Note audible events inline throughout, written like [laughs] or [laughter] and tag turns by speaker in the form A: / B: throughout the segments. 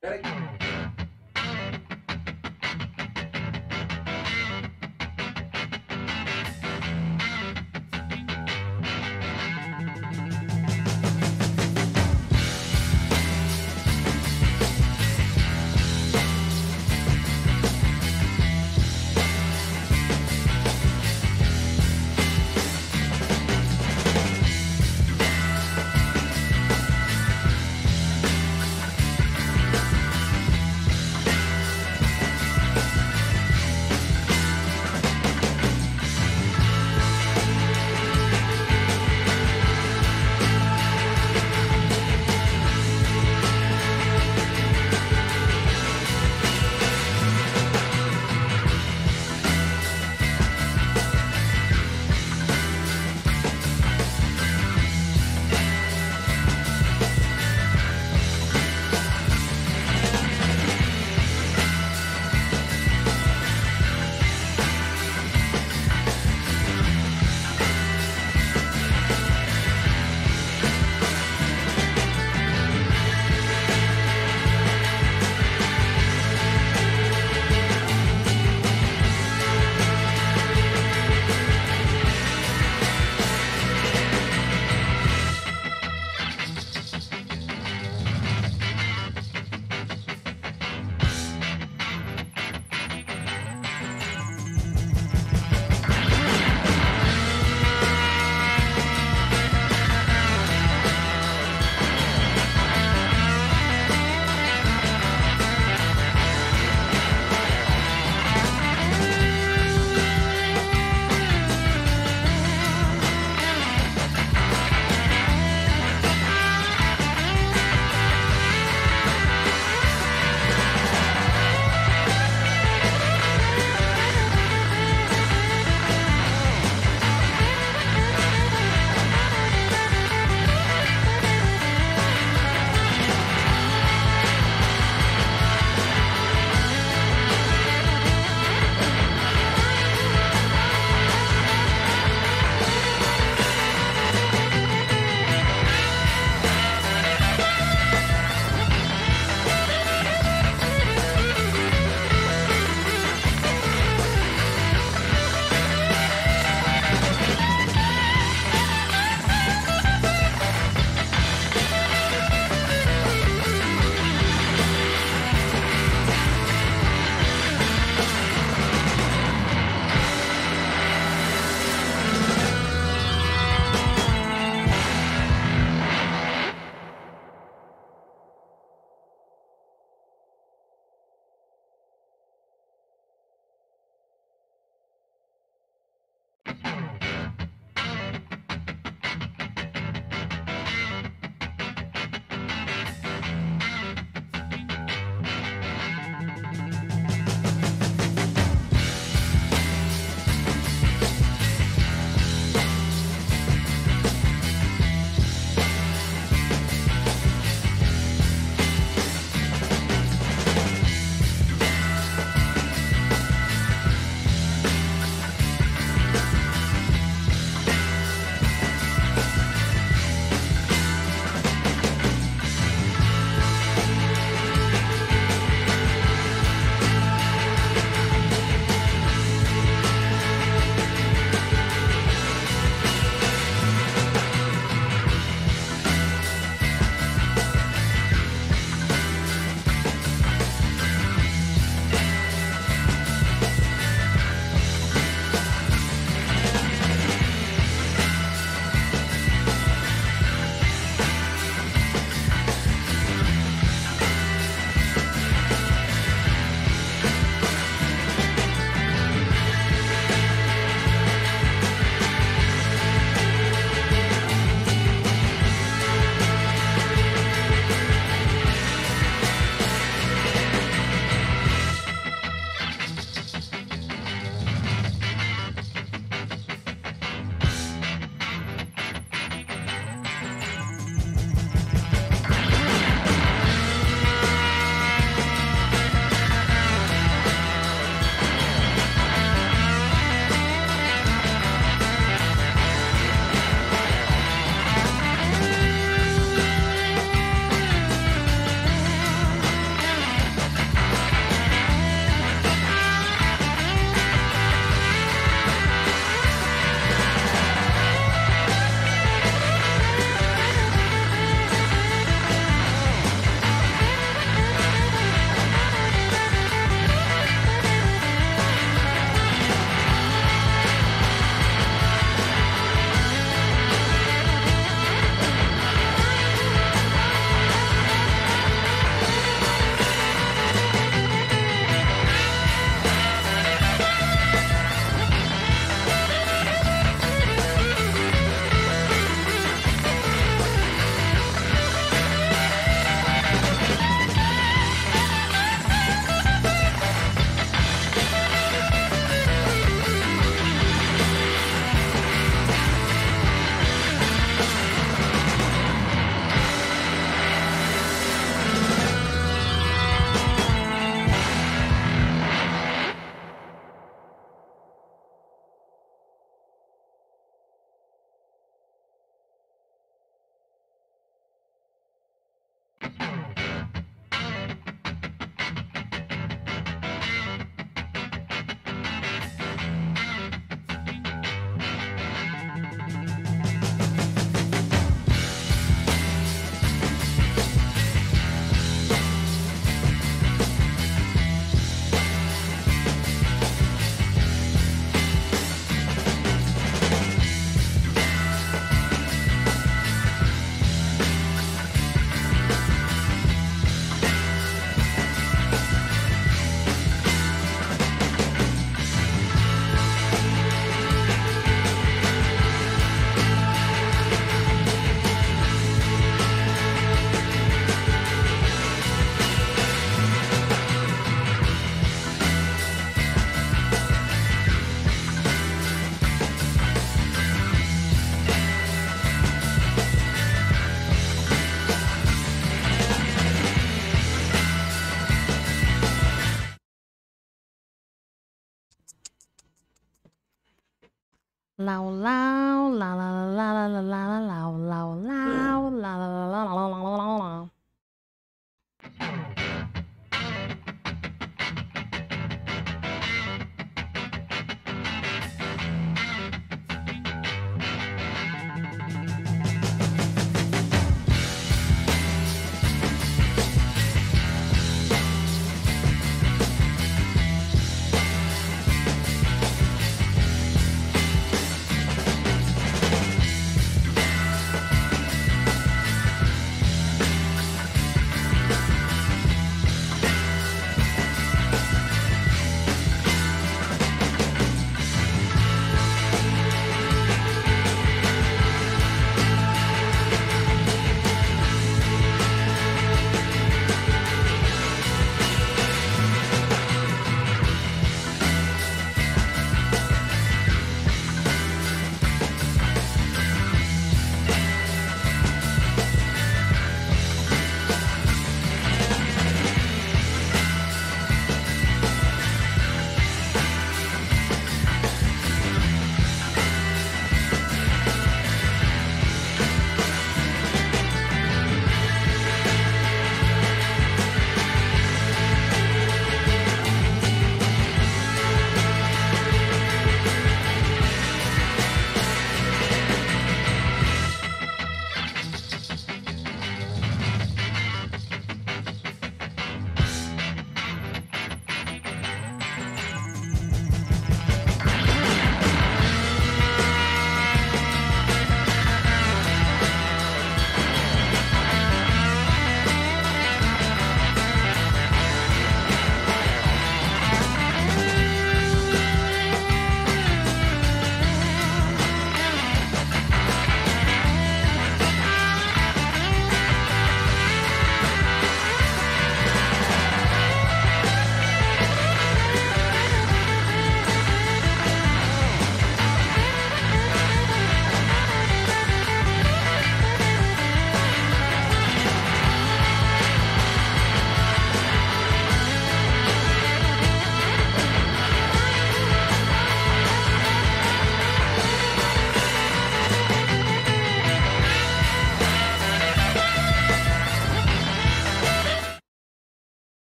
A: Peraí.
B: Thank
C: Lau lau, lá lá lá lá lá lá lá lau lau, lá lá
D: É.
C: lá lá lá lá lá lá lá.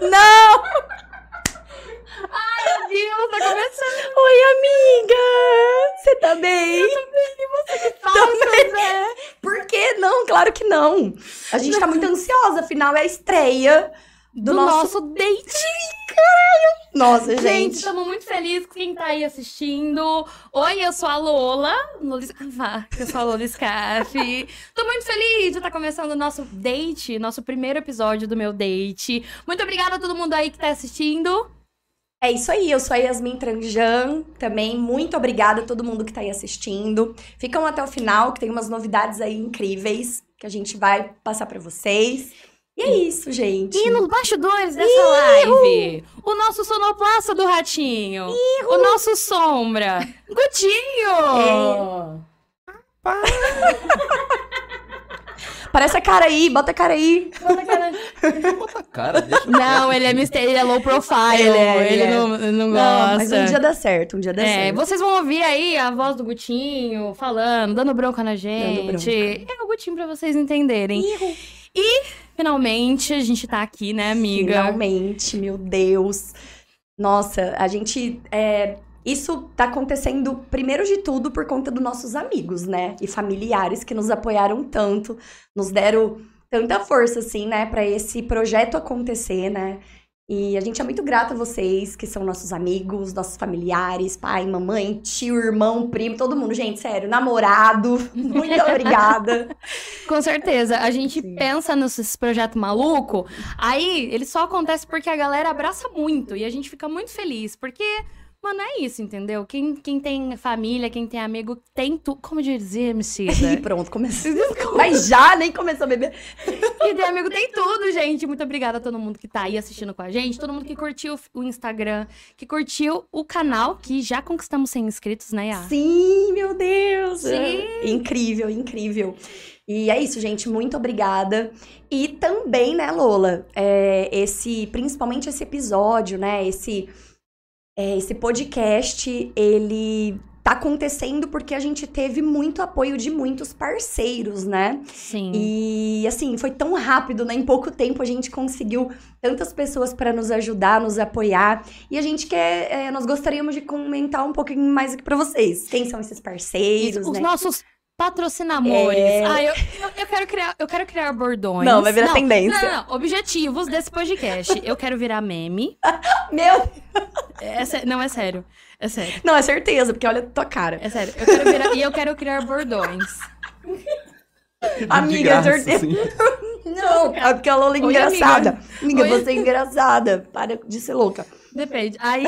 C: Não!
D: Meu Deus, tá começando.
C: Oi, amiga! Você tá bem?
D: Fácil, né?
C: Por que não? Claro que não. A gente tá muito ansiosa, afinal é a estreia do,
D: Do
C: nosso...
D: nosso date.
C: Nossa,
D: Gente,
C: gente.
D: estamos muito felizes com quem tá aí assistindo. Oi, eu sou a Lola. Lola Scarf. Eu sou a Lola Scarf. Tô muito feliz de tá começando o nosso date, nosso primeiro episódio do meu date. Muito obrigada a todo mundo aí que tá assistindo.
C: É isso aí, eu sou a Yasmin Tranjan também. Muito obrigada a todo mundo que tá aí assistindo. Ficam até o final, que tem umas novidades aí incríveis que a gente vai passar pra vocês. E é isso, gente.
D: E nos bastidores dessa live, o nosso sonoplasta do Ratinho, o nosso sombra, Gutinho!
C: Parece a cara aí, bota a cara aí.
E: Cara, deixa eu...
D: Não, ele é mistério, ele é low profile,
C: Ele
D: ele,
C: é, ele é.
D: não, não
C: Não, mas
D: gosta.
C: um dia dá certo, um dia dá
D: é,
C: certo.
D: vocês vão ouvir aí a voz do Gutinho falando, dando bronca na gente.
C: bronca.
D: É o Gutinho pra vocês entenderem. Finalmente a gente tá aqui, né, amiga?
C: Finalmente, meu Deus. Nossa, a gente. é, isso tá acontecendo, primeiro de tudo, por conta dos nossos amigos, né? E familiares que nos apoiaram tanto, nos deram tanta força, assim, né, pra esse projeto acontecer, né? E a gente é muito grata a vocês, que são nossos amigos, nossos familiares, pai, mamãe, tio, irmão, primo, todo mundo. Gente, sério, namorado. [laughs] Muito obrigada.
D: Com certeza. A gente
C: Sim.
D: pensa nesses projeto maluco, aí ele só acontece porque a galera abraça muito e a gente fica muito feliz, porque. Mano, é isso, entendeu? Quem, quem tem família, quem tem amigo, tem tu. Como dizer, né?
C: E [laughs]
D: Messida?
C: pronto, começou. Mas já nem começou a beber.
D: Quem tem amigo tem tudo, gente. Muito obrigada a todo mundo que tá aí assistindo com a gente, todo mundo que curtiu o Instagram, que curtiu o canal, que já conquistamos 100 inscritos, né, Yá?
C: Sim, meu Deus!
D: Sim.
C: É Incrível, incrível. E é isso, gente. Muito obrigada. E também, né, Lola, é, esse, principalmente esse episódio, né? Esse É, esse podcast, ele tá acontecendo porque a gente teve muito apoio de muitos parceiros, né?
D: Sim.
C: E assim, foi tão rápido, né? Em pouco tempo a gente conseguiu tantas pessoas para nos ajudar, nos apoiar. E a gente quer, é, nós gostaríamos de comentar um pouquinho mais aqui para vocês. Quem são esses
D: E
C: parceiros,
D: os
C: né?
D: nossos patrocinamores.
C: É.
D: Ah, eu, eu, eu quero criar, eu quero criar bordões.
C: Não, vai virar
D: Não,
C: tendência.
D: não, não. Objetivos desse podcast. Eu quero virar meme.
C: Ah, Meu,
D: É sé- não, é sério. É sério.
C: não é certeza, porque olha a tua cara.
D: É sério. Eu quero virar- e eu quero criar bordões.
C: Amiga, certeza.
E: assim.
C: [laughs] Não, é porque a Lola é
D: Oi,
C: engraçada. Amiga,
D: Oi.
C: você é engraçada. Para de ser louca.
D: Depende. Aí,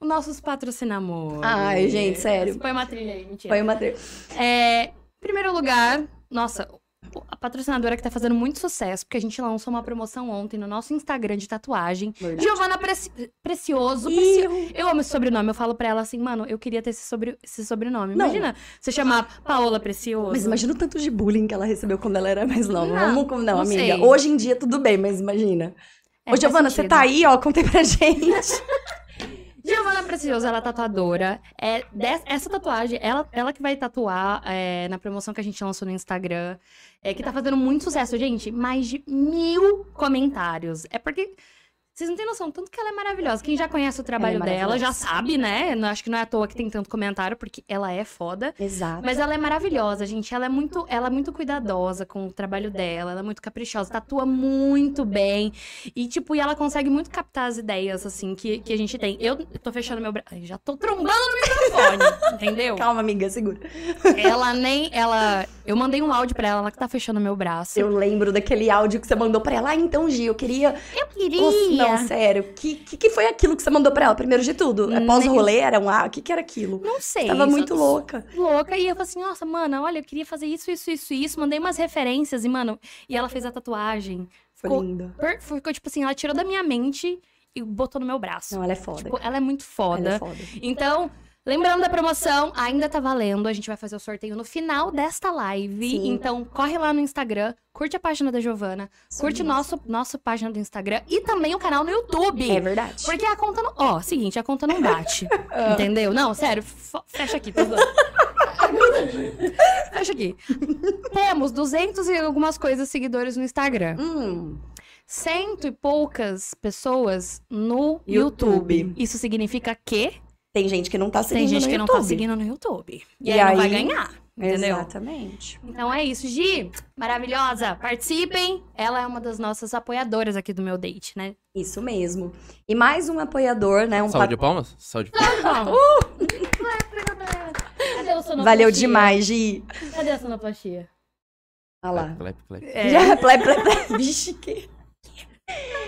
D: os nossos patrocinadores.
C: Ai, gente, sério.
D: Põe uma trilha aí, mentira.
C: é. Foi uma tre-
D: É, em primeiro lugar, nossa, a patrocinadora que tá fazendo muito sucesso, porque a gente lançou uma promoção ontem no nosso Instagram de tatuagem.
C: Verdade.
D: Giovana Preci- Precioso. Preci- Eu amo esse sobrenome. Eu falo pra ela assim, mano, eu queria ter esse, sobre... esse sobrenome.
C: Não.
D: Imagina você chamar Paola Precioso.
C: Mas imagina o tanto de bullying que ela recebeu quando ela era mais nova.
D: Não,
C: Não, não,
D: não
C: amiga.
D: sei.
C: Hoje em dia tudo bem, mas imagina. Ô,
D: É, faz
C: Giovana, você
D: sentido.
C: tá aí, ó, contei pra gente.
D: [laughs] Giovana Precioso, ela é tatuadora. É, des- Essa tatuagem, ela, ela que vai tatuar é, na promoção que a gente lançou no Instagram, é, que tá fazendo muito sucesso, gente. Mais de mil comentários. É porque. Vocês não têm noção, tanto que ela é maravilhosa. Quem já conhece o trabalho
C: Ela é
D: dela já
C: maravilhosa.
D: sabe, né? Não- Acho que não é à toa que tem tanto comentário, porque ela é foda.
C: Exato.
D: Mas ela é maravilhosa, gente. Ela é muito, ela é muito cuidadosa com o trabalho dela, ela é muito caprichosa, tatua muito bem. E, tipo, e ela consegue muito captar as ideias, assim, que, que a gente tem. Eu tô fechando meu braço. Já tô trombando no microfone, [laughs] entendeu?
C: Calma, amiga, segura.
D: Ela nem. Ela. Eu mandei um áudio pra ela, ela que tá fechando meu braço.
C: Eu lembro daquele áudio que você mandou pra ela. Ah, então, Gi, eu queria.
D: Eu queria.
C: Nossa, Não, sério. O que, que, que foi aquilo que você mandou pra ela, primeiro de tudo? É
D: Nem-
C: pós-rolê? Era um. Ah, o que, que era aquilo?
D: Não sei.
C: Tava
D: só-
C: muito louca.
D: louca. E eu falei assim, nossa, mano, olha, eu queria fazer isso, isso, isso, isso. Mandei umas referências e, mano, e ela fez a tatuagem.
C: Foi
D: Co-
C: linda.
D: Per- Ficou tipo assim, ela tirou da minha mente e botou no meu braço.
C: Não, ela é foda.
D: Tipo, ela é muito foda.
C: Ela é foda.
D: Então, lembrando da promoção, ainda tá valendo. A gente vai fazer o sorteio no final desta live.
C: Sim.
D: Então, corre lá no Instagram, curte a página da Giovana, curte nosso, nossa página do Instagram e também o canal no YouTube.
C: É verdade.
D: Porque a conta não. Ó, seguinte, a conta
C: [laughs]
D: não bate.
C: Ah.
D: entendeu? Não, sério, fo- fecha aqui, tudo. fecha aqui. Temos 200 e algumas coisas seguidores no Instagram.
C: Hum,
D: Cento e poucas pessoas no
C: YouTube.
D: YouTube. Isso significa que
C: tem gente que não tá seguindo
D: tem gente
C: no
D: que não
C: YouTube.
D: tá seguindo no YouTube. E,
C: E
D: aí, não vai
C: aí-
D: ganhar. Entendeu?
C: Exatamente.
D: Então é isso, Gi. Maravilhosa. Participem. Ela é uma das nossas apoiadoras aqui do meu date, né?
C: Isso mesmo. E mais um apoiador, né? Um
E: Salve de palmas? Salve de palmas.
D: Uh! Cadê o
C: pat-
D: sonoplastia?
C: Valeu demais, Gi.
D: Cadê a sonoplastia?
C: Olha lá.
E: Clap, clap, clap.
D: É.
C: Já, plé, plé, plé. [laughs] Vixe, que...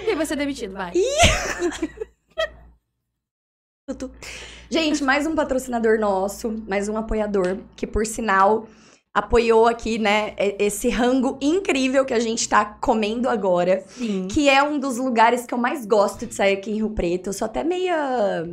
D: Quem vai ser é demitido, vai.
C: tudo. Gente, mais um patrocinador nosso, mais um apoiador, que por sinal apoiou aqui, né, e- esse rango incrível que a gente tá comendo agora,
D: Sim.
C: que é um dos lugares que eu mais gosto de sair aqui em Rio Preto. Eu sou até meia...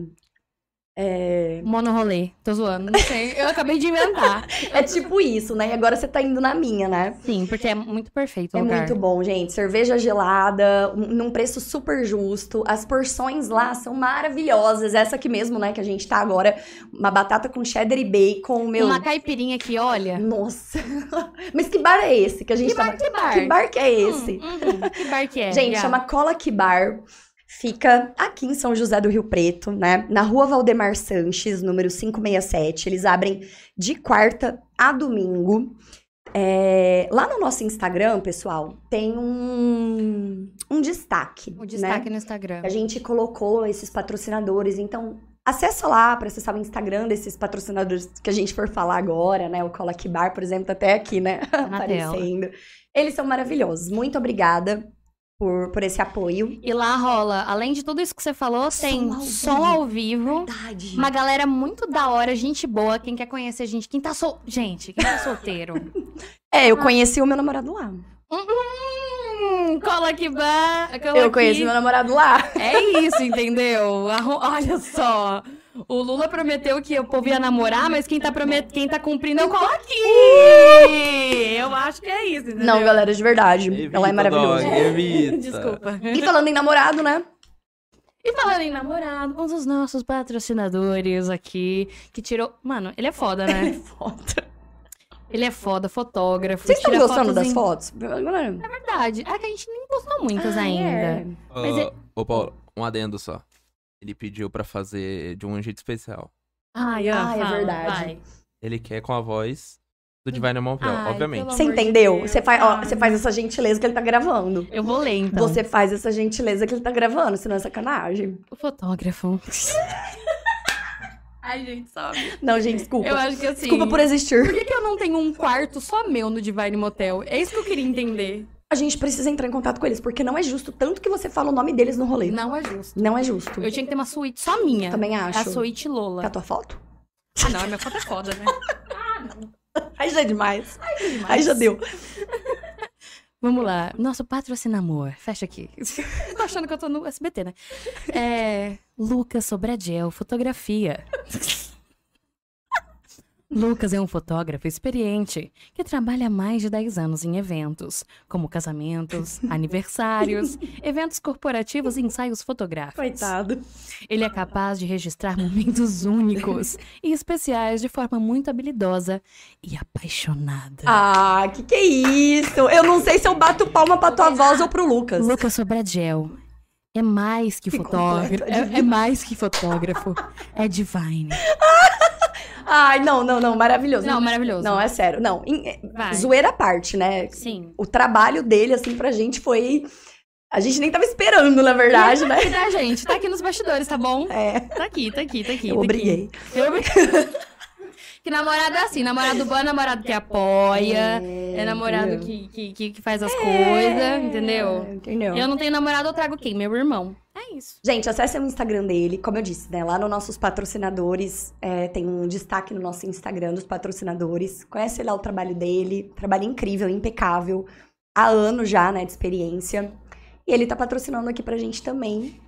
D: Monorolê. Tô zoando. Não sei. Eu acabei de inventar.
C: É tipo isso, né? E agora você tá indo na minha, né?
D: Sim, porque é muito perfeito o
C: É
D: lugar.
C: muito bom, gente. Cerveja gelada, um- num preço super justo. As porções lá são maravilhosas. Essa aqui mesmo, né, que a gente tá agora. Uma batata com cheddar e bacon, meu.
D: Uma caipirinha que olha.
C: Nossa. [laughs] Mas que bar é esse que a gente
D: Que
C: tá...
D: bar, que bar?
C: Que bar que é esse?
D: Hum, hum, que bar que é?
C: gente,
D: Gá?
C: chama Cola Que Bar. Fica aqui em São José do Rio Preto, né? Na rua Valdemar Sanches, número 567. Eles abrem de quarta a domingo. É, lá no nosso Instagram, pessoal, tem um, um destaque.
D: O
C: né?
D: destaque no Instagram.
C: A gente colocou esses patrocinadores, então acessa lá para acessar o Instagram desses patrocinadores que a gente for falar agora, né? O Cola Que Bar, por exemplo, tá até aqui, né?
D: na tela.
C: Aparecendo. Eles são maravilhosos. Muito obrigada por, por esse apoio.
D: E lá rola, além de tudo isso que você falou,
C: Som
D: tem
C: ao
D: som
C: vivo.
D: ao vivo.
C: Verdade.
D: Uma galera muito da hora, gente boa, quem quer conhecer a gente, quem tá sol... Gente, quem tá solteiro.
C: É, eu conheci o meu namorado lá.
D: [laughs] Hum, cola que bar. cola
C: Eu
D: aqui.
C: conheci meu namorado lá.
D: É isso, entendeu? Arru- Olha só. O Lula prometeu que o povo ia namorar, mas quem tá, promet... quem tá cumprindo é o cola aqui. Eu acho que é isso, entendeu?
C: Não, galera, de verdade.
E: Evita,
C: Ela é maravilhosa.
E: dog, evita.
D: Desculpa.
C: E falando em namorado, né?
D: E falando em namorado, um dos nossos patrocinadores aqui, que tirou. Mano, ele é
C: [laughs]
D: foda, né?
C: Foto.
D: Ele é foda, fotógrafo.
C: Vocês estão
D: tira
C: gostando
D: fotos
C: das
D: em-
C: fotos? Agora-
D: É verdade. É que a gente nem postou muitas
C: Ah,
D: ainda.
C: é.
D: Mas é-
E: Ô, Paulo, um adendo só. Ele pediu pra fazer de um jeito especial.
D: Ai, Ana,
C: Ah, é
D: fala,
C: verdade.
D: vai.
E: Ele quer com a voz do Divine Monvel,
D: Ai,
E: obviamente.
D: pelo
C: Você
D: amor de
C: entendeu?
D: Deus,
C: Você faz, ó,
D: cara.
C: você faz essa gentileza que ele tá gravando.
D: Eu vou ler, então.
C: Você faz essa gentileza que ele tá gravando, senão é sacanagem.
D: O fotógrafo. [laughs] Ai, gente, sabe?
C: Não, gente, desculpa.
D: Eu acho que assim...
C: Desculpa por existir.
D: Por que, que eu não tenho um quarto só meu no Divine Motel? É isso que eu queria entender.
C: A gente precisa entrar em contato com eles, porque não é justo tanto que você fala o nome deles no rolê. Não,
D: Não é justo.
C: é justo.
D: Eu tinha que ter uma suíte só minha.
C: Também
D: É a
C: acho.
D: suíte Lola.
C: É a tua foto?
D: Ah, não, a minha foto é foda,
C: [laughs]
D: né?
C: Aí já é demais. Aí já deu.
D: Vamos lá. Nosso patrocinador. Fecha aqui. tô achando que eu tô no SBT, né? É. Lucas Sobradiel, fotografia. [laughs] Lucas é um fotógrafo experiente que trabalha há mais de 10 anos em eventos, como casamentos, aniversários, eventos corporativos e ensaios fotográficos.
C: Coitado.
D: Ele é capaz de registrar momentos únicos e especiais de forma muito habilidosa e apaixonada.
C: Ah, que que é isso? Eu não sei se eu bato palma pra tua voz ou pro Lucas.
D: Lucas Sobradiel é mais que
C: Que
D: fotógrafo.
C: completo,
D: É, é mais que fotógrafo. É divine.
C: Ai, não, não, não, maravilhoso.
D: Não, maravilhoso.
C: Não, é sério. Não, em-
D: Vai.
C: zoeira à parte, né?
D: Sim.
C: O trabalho dele, assim, pra gente foi... A gente nem tava esperando, na verdade,
D: [laughs]
C: né?
D: E da gente, tá aqui nos bastidores, tá bom?
C: É,
D: Tá aqui, tá aqui, tá aqui.
C: eu
D: tá
C: obriguei.
D: aqui. Eu obri- [laughs] que namorado é assim, namorado bom é namorado que apoia, é, namorado
C: entendeu?
D: que, que, que- que faz as
C: É, Então.
D: coisas, entendeu?
C: Entendeu?
D: Eu não tenho namorado, eu trago quem? Meu irmão. É isso.
C: Gente, acessem o Instagram dele, como eu disse, né? Lá nos nossos patrocinadores, é, tem um destaque no nosso Instagram dos patrocinadores. Conhece lá o trabalho dele, trabalho incrível, impecável, há anos já, né, de experiência. E ele tá patrocinando aqui pra gente também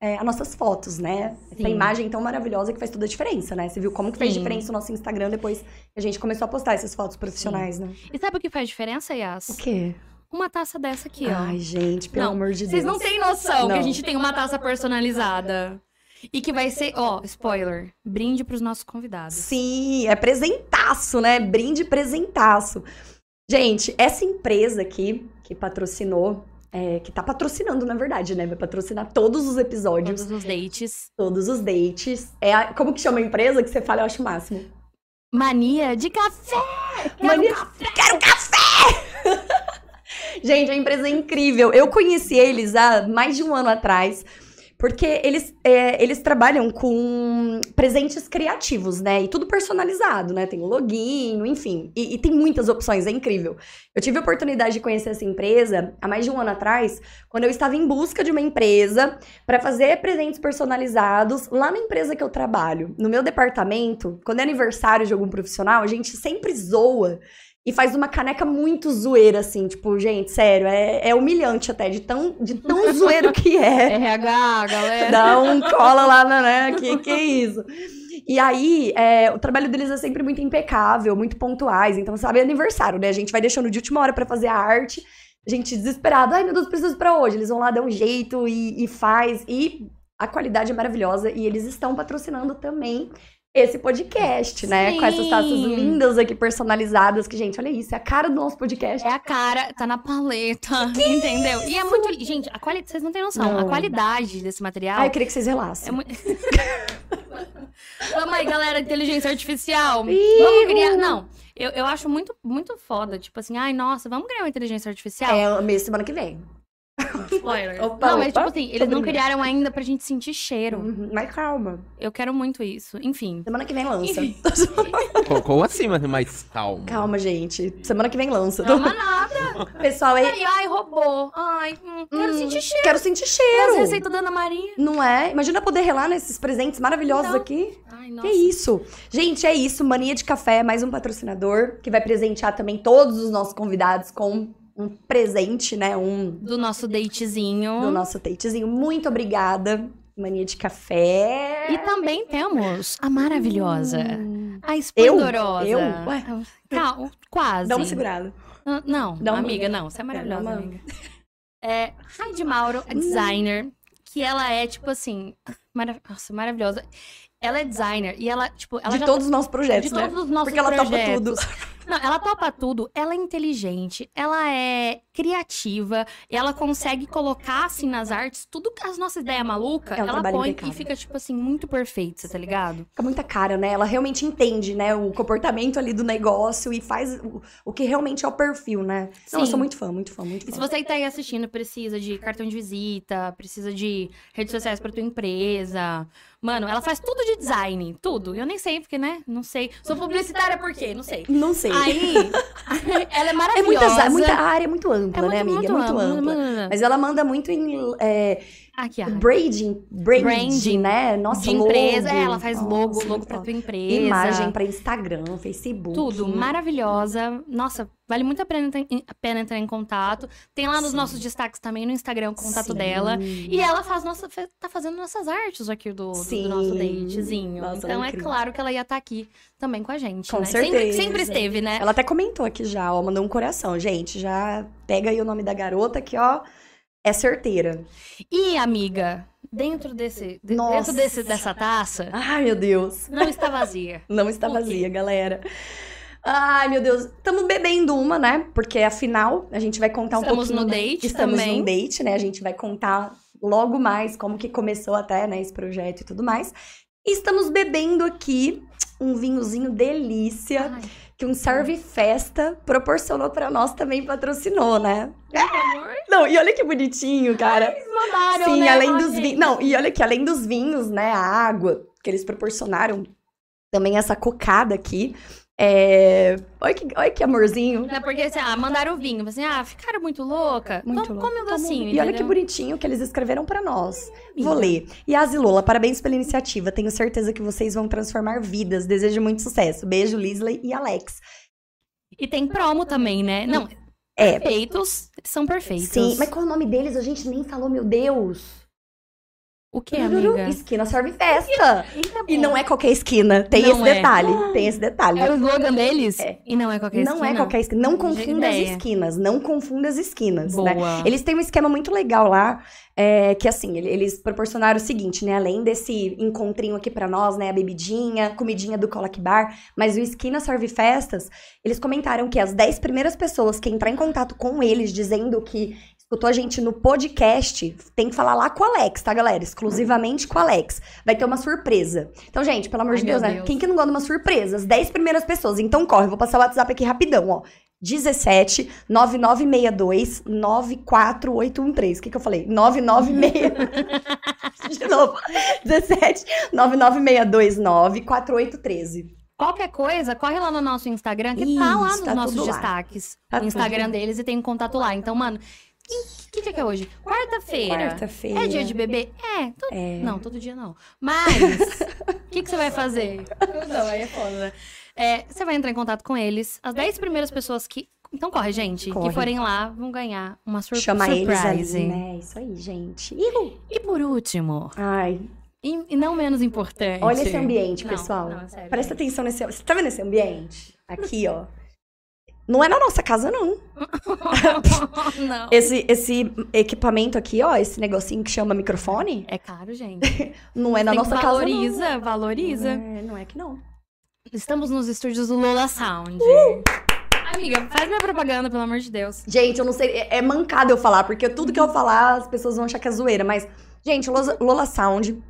C: é, as nossas fotos, né?
D: Sim.
C: Essa imagem tão maravilhosa que faz toda a diferença, né? Você viu como que fez
D: Sim.
C: diferença o nosso Instagram depois que a gente começou a postar essas fotos profissionais, né?
D: E sabe o que faz diferença, Yas?
C: quê?
D: Uma taça dessa aqui, ó.
C: Ai, gente, pelo
D: Não,
C: amor de Deus.
D: Vocês não têm noção que a
C: Não.
D: gente tem uma taça personalizada. E que vai ser, ó, spoiler, brinde pros nossos convidados.
C: Sim, é presentaço, né? Brinde presentaço. Gente, essa empresa aqui que patrocinou, é, que tá patrocinando, na verdade, né? Vai patrocinar todos os episódios,
D: Todos os dates.
C: todos os dates. É a- como que chama a empresa que você fala, eu acho o máximo.
D: Mania de café! Quero
C: Mania- Quero café! [laughs] Gente, a empresa é incrível. Eu conheci eles há mais de um ano atrás. Porque eles, é, eles trabalham com presentes criativos, né? E tudo personalizado, né? Tem o login, enfim. E, e tem muitas opções, é incrível. Eu tive a oportunidade de conhecer essa empresa há mais de um ano atrás, quando eu estava em busca de uma empresa para fazer presentes personalizados lá na empresa que eu trabalho. No meu departamento, quando é aniversário de algum profissional, a gente sempre zoa e faz uma caneca muito zoeira, assim. Tipo, gente, sério, é, é humilhante até, de tão, de tão zoeiro que é.
D: RH, galera.
C: Dá um cola lá na, né? Que, que isso? E aí, é, o trabalho deles é sempre muito impecável, muito pontuais. Então, sabe, é aniversário, né? A gente vai deixando de última hora pra fazer a arte. A gente desesperada, ai meu Deus, preciso pra hoje. Eles vão lá, dão um jeito e, e faz. E a qualidade é maravilhosa. E eles estão patrocinando também esse podcast, né? Com essas taças
D: Sim.
C: lindas aqui, personalizadas. Que, gente, olha isso, é a cara do nosso podcast.
D: É a cara, tá na paleta, entendeu? E é muito. Gente, a qualidade. Vocês não têm noção.
C: Não.
D: A qualidade desse material.
C: Ai, eu queria que vocês relassem.
D: É muito. Vamos aí, galera, inteligência artificial.
C: Ih, uh.
D: Vamos criar. Não, eu, eu acho muito, muito foda. Tipo assim, ai, nossa, vamos criar uma inteligência artificial.
C: É, mês semana que vem.
D: Spoiler.
C: Opa,
D: não, mas
C: opa.
D: tipo assim, eles não
C: brincando.
D: criaram ainda pra gente sentir cheiro.
C: Uhum, Mas calma.
D: Eu quero muito isso. Enfim.
C: Semana que vem lança.
D: Enfim.
E: Co- Como assim, mas mais calmo?
C: Calma, gente. Semana que vem lança. [laughs]
D: Calma nada.
C: Pessoal, aí.
D: Ai, ai, robô. Ai, hum, quero
C: Hum,
D: sentir cheiro.
C: Quero sentir
D: As
C: cheiro.
D: receitas da Ana Maria.
C: Não é? Imagina poder relar nesses presentes maravilhosos
D: Não.
C: aqui.
D: Ai, nossa.
C: Que isso. Gente, é isso. Mania de Café, mais um patrocinador que vai presentear também todos os nossos convidados com um presente, né? Um
D: Do nosso datezinho.
C: do nosso tatezinho. Muito obrigada, Mania de Café.
D: E também temos a maravilhosa.
C: Hum.
D: A esplendorosa.
C: Eu? Ué?
D: Calma, quase.
C: Dá uma segurada.
D: Ah, Não,
C: Dá uma-
D: amiga, não. Você é maravilhosa,
C: uma-
D: amiga. É, Heidi Mauro, a designer, que ela é, tipo assim, mara- nossa, maravilhosa. Ela é designer e ela, tipo, ela
C: de
D: já
C: todos os nossos projetos,
D: de
C: né?
D: todos os nossos
C: Porque ela topa
D: projetos.
C: tudo.
D: Não, ela topa tudo, ela é inteligente, ela é criativa, ela consegue colocar, assim, nas artes, tudo que as nossas ideias malucas,
C: É um
D: ela
C: trabalho
D: põe e
C: impecável.
D: fica, tipo assim, muito perfeito, você tá ligado?
C: Fica muita cara, né? Ela realmente entende, né? O comportamento ali do negócio e faz o, o que realmente é o perfil, né? Não, eu
D: Sim.
C: sou muito fã, muito fã, muito
D: E se
C: fã.
D: você que tá aí assistindo precisa de cartão de visita, precisa de redes sociais pra tua empresa. Mano, ela faz tudo de design, tudo. Eu nem sei porque, né? Não sei. Sou publicitária por quê?
C: [laughs]
D: Não sei.
C: Não sei.
D: Aí, ela
C: [laughs]
D: é
C: é
D: maravilhosa.
C: muitas, é muita a área, é muito ampla, né, amiga? é muito ampla.
D: mano.
C: Mas ela manda muito em é,
D: Aqui, ó.
C: branding, branding,
D: Branding
C: né? Nossa,
D: de empresa,
C: logo.
D: é, ela faz
C: Nossa,
D: logo,
C: muito
D: logo pra
C: top.
D: tua empresa.
C: Imagem pra Instagram, Facebook.
D: Tudo, maravilhosa. Nossa, vale muito a pena, entrar em- a pena entrar em contato. Tem lá nos
C: Sim.
D: nossos destaques também, no Instagram, o contato
C: Sim.
D: dela. E ela faz nossa, fe- tá fazendo nossas artes aqui do, do,
C: Sim.
D: nosso datezinho.
C: Nossa,
D: então é
C: incrível.
D: claro que ela ia estar aqui também com a gente.
C: Com
D: né? Sempre,
C: certeza.
D: sempre esteve, né?
C: Ela até comentou aqui já, ó, mandou um coração. Gente, já pega aí o nome da garota que, ó, é certeira.
D: E, amiga, dentro desse. de-
C: Nossa.
D: Dentro desse, dessa taça,
C: Ai, meu Deus.
D: não
C: [laughs]
D: está vazia.
C: Não está
D: Por quê?
C: vazia, galera. Ai, meu Deus. Estamos bebendo uma, né? Porque afinal, a gente vai contar um
D: Estamos
C: pouquinho.
D: no
C: né?
D: date
C: Estamos
D: também.
C: num date, né? A gente vai contar logo mais como que começou até, né, esse projeto e tudo mais. E estamos bebendo aqui um vinhozinho delícia
D: Ai,
C: que um serve festa proporcionou pra nós também patrocinou, né?
D: meu amor.
C: Não, e olha que bonitinho, cara.
D: Eles mandaram,
C: Sim,
D: né?
C: além
D: Ai,
C: dos vinhos. Não, e olha que além dos vinhos, né? A água que eles proporcionaram, também essa cocada aqui. É... Olha, que, olha que amorzinho.
D: Né? Porque assim, ah, mandaram o vinho. Assim, ah, ficaram muito louca.
C: Muito
D: Toma-
C: louco.
D: Come um
C: Tá bom.
D: docinho.
C: E olha que
D: entendeu?
C: bonitinho que eles escreveram pra nós.
D: amiga.
C: Vou ler. Yas e Lola, parabéns pela iniciativa. Tenho certeza que vocês vão transformar vidas. Desejo muito sucesso. Beijo, Lisley e Alex.
D: E tem promo também, né? Não,
C: É,
D: perfeitos são perfeitos.
C: sim. Mas qual é o nome deles? A gente nem falou, meu Deus.
D: O que,
C: [laughs]
D: amiga?
C: Esquina serve festa.
D: Eita,
C: E
D: pô.
C: não é qualquer esquina. Tem
D: Não
C: esse
D: é.
C: detalhe. Tem esse detalhe.
D: É o slogan deles?
C: É.
D: E não é qualquer
C: não
D: esquina?
C: é qualquer esquina. Não
D: Não tinha
C: confunda as
D: ideia.
C: esquinas. Não confunda as esquinas,
D: Boa.
C: né? Eles têm um esquema muito legal lá, é, que assim, ele- eles proporcionaram o seguinte, né? Além desse encontrinho aqui pra nós, né? A bebidinha, comidinha do Colac Bar, mas o Esquina Serve Festas, eles comentaram que as 10 primeiras pessoas que entrar em contato com eles, dizendo que escutou a gente no podcast, tem que falar lá com o Alex, tá, galera? Exclusivamente com o Alex. Vai ter uma surpresa. Então, gente, pelo amor
D: Ai,
C: de
D: meu
C: Deus, né?
D: Deus.
C: Quem que não gosta de uma surpresa? As 10 primeiras pessoas. Então, corre, vou passar o WhatsApp aqui rapidão, ó. 17 9962 94813. O que, que eu falei? 996. De
D: [laughs]
C: novo. 17 9962 94813.
D: Qualquer coisa, corre lá no nosso Instagram, que tá
C: Isso,
D: lá nos
C: tá
D: nossos
C: tudo lá.
D: destaques.
C: Tá
D: o Instagram
C: tudo.
D: deles e tem um contato lá. Então, mano, que, que dia que é hoje? Quarta-feira.
C: Quarta-feira.
D: é dia de bebê? É. to-
C: É.
D: Não, todo dia não. Mas,
C: [laughs]
D: o que, que você vai fazer? Não, aí é foda, né? É, você vai entrar em contato com eles. As 10 primeiras pessoas que... Então corre, gente.
C: Corre.
D: Que forem lá, vão ganhar uma surpresa.
C: Chama eles ali, né? Isso aí, gente. Ihu.
D: E por último,
C: Ai,
D: e, e não menos importante...
C: olha esse ambiente,
D: Não,
C: pessoal.
D: não, é
C: [laughs]
D: sério,
C: Presta
D: gente.
C: atenção nesse... Você tá vendo esse ambiente? Aqui, ó. Não é na nossa casa, não.
D: não.
C: Esse, esse equipamento aqui, ó, esse negocinho que chama microfone,
D: É caro, gente.
C: não é na
D: Tem que
C: nossa casa, não.
D: valoriza, valoriza.
C: É, não é que não.
D: Estamos nos estúdios do Lola Sound. Amiga, faz minha propaganda, pelo amor de Deus.
C: Gente, eu não sei, é, é mancado eu falar, porque tudo que eu falar as pessoas vão achar que é zoeira, mas, gente, Lola, Lola Sound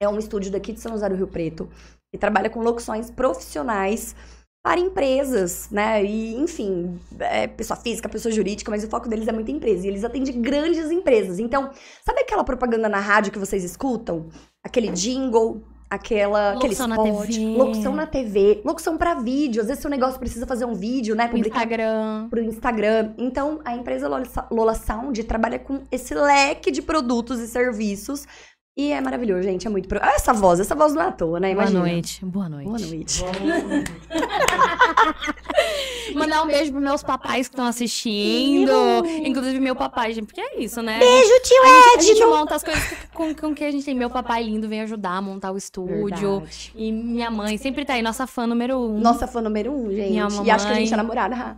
C: é um estúdio daqui de São José do Rio Preto que trabalha com locuções profissionais para empresas, né? E, enfim, é pessoa física, pessoa jurídica, mas o foco deles é muita empresa. E eles atendem grandes empresas. Então, sabe aquela propaganda na rádio que vocês escutam? Aquele jingle, aquela, aquele
D: Locução na
C: spot,
D: TV.
C: locução na TV, locução para vídeo. Às vezes seu negócio precisa fazer um vídeo, né?
D: O
C: Publicar
D: Instagram.
C: pro Instagram. Então, a empresa Lola Sa- Lola Sound trabalha com esse leque de produtos e serviços. E é maravilhoso, gente. É muito. Pro... Olha essa voz, essa voz não é à toa, né? Imagina.
D: Boa noite. Boa noite.
C: Boa noite.
D: Mandar um beijo pros meus papais que estão assistindo. Inclusive, meu papai, gente, porque é isso, né?
C: Beijo, tio
D: A gente
C: Edno.
D: monta as coisas com, com que a gente tem. Meu papai lindo vem ajudar a montar o estúdio.
C: Verdade.
D: E minha mãe sempre tá aí, nossa fã número um.
C: Nossa fã número um, gente.
D: Minha
C: E acho que a
D: mamãe.
C: gente é
D: [laughs]
C: namorada.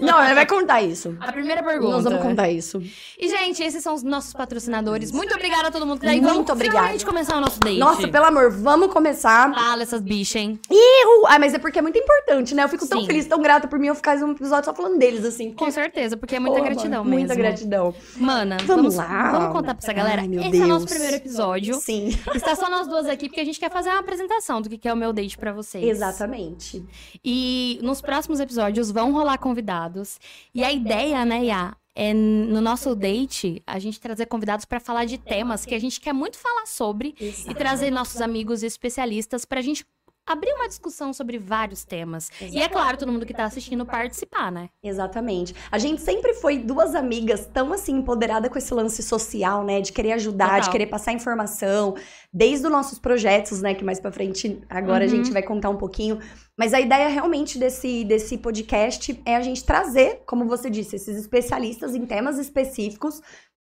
C: não, ela vai contar isso.
D: A primeira pergunta.
C: Nós vamos contar isso.
D: E, gente, esses são os nossos patrocinadores. Muito obrigada a todo mundo que tá aí.
C: Muito
D: vamos
C: obrigada.
D: finalmente começar o nosso date.
C: Nossa, pelo amor, vamos começar.
D: Fala essas bichas, hein?
C: Eu... Ah, mas é porque é muito importante, né? Eu fico tão
D: Sim.
C: feliz, tão grata por mim eu ficar um episódio só falando deles, assim.
D: Com certeza, porque é muita
C: Pô,
D: gratidão
C: mano,
D: mesmo.
C: Muita gratidão.
D: Mana,
C: Vamos
D: vamos,
C: lá.
D: Vamos contar pra essa galera.
C: Ai, meu
D: Esse é
C: Deus.
D: o nosso primeiro episódio.
C: Sim, [laughs]
D: Está só nós duas aqui, porque a gente quer fazer uma apresentação do que que é o meu date pra vocês.
C: exatamente.
D: E nos próximos episódios vão rolar convidados. E a ideia, né, Iá, é no nosso date a gente trazer convidados pra falar de temas que a gente quer muito falar sobre e trazer nossos amigos e especialistas pra gente abrir uma discussão sobre vários temas. E é claro, todo mundo que tá assistindo participar, né?
C: Exatamente. A gente sempre foi duas amigas tão assim empoderada com esse lance social, né, de querer ajudar,
D: Total.
C: de querer passar informação, desde os nossos projetos, né, que mais pra frente agora a
D: Uhum.
C: gente vai contar um pouquinho, mas a ideia realmente desse desse podcast é a gente trazer, como você disse, esses especialistas em temas específicos.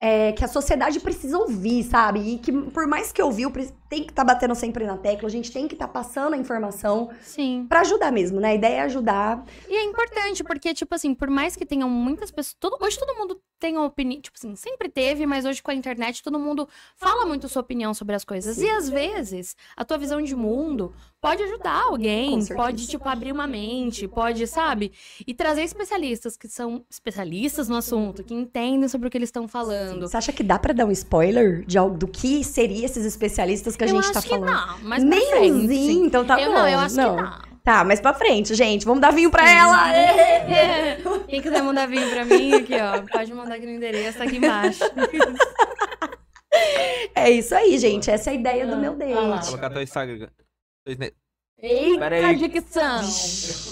C: é, que a sociedade precisa ouvir, sabe? E que por mais que ouviu, pre- tem que estar batendo sempre na tecla, a gente tem que estar passando a informação
D: Sim.
C: pra ajudar mesmo, né? A ideia é ajudar.
D: E é importante, porque, tipo assim, por mais que tenham muitas pessoas. todo- hoje todo mundo tem uma opinião. Tipo assim, sempre teve, mas hoje com a internet todo mundo fala muito sua opinião sobre as coisas. E às vezes, a tua visão de mundo pode ajudar
C: Com
D: alguém,
C: certeza.
D: pode, tipo, abrir uma mente, pode, sabe? E trazer especialistas que são especialistas no assunto, que entendem sobre o que eles estão falando.
C: Você acha que dá pra dar um spoiler de algo, do que seria esses especialistas que a
D: eu
C: gente
D: acho
C: tá
D: que
C: falando?
D: não, mas pra frente.
C: Nenhumzinho, então tá
D: eu
C: bom.
D: não, eu acho
C: não.
D: que não. [laughs]
C: Tá, mas pra frente, gente. Vamos dar vinho pra ela. É.
D: Quem quiser mandar vinho pra mim, aqui, ó, pode mandar aqui no endereço, tá
C: [laughs]
D: aqui embaixo.
C: É isso aí, gente. Essa é a ideia do
D: Ah,
C: meu
D: ah lá.
C: date.
E: Colocar teu Instagram. Teu Sne-
D: Eita,
E: Peraí.
D: dicção!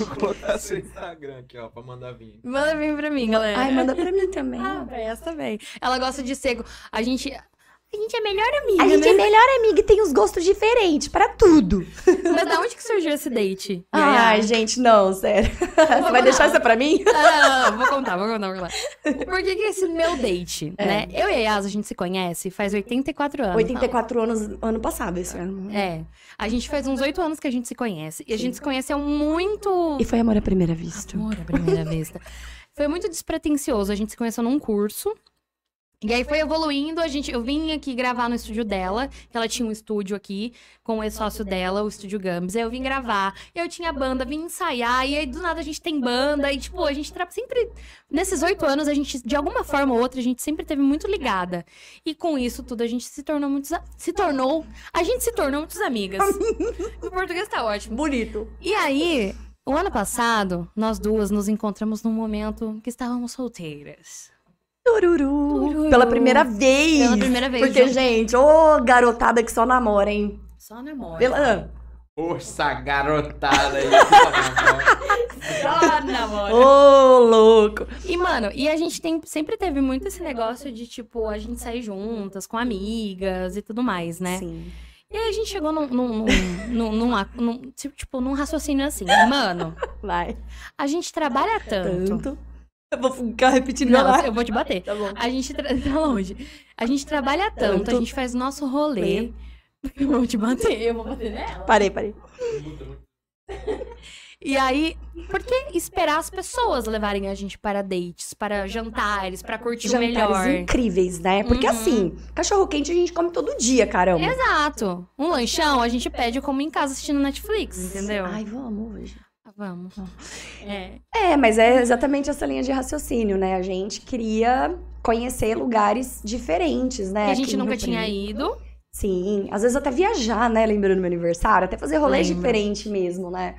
E: Vou colocar seu Instagram aqui, ó, pra mandar vir.
D: Manda vinho pra mim, galera.
C: Ai, manda pra mim também.
D: Ah, pra essa também. Ela gosta de cego. A gente... A gente é melhor amiga,
C: A gente é
D: né?
C: melhor amiga e tem os gostos diferentes pra tudo.
D: Mas da onde que surgiu esse date?
C: Ai, gente, não,
D: [laughs]
C: sério. Você vai deixar essa pra mim?
D: Ah, vou contar, vou contar, vou contar. Por que que esse meu date,
C: É.
D: né? Eu e a Yas, a gente se conhece faz 84 anos.
C: 84 anos ano passado, esse ano.
D: É. A gente faz uns 8 anos que a gente se conhece. E a gente se conheceu muito
C: E foi amor à primeira vista.
D: Amor à primeira vista. Foi muito despretensioso. A gente se conheceu num curso. E aí foi evoluindo, a gente, eu vim aqui gravar no estúdio dela, que ela tinha um estúdio aqui com o sócio dela, o estúdio Gams. Aí eu vim gravar, eu tinha banda, vim ensaiar, e aí do nada a gente tem banda, e tipo, a gente tra... sempre. Nesses oito anos, a gente, de alguma forma ou outra, a gente sempre teve muito ligada. E com isso tudo, a gente se tornou muitos. a- Se tornou. A gente se tornou muitas amigas. o português tá ótimo.
C: Bonito.
D: E aí, o ano passado, nós duas nos encontramos num momento que estávamos solteiras.
C: Tururu.
D: Tururu.
C: Pela primeira vez.
D: Pela primeira vez.
C: Porque, gente, ô garotada que só namora, hein?
D: Só namoro.
C: Pela...
E: Força garotada aí. tá
D: Só namoro.
C: Ô, louco.
D: E, mano, e a gente tem, sempre teve muito esse negócio de, tipo, a gente sair juntas, com amigas e tudo mais, né?
C: Sim.
D: E aí a gente chegou num, num, num, num, num, num- tipo, num raciocínio assim. Mano,
C: Vai.
D: a gente trabalha tanto.
C: Tanto. Eu vou ficar repetindo meu
D: Não,
C: lá.
D: eu vou te
C: [laughs]
D: bater.
C: Tá bom.
D: A gente tra... [laughs] tá longe. A gente trabalha tanto, a gente faz nosso rolê. Eu vou te bater, eu vou bater né? nela.
C: Parei, parei.
D: E aí, por que esperar as pessoas levarem a gente para dates, para jantares, para curtir o
C: Jantares
D: melhor?
C: é um incríveis, né? Porque
D: Uhum.
C: assim, cachorro quente a gente come todo dia, caramba.
D: Exato. Um lanchão a gente pede como em casa assistindo Netflix, entendeu?
C: Ai, vamos hoje.
D: Ah, Vamos. É.
C: É, mas é exatamente essa linha de raciocínio, né? A gente queria conhecer lugares diferentes, né?
D: que a
C: aqui
D: gente
C: em
D: nunca
C: Rio
D: tinha
C: Preto.
D: ido.
C: Sim, às vezes até viajar, né? Lembrando do meu aniversário, até fazer rolê
D: Lembro.
C: diferente mesmo, né?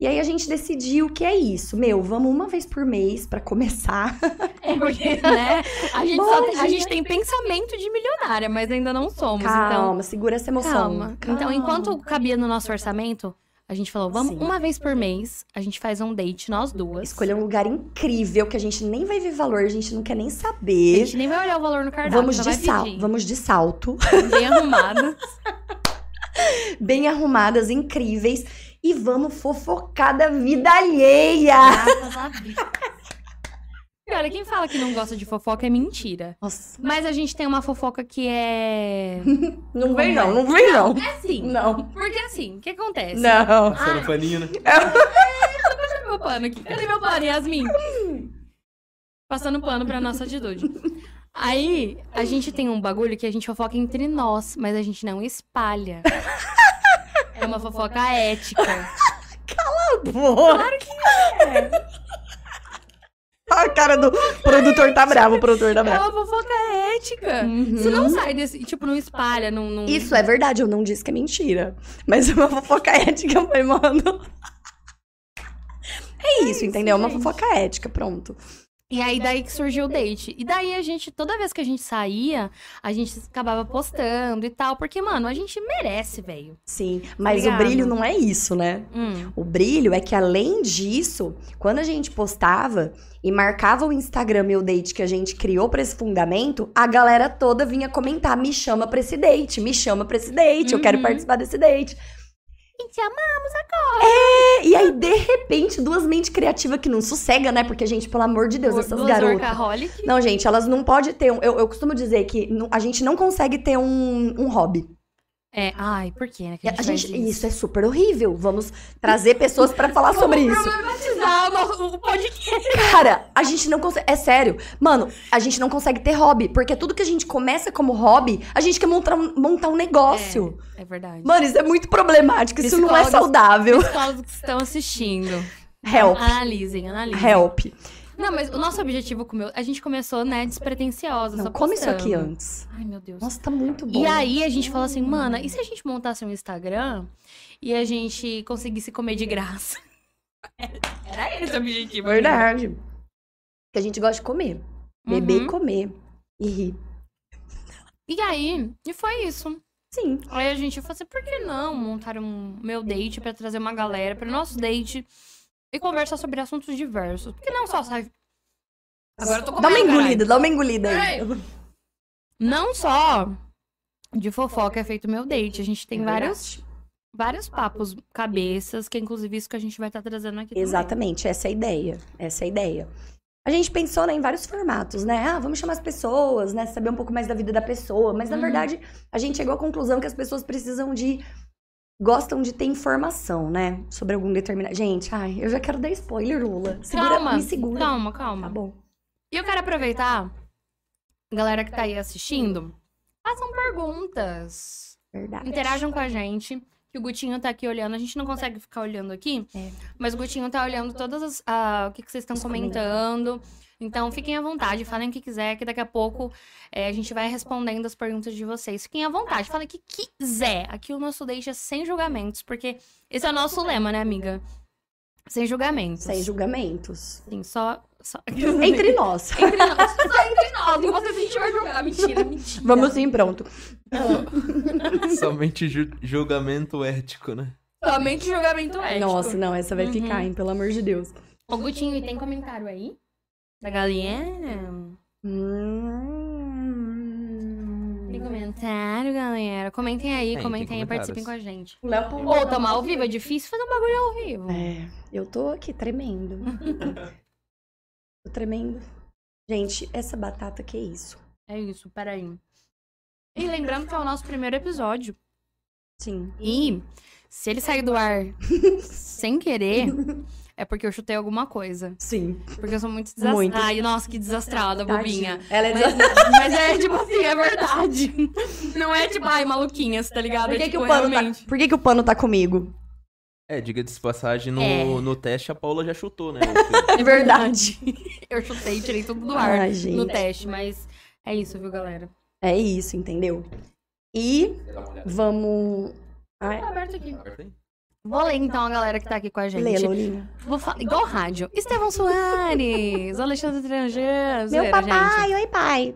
C: E aí a gente decidiu que é isso. Meu, vamos uma vez por mês pra começar.
D: É porque, né? A gente, só tem, a
C: Imagina.
D: gente tem pensamento de milionária, [laughs] mas ainda não somos. Então,
C: Calma, segura essa emoção.
D: Calma. Então,
C: Calma.
D: enquanto cabia no nosso orçamento, a gente falou, vamos
C: Sim.
D: uma vez por mês, a gente faz um date, nós duas.
C: Escolher um lugar incrível que a gente nem vai ver valor, a gente não quer nem
D: A
C: saber.
D: gente nem vai olhar o valor no cardápio,
C: Vamos
D: só
C: de,
D: vai
C: sal...
D: pedir.
C: Vamos de salto, [laughs]
D: Bem arrumado.
C: bem arrumadas, incríveis. e vamos fofocar da vida alheia.
D: Graças a Deus. [laughs] E olha, quem fala que não gosta de fofoca é mentira.
C: Nossa,
D: Mas a gente tem uma fofoca que é.
C: não vem não, não vem não.
D: É assim.
C: Não.
D: Porque assim, o que acontece?
C: Não.
D: Ah.
A: Passando
D: [laughs]
A: paninho, né?
D: Cadê meu pano aqui? Cadê meu pano, Yasmin? Passando pano pra nossa atitude. Aí, a gente tem um bagulho que a gente fofoca entre nós, mas a gente não espalha. É uma fofoca ética.
C: Boa. Claro que é. [laughs] A cara do produtor tá bravo, o produtor tá
D: É
C: bravo.
D: uma fofoca ética. Você não sai desse. Tipo, não espalha, não. não...
C: Isso é verdade, eu não disse que é mentira. Mas é uma fofoca [laughs] ética, foi, mano. É isso, entendeu? É uma
D: gente.
C: fofoca ética, pronto.
D: E aí, daí que surgiu o date. E daí a gente, toda vez que a gente saía, a gente acabava postando e tal. Porque, mano, a gente merece, velho.
C: Sim, mas
D: Obrigada.
C: o brilho não é isso, né?
D: Hum.
C: O brilho é que, além disso, quando a gente postava e marcava o Instagram Meu Date que a gente criou pra esse fundamento, a galera toda vinha comentar: me chama pra esse date, me chama pra esse date, eu quero
D: Uhum.
C: participar desse date.
D: Gente, ama-
C: É, E aí, de repente, duas mentes criativas que não sossega, né? Porque, gente, pelo amor de Deus, essas
D: duas
C: garotas.
D: workaholic.
C: Não, gente, elas não podem ter um. Eu, eu costumo dizer que não- a gente não consegue ter um, um hobby.
D: É, ai, por quê, né? Que
C: A gente,
D: faz
C: isso. é super horrível. Vamos trazer pessoas pra falar sobre
D: Vamos
C: isso.
D: problematizar o nosso- o podcast.
C: Cara, a gente não consegue. É sério. Mano, a gente não consegue ter hobby. Porque tudo que a gente começa como hobby, a gente quer montar um, montar um negócio.
D: É verdade.
C: Mano, isso é muito problemático. Isso não é
D: Psicólogos-
C: saudável.
D: Psicólogos que estão assistindo.
C: Help.
D: Analisem, analisem.
C: Help. É.
D: Não, mas o nosso objetivo com o meu- A gente começou, né, despretensiosa. só
C: Não, come isso aqui
D: postando.
C: antes.
D: Ai, meu Deus.
C: Nossa, tá muito bom.
D: E aí a gente falou assim, mana, e se a gente montasse um Instagram e a gente conseguisse comer de graça? [laughs] Era esse o objetivo. amiga.
C: Verdade. Que a gente gosta de comer. Beber
D: Uhum.
C: e comer. E rir.
D: E aí, e foi isso.
C: Sim.
D: Aí a gente falou assim, por que não montar um meu date pra trazer uma galera para nosso date e conversar sobre assuntos diversos? Porque não só sai... Agora eu tô
C: Dá uma
D: comendo, caralho.
C: engolida, dá uma engolida aí.
D: Ei. Não só de fofoca é feito meu date. A gente tem vários, vários papos cabeças, que é inclusive isso que a gente vai estar trazendo aqui também.
C: Exatamente, essa é a ideia. Essa é a ideia. A gente pensou né, em vários formatos, né? Ah, vamos chamar as pessoas, né? Saber um pouco mais da vida da pessoa. Mas, na
D: Uhum.
C: verdade, a gente chegou à conclusão que as pessoas precisam de. Gostam de ter informação, né? Sobre algum determinado. Gente, ai, eu já quero dar spoiler, Lula. Segura,
D: calma,
C: me segura.
D: calma,
C: Tá
D: calma.
C: bom.
D: E eu quero aproveitar, galera que tá aí assistindo, façam perguntas.
C: Verdade.
D: Interajam com a gente. Que o Gutinho tá aqui olhando. A gente não consegue ficar olhando aqui,
C: É.
D: mas o Gutinho tá olhando todas as. ah, o que, que vocês estão
C: Os
D: comentando. Então fiquem à vontade, falem o que quiser, que daqui a pouco eh, a gente vai respondendo as perguntas de vocês. Fiquem à vontade, falem o que quiser. Aqui o nosso deixa sem julgamentos, porque esse é o nosso lema, né, amiga? Sem julgamentos.
C: Sem julgamentos.
D: Sim, só. só...
C: Entre nós.
D: [laughs] Entre nós, só entre nós. Enquanto a gente vai jogar. Mentira, mentira.
C: Vamos sim, pronto.
A: Somente ju- julgamento ético, né?
D: Somente julgamento ético.
C: Nossa, não, essa vai
D: É, Uhum.
C: ficar, hein? Pelo amor de Deus.
D: Ô, Gutinho, e tem comentário aí? Da galera?
C: Hum.
D: Tem comentário, galera. Comentem aí,
E: Tem,
D: comentem
E: tem
D: aí,
E: comentários.
D: participem com a gente.
C: O Léo
D: Ô, tomar ao vivo é difícil fazer um bagulho ao vivo.
C: É, eu tô aqui tremendo.
D: [laughs]
C: tô tremendo. Gente, essa batata que é isso?
D: É isso, peraí. E lembrando que é o nosso primeiro episódio.
C: Sim.
D: E se ele sair do [laughs] ar sem [laughs] querer, é porque eu chutei alguma coisa.
C: Sim.
D: Porque eu sou muito desastrada.
C: Muito.
D: Ai, nossa, que desastrada, bobinha.
C: Tadinha. Ela é
D: Mas,
C: desastre.
D: mas é
C: [laughs]
D: tipo assim, é verdade. Não é tipo, ai, maluquinhas, tá ligado?
C: Por
D: é,
C: que, que
D: tipo,
C: o pano
D: realmente.
C: tá... Por que, que o pano tá comigo?
E: É, diga-se de passagem, no,
D: É.
E: no teste a Paula já chutou, né? [laughs]
C: É verdade.
D: [laughs] Eu chutei, tirei tudo do ar
C: Ai, gente.
D: no teste, mas é isso, viu, galera?
C: É isso, entendeu? E vamos. Ai,
D: Tá aberto aqui.
E: Aperta
D: Vou ler então a galera que tá aqui com a gente.
C: Lê, Lolinha.
D: Vou falar igual rádio. Estevão [laughs] Soares, Alexandre Tranger,
C: Meu papai,
D: gente.
C: oi, pai.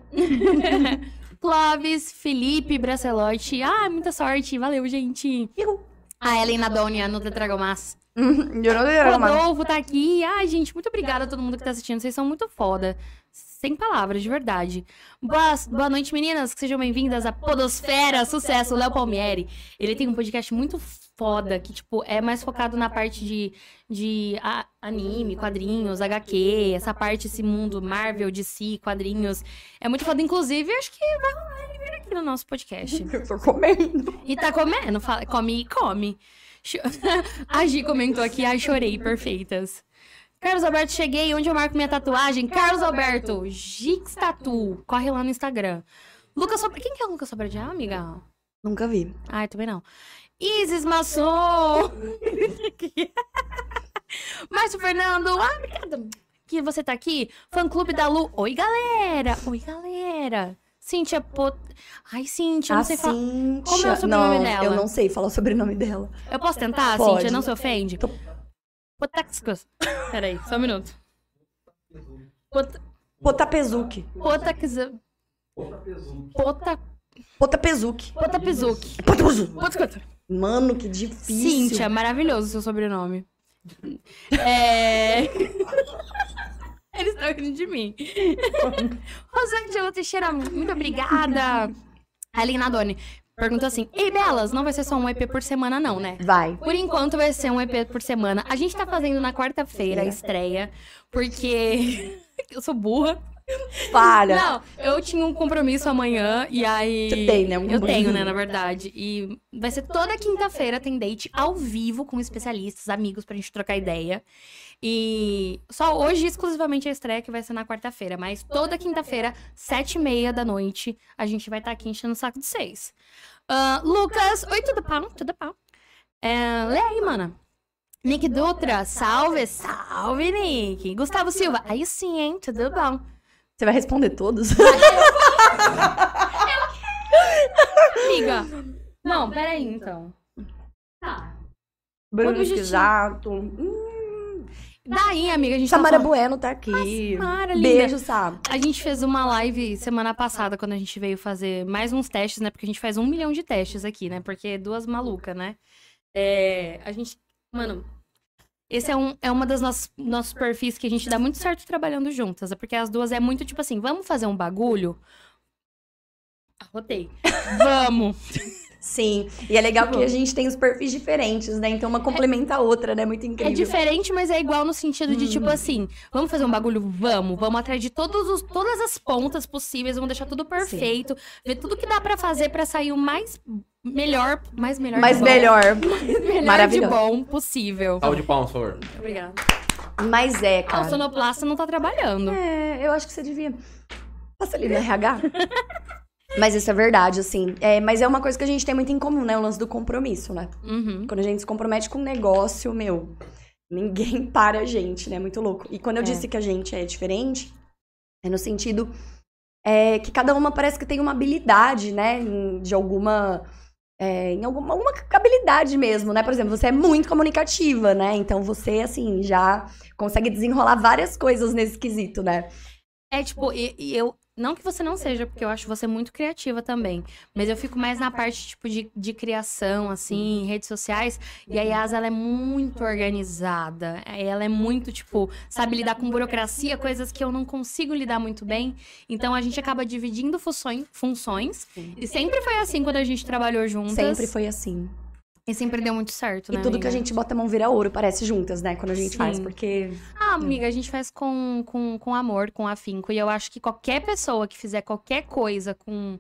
D: Clóvis, Felipe Bracelotti. Ah, muita sorte. Valeu, gente.
C: Ihu.
D: A Helena Donia no Tetragomas. Uhum,
C: Eu não lembro mais.
D: Rodolfo tá aqui. Ai, gente, muito obrigada a todo mundo que tá assistindo. Vocês são muito foda. Sem palavras, de verdade. Boa, boa noite, meninas. Que sejam bem-vindas à Podosfera. Sucesso, Léo Palmieri. Ele tem um podcast muito foda, que, tipo, é mais focado na parte de, de a- anime, quadrinhos, HQ, essa parte, esse mundo Marvel, DC, quadrinhos. É muito foda. Inclusive, acho que vai rolar ele vir aqui no nosso podcast.
C: Eu tô comendo.
D: E tá comendo, fala, come e come. Cho- [laughs] A Gi comentou aqui, ai, chorei, perfeitas. Carlos Alberto, cheguei, onde eu marco minha tatuagem? Carlos Alberto, Gix Tatu, corre lá no Instagram. Lucas Sobre... Quem que é o Lucas Sobradial, amiga?
C: Nunca vi.
D: Ai, também não. Isis Masson! [laughs] Márcio Fernando, ah, obrigada que você tá aqui. Fã Clube da Lu. Oi, galera! Oi, galera! Cíntia Pot... Ai, Cíntia, eu não sei falar.
C: Assim,
D: Como é o sobrenome
C: não,
D: dela?
C: eu não sei falar o sobrenome dela.
D: Eu posso tentar,
C: Pode.
D: Cíntia? Não se ofende?
C: Tô-
D: Potaxcos. Peraí, só um minuto. Pot...
C: Potapezuki.
D: Potax... Pota...
C: Potapezuki.
D: Potapizuki.
C: Potapezuki.
D: Potaxcos.
C: Mano, que difícil.
D: Cíntia, maravilhoso o seu sobrenome. É... [laughs] Eles estão rindo de mim. [laughs] Rosângela Teixeira, muito obrigada. Aline Nadoni perguntou assim: Ei, Belas, não vai ser só um EP por semana, não, né?
C: Vai.
D: Por enquanto vai ser um EP por semana. A gente tá fazendo na quarta-feira a estreia, porque [laughs] eu sou burra.
C: Para.
D: Não, eu tinha um compromisso amanhã e aí.
C: Você tem, né? Um
D: eu tenho,
C: compromisso.
D: né, na verdade. E vai ser toda quinta-feira tem date ao vivo com especialistas, amigos, pra gente trocar ideia. E só hoje, exclusivamente, a estreia que vai ser na quarta-feira. Mas toda quinta-feira, sete e meia da noite, a gente vai estar aqui enchendo o saco de seis. Ah, Lucas, oi, tudo pau? Tudo pau? É, lê aí, mana. Nick Dutra, salve, salve, Nick. Gustavo Silva, aí sim, hein? Tudo bom?
C: Você vai responder todos? [laughs]
D: Amiga. Não, peraí, então. Tá.
C: Bruno
D: Jutinho.
C: Esquisato. Hum,
D: Daí, amiga, a gente
C: Samara
D: tá falando...
C: Bueno tá aqui.
D: Samara, linda.
C: Beijo, Sam.
D: né? A gente fez uma live semana passada, quando a gente veio fazer mais uns testes, né? Porque a gente faz um milhão de testes aqui, né? Porque duas malucas, né? É... A gente... Mano... Esse é um é uma das nossas nossos perfis que a gente dá muito certo trabalhando juntas. É porque as duas é muito tipo assim, vamos fazer um bagulho?
C: [laughs]
D: Arrotei. Vamos.
C: Sim. E é legal que a gente tem os perfis diferentes, né? Então uma complementa a outra, né? Muito
D: É
C: incrível. Uhum.
D: diferente, mas é igual no sentido de, tipo assim, vamos fazer um bagulho? Vamos. Vamos atrás de todos os, todas as pontas possíveis, vamos deixar tudo perfeito, ver tudo que dá pra fazer pra sair o mais melhor, mais melhor
C: Mas
D: de
C: melhor.
D: bom, melhor de
C: Maravilhoso.
D: bom possível.
A: Salve de palmas, por favor.
D: Obrigada.
C: Mas é,
D: Ah, o
C: cara.
D: sonoplasta não tá trabalhando.
C: É, eu acho que você devia. Passa ali no RH. [laughs] mas isso é verdade, assim. É, mas é uma coisa que a gente tem muito em comum, né? O lance do compromisso, né?
D: Uhum.
C: Quando a gente se compromete com um negócio, meu, ninguém [laughs] para a gente, né? Muito louco. E quando eu
D: É.
C: disse que a gente é diferente, é no sentido é, que cada uma parece que tem uma habilidade, né? em- De alguma. é, em alguma, alguma habilidade mesmo, né? Por exemplo, você é muito comunicativa, né? Então você, assim, já consegue desenrolar várias coisas nesse quesito, né?
D: É tipo, e, e eu. Não que você não seja, porque eu acho você muito criativa também. Mas eu fico mais na parte, tipo, de, de criação, assim, em redes sociais. E a Yas, ela é muito organizada. Ela é muito, tipo, sabe lidar com burocracia, coisas que eu não consigo lidar muito bem. Então a gente acaba dividindo funções. funções e sempre foi assim quando a gente trabalhou juntas.
C: Sempre foi assim.
D: E sempre deu muito certo,
C: E
D: né?
C: tudo que a
D: amiga?
C: gente bota a mão vira ouro, parece juntas, né? Quando a gente
D: Sim.
C: faz, porque
D: Ah, amiga, a gente faz com, com, com amor, com afinco. E eu acho que qualquer pessoa que fizer qualquer coisa com,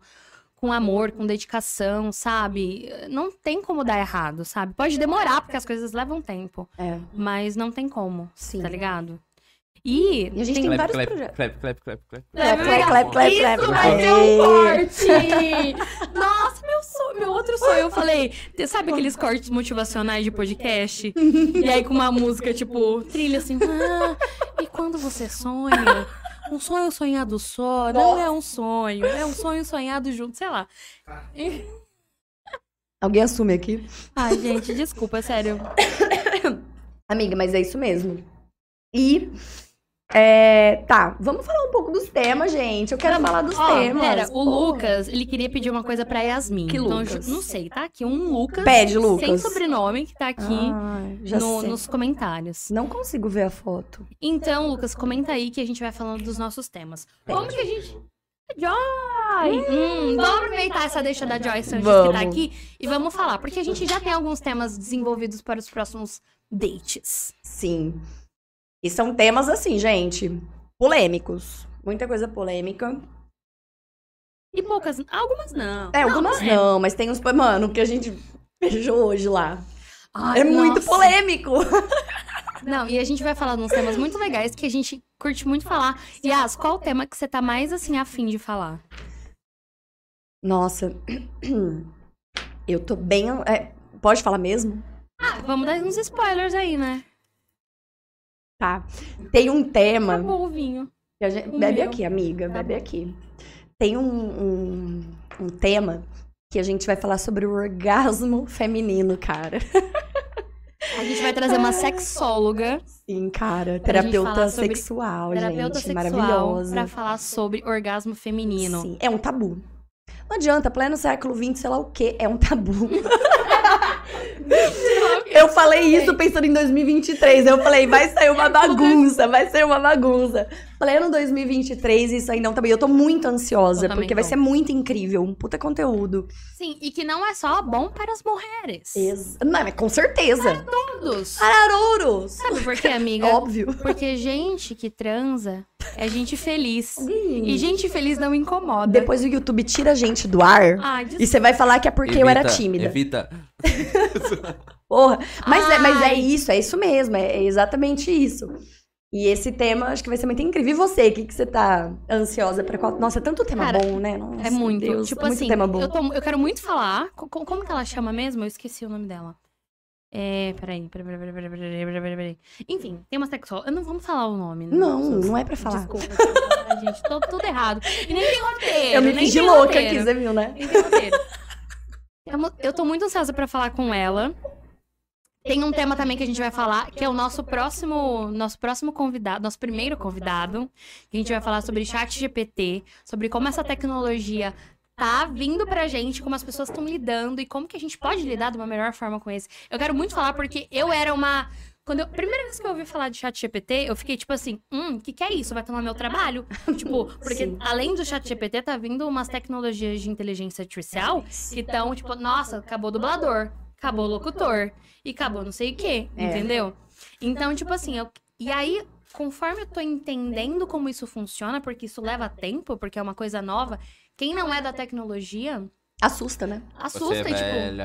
D: com amor, com dedicação, sabe? Não tem como dar errado, sabe? Pode demorar, porque as coisas levam tempo.
C: É.
D: Mas não tem como,
C: Sim.
D: tá ligado? E,
C: E a gente tem
E: Clap,
C: vários
E: clap,
C: projetos.
E: clap, clap, clap, clap.
C: Clap, clap, clap, clap, clap.
D: Isso vai ter um corte! Nossa, meu sonho, meu outro sonho. Eu falei, sabe aqueles cortes motivacionais de podcast? E aí com uma música, tipo, trilha assim. Ah, e quando você sonha, um sonho sonhado só, não é um sonho. É um sonho sonhado junto, sei lá.
C: Alguém assume aqui?
D: Ai, gente, desculpa, sério.
C: Amiga, mas é isso mesmo. E. é, tá, vamos falar um pouco dos temas, gente. Eu quero falar dos
D: Ó,
C: temas.
D: pera, o Lucas, ele queria pedir uma coisa pra Yasmin.
C: Que
D: Então,
C: Lucas?
D: não sei, tá aqui um Lucas.
C: Pede,
D: Sem
C: Lucas.
D: sobrenome, que tá aqui
C: Ai, já
D: no-
C: sei.
D: nos comentários.
C: Não consigo ver a foto.
D: Então, Lucas, comenta aí que a gente vai falando dos nossos temas. Como que a gente. Joy! É. Hum, vamos aproveitar essa deixa da Joy Sanches que tá
C: Vamos.
D: aqui e vamos falar, porque a gente já tem alguns temas desenvolvidos para os próximos dates.
C: Sim. E são temas assim, gente, polêmicos. Muita coisa polêmica.
D: E poucas, algumas não.
C: É, algumas
D: é.
C: não, mas tem uns. po- Mano, que a gente [laughs] beijou hoje lá.
D: Ai,
C: É muito
D: nossa.
C: polêmico. [clears throat]
D: Não, e a gente vai falar de uns temas muito legais que a gente curte muito falar. Yas, qual o tema que você tá mais assim afim de falar?
C: Nossa. [clears throat] Eu tô bem. é, pode falar mesmo?
D: Ah, vamos dar uns spoilers aí, né?
C: Tá. Tem um tema.
D: Acabou o Tá vinho.
C: Que a gente-
D: O
C: Bebe
D: meu.
C: aqui, amiga,
D: Tá
C: bebe
D: bom.
C: aqui. Tem um, um, um tema que a gente vai falar sobre o orgasmo [laughs] feminino, cara.
D: A gente vai trazer uma sexóloga,
C: Sim, cara.
D: Pra gente
C: Terapeuta
D: falar sobre-
C: sexual,
D: terapeuta
C: gente.
D: sexual,
C: maravilhosa.
D: pra falar sobre orgasmo feminino.
C: Sim, é um tabu. Não adianta, pleno século XX, sei lá o quê, é um
D: [laughs]
C: tabu. [laughs] eu falei
D: É.
C: isso pensando em 2023. Eu falei, vai sair
D: [laughs]
C: uma bagunça, vai ser uma bagunça. Pleno 2023, isso ainda é um tabu. E eu tô muito ansiosa,
D: Eu também
C: porque vai
D: tô.
C: ser muito incrível. Um puta conteúdo.
D: Sim, e que não é só bom para as mulheres.
C: Ex- Não, mas com certeza.
D: Todos.
C: Ah, Ararouros!
D: Sabe por quê, amiga?
C: Óbvio.
D: Porque gente que transa é gente feliz. E gente feliz não incomoda.
C: Depois o YouTube tira a gente do ar.
D: Ai, des-
C: E você vai falar que é porque eu era
E: Evita-
C: tímida.
E: Evita.
C: Porra. Mas, é, mas é
D: Ai.
C: isso, é isso mesmo, é é exatamente isso. E esse tema acho que vai ser muito incrível. E você, o que, que você tá ansiosa pra qual? Nossa, é tanto tema
D: Cara,
C: bom, né? Nossa,
D: é muito.
C: Deus,
D: tipo
C: é muito
D: assim,
C: tema bom.
D: Eu, tô- eu quero muito falar. Co- co- como que ela chama mesmo? Eu esqueci o nome dela. É, peraí, peraí, peraí, peraí, peraí, peraí, peraí, peraí, peraí. Enfim, tem uma sexóloga. Eu não vamos falar o nome. né?
C: Não, não é pra falar.
D: Desculpa,
C: [laughs]
D: desculpa, gente. Tô tudo errado. E nem tem roteiro.
C: eu me
D: nem
C: fiz de
D: tem
C: louca
D: roteiro.
C: aqui, você viu, né?
D: Nem tem roteiro. [laughs] Eu mo- Eu tô muito ansiosa pra falar com ela. Tem um tema também que a gente vai falar, que é o nosso próximo, nosso próximo convidado, nosso primeiro convidado. A gente vai falar sobre chat GPT, sobre como essa tecnologia tá vindo pra gente, como as pessoas estão lidando e como que a gente pode lidar de uma melhor forma com isso. Eu quero muito falar porque eu era uma quando eu, primeira vez que eu ouvi falar de chat GPT, eu fiquei tipo assim, hum, o que, que é isso? Vai tomar meu trabalho? [laughs] tipo, porque
C: Sim.
D: além do chat GPT, tá vindo umas tecnologias de inteligência artificial que estão, tipo, nossa, acabou dublador, acabou locutor, e acabou não sei o quê,
C: É.
D: entendeu? Então, tipo assim, eu- e aí, conforme eu tô entendendo como isso funciona, porque isso leva tempo, porque é uma coisa nova, quem não é da tecnologia,
C: Assusta, né?
E: Você é
D: assusta, tipo...
E: velha.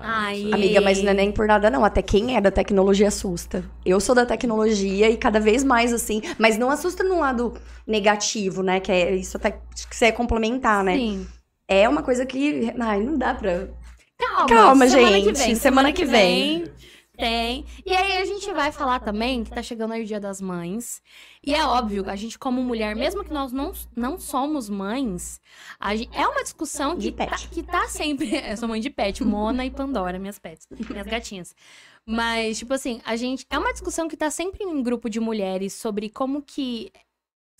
D: Ai.
E: Você-
C: Amiga, mas não é nem por nada, não. Até quem é da tecnologia assusta. Eu sou da tecnologia e cada vez mais assim. Mas não assusta num lado negativo, né? Que é isso até que você é complementar, né?
D: Sim. Né?
C: É uma coisa que. Ai, não dá pra.
D: Calma,
C: Calma,
D: semana
C: gente,
D: Que vem,
C: semana que vem.
D: Tem. E aí a gente vai falar também que tá chegando aí o Dia das Mães. E é óbvio, a gente como mulher, mesmo que nós não, não somos mães, a gente- é uma discussão que
C: De pet.
D: tá, que tá sempre... [laughs] Eu sou mãe de pet, Mona e Pandora, minhas pets, minhas gatinhas. Mas, tipo assim, a gente... É uma discussão que tá sempre em grupo de mulheres sobre como que...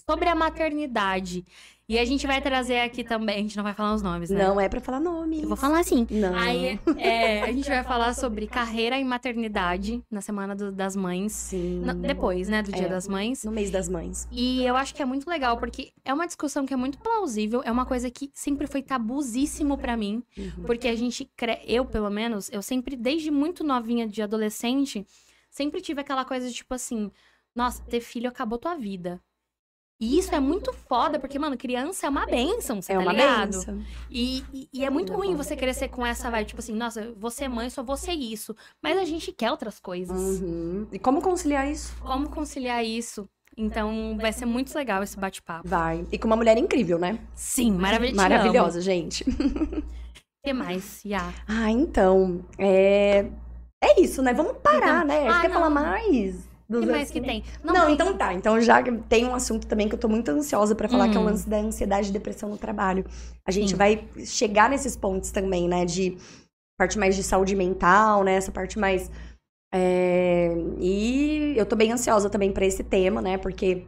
D: Sobre a maternidade. E a gente vai trazer aqui também, a gente não vai falar os nomes, né?
C: Não é pra falar nome.
D: Eu vou falar assim.
C: Não.
D: Aí é, [laughs] a gente vai falar sobre carreira e maternidade na Semana do- das Mães.
C: Sim.
D: Na- depois, né? Do Dia
C: É.
D: das Mães.
C: No mês das mães.
D: E eu acho que é muito legal, porque é uma discussão que é muito plausível, é uma coisa que sempre foi tabuzíssimo pra mim.
C: Uhum.
D: Porque a gente, cre... eu pelo menos, eu sempre, desde muito novinha, de adolescente, sempre tive aquela coisa de tipo assim: nossa, ter filho acabou tua vida. E isso é muito foda, porque, mano, criança é uma bênção, você
C: É
D: tá
C: uma
D: ligado?
C: benção.
D: E, e- e é muito ruim você crescer com essa vai, tipo assim, nossa, você é mãe, só você é isso. Mas a gente quer outras coisas.
C: Uhum. E como conciliar isso?
D: Como conciliar isso? Então, vai ser muito legal esse bate-papo.
C: Vai. E com uma mulher incrível, né?
D: Sim, maravilhoso.
C: Maravilhosa, gente.
D: O que mais? Ya.
C: Ah, então. É. É isso, né? Vamos parar,
D: Então-
C: né?
D: Ah,
C: Quer
D: não.
C: falar mais?
D: O
C: Dos
D: que mais que
C: assuntos?
D: tem?
C: Não, então tá. Então já tem um assunto também que eu tô muito ansiosa pra falar, que é o
D: Hum.
C: lance da ansiedade e depressão no trabalho. A gente
D: Sim.
C: vai chegar nesses pontos também, né? De parte mais de saúde mental, né? Essa parte mais. é, E eu tô bem ansiosa também pra esse tema, né? Porque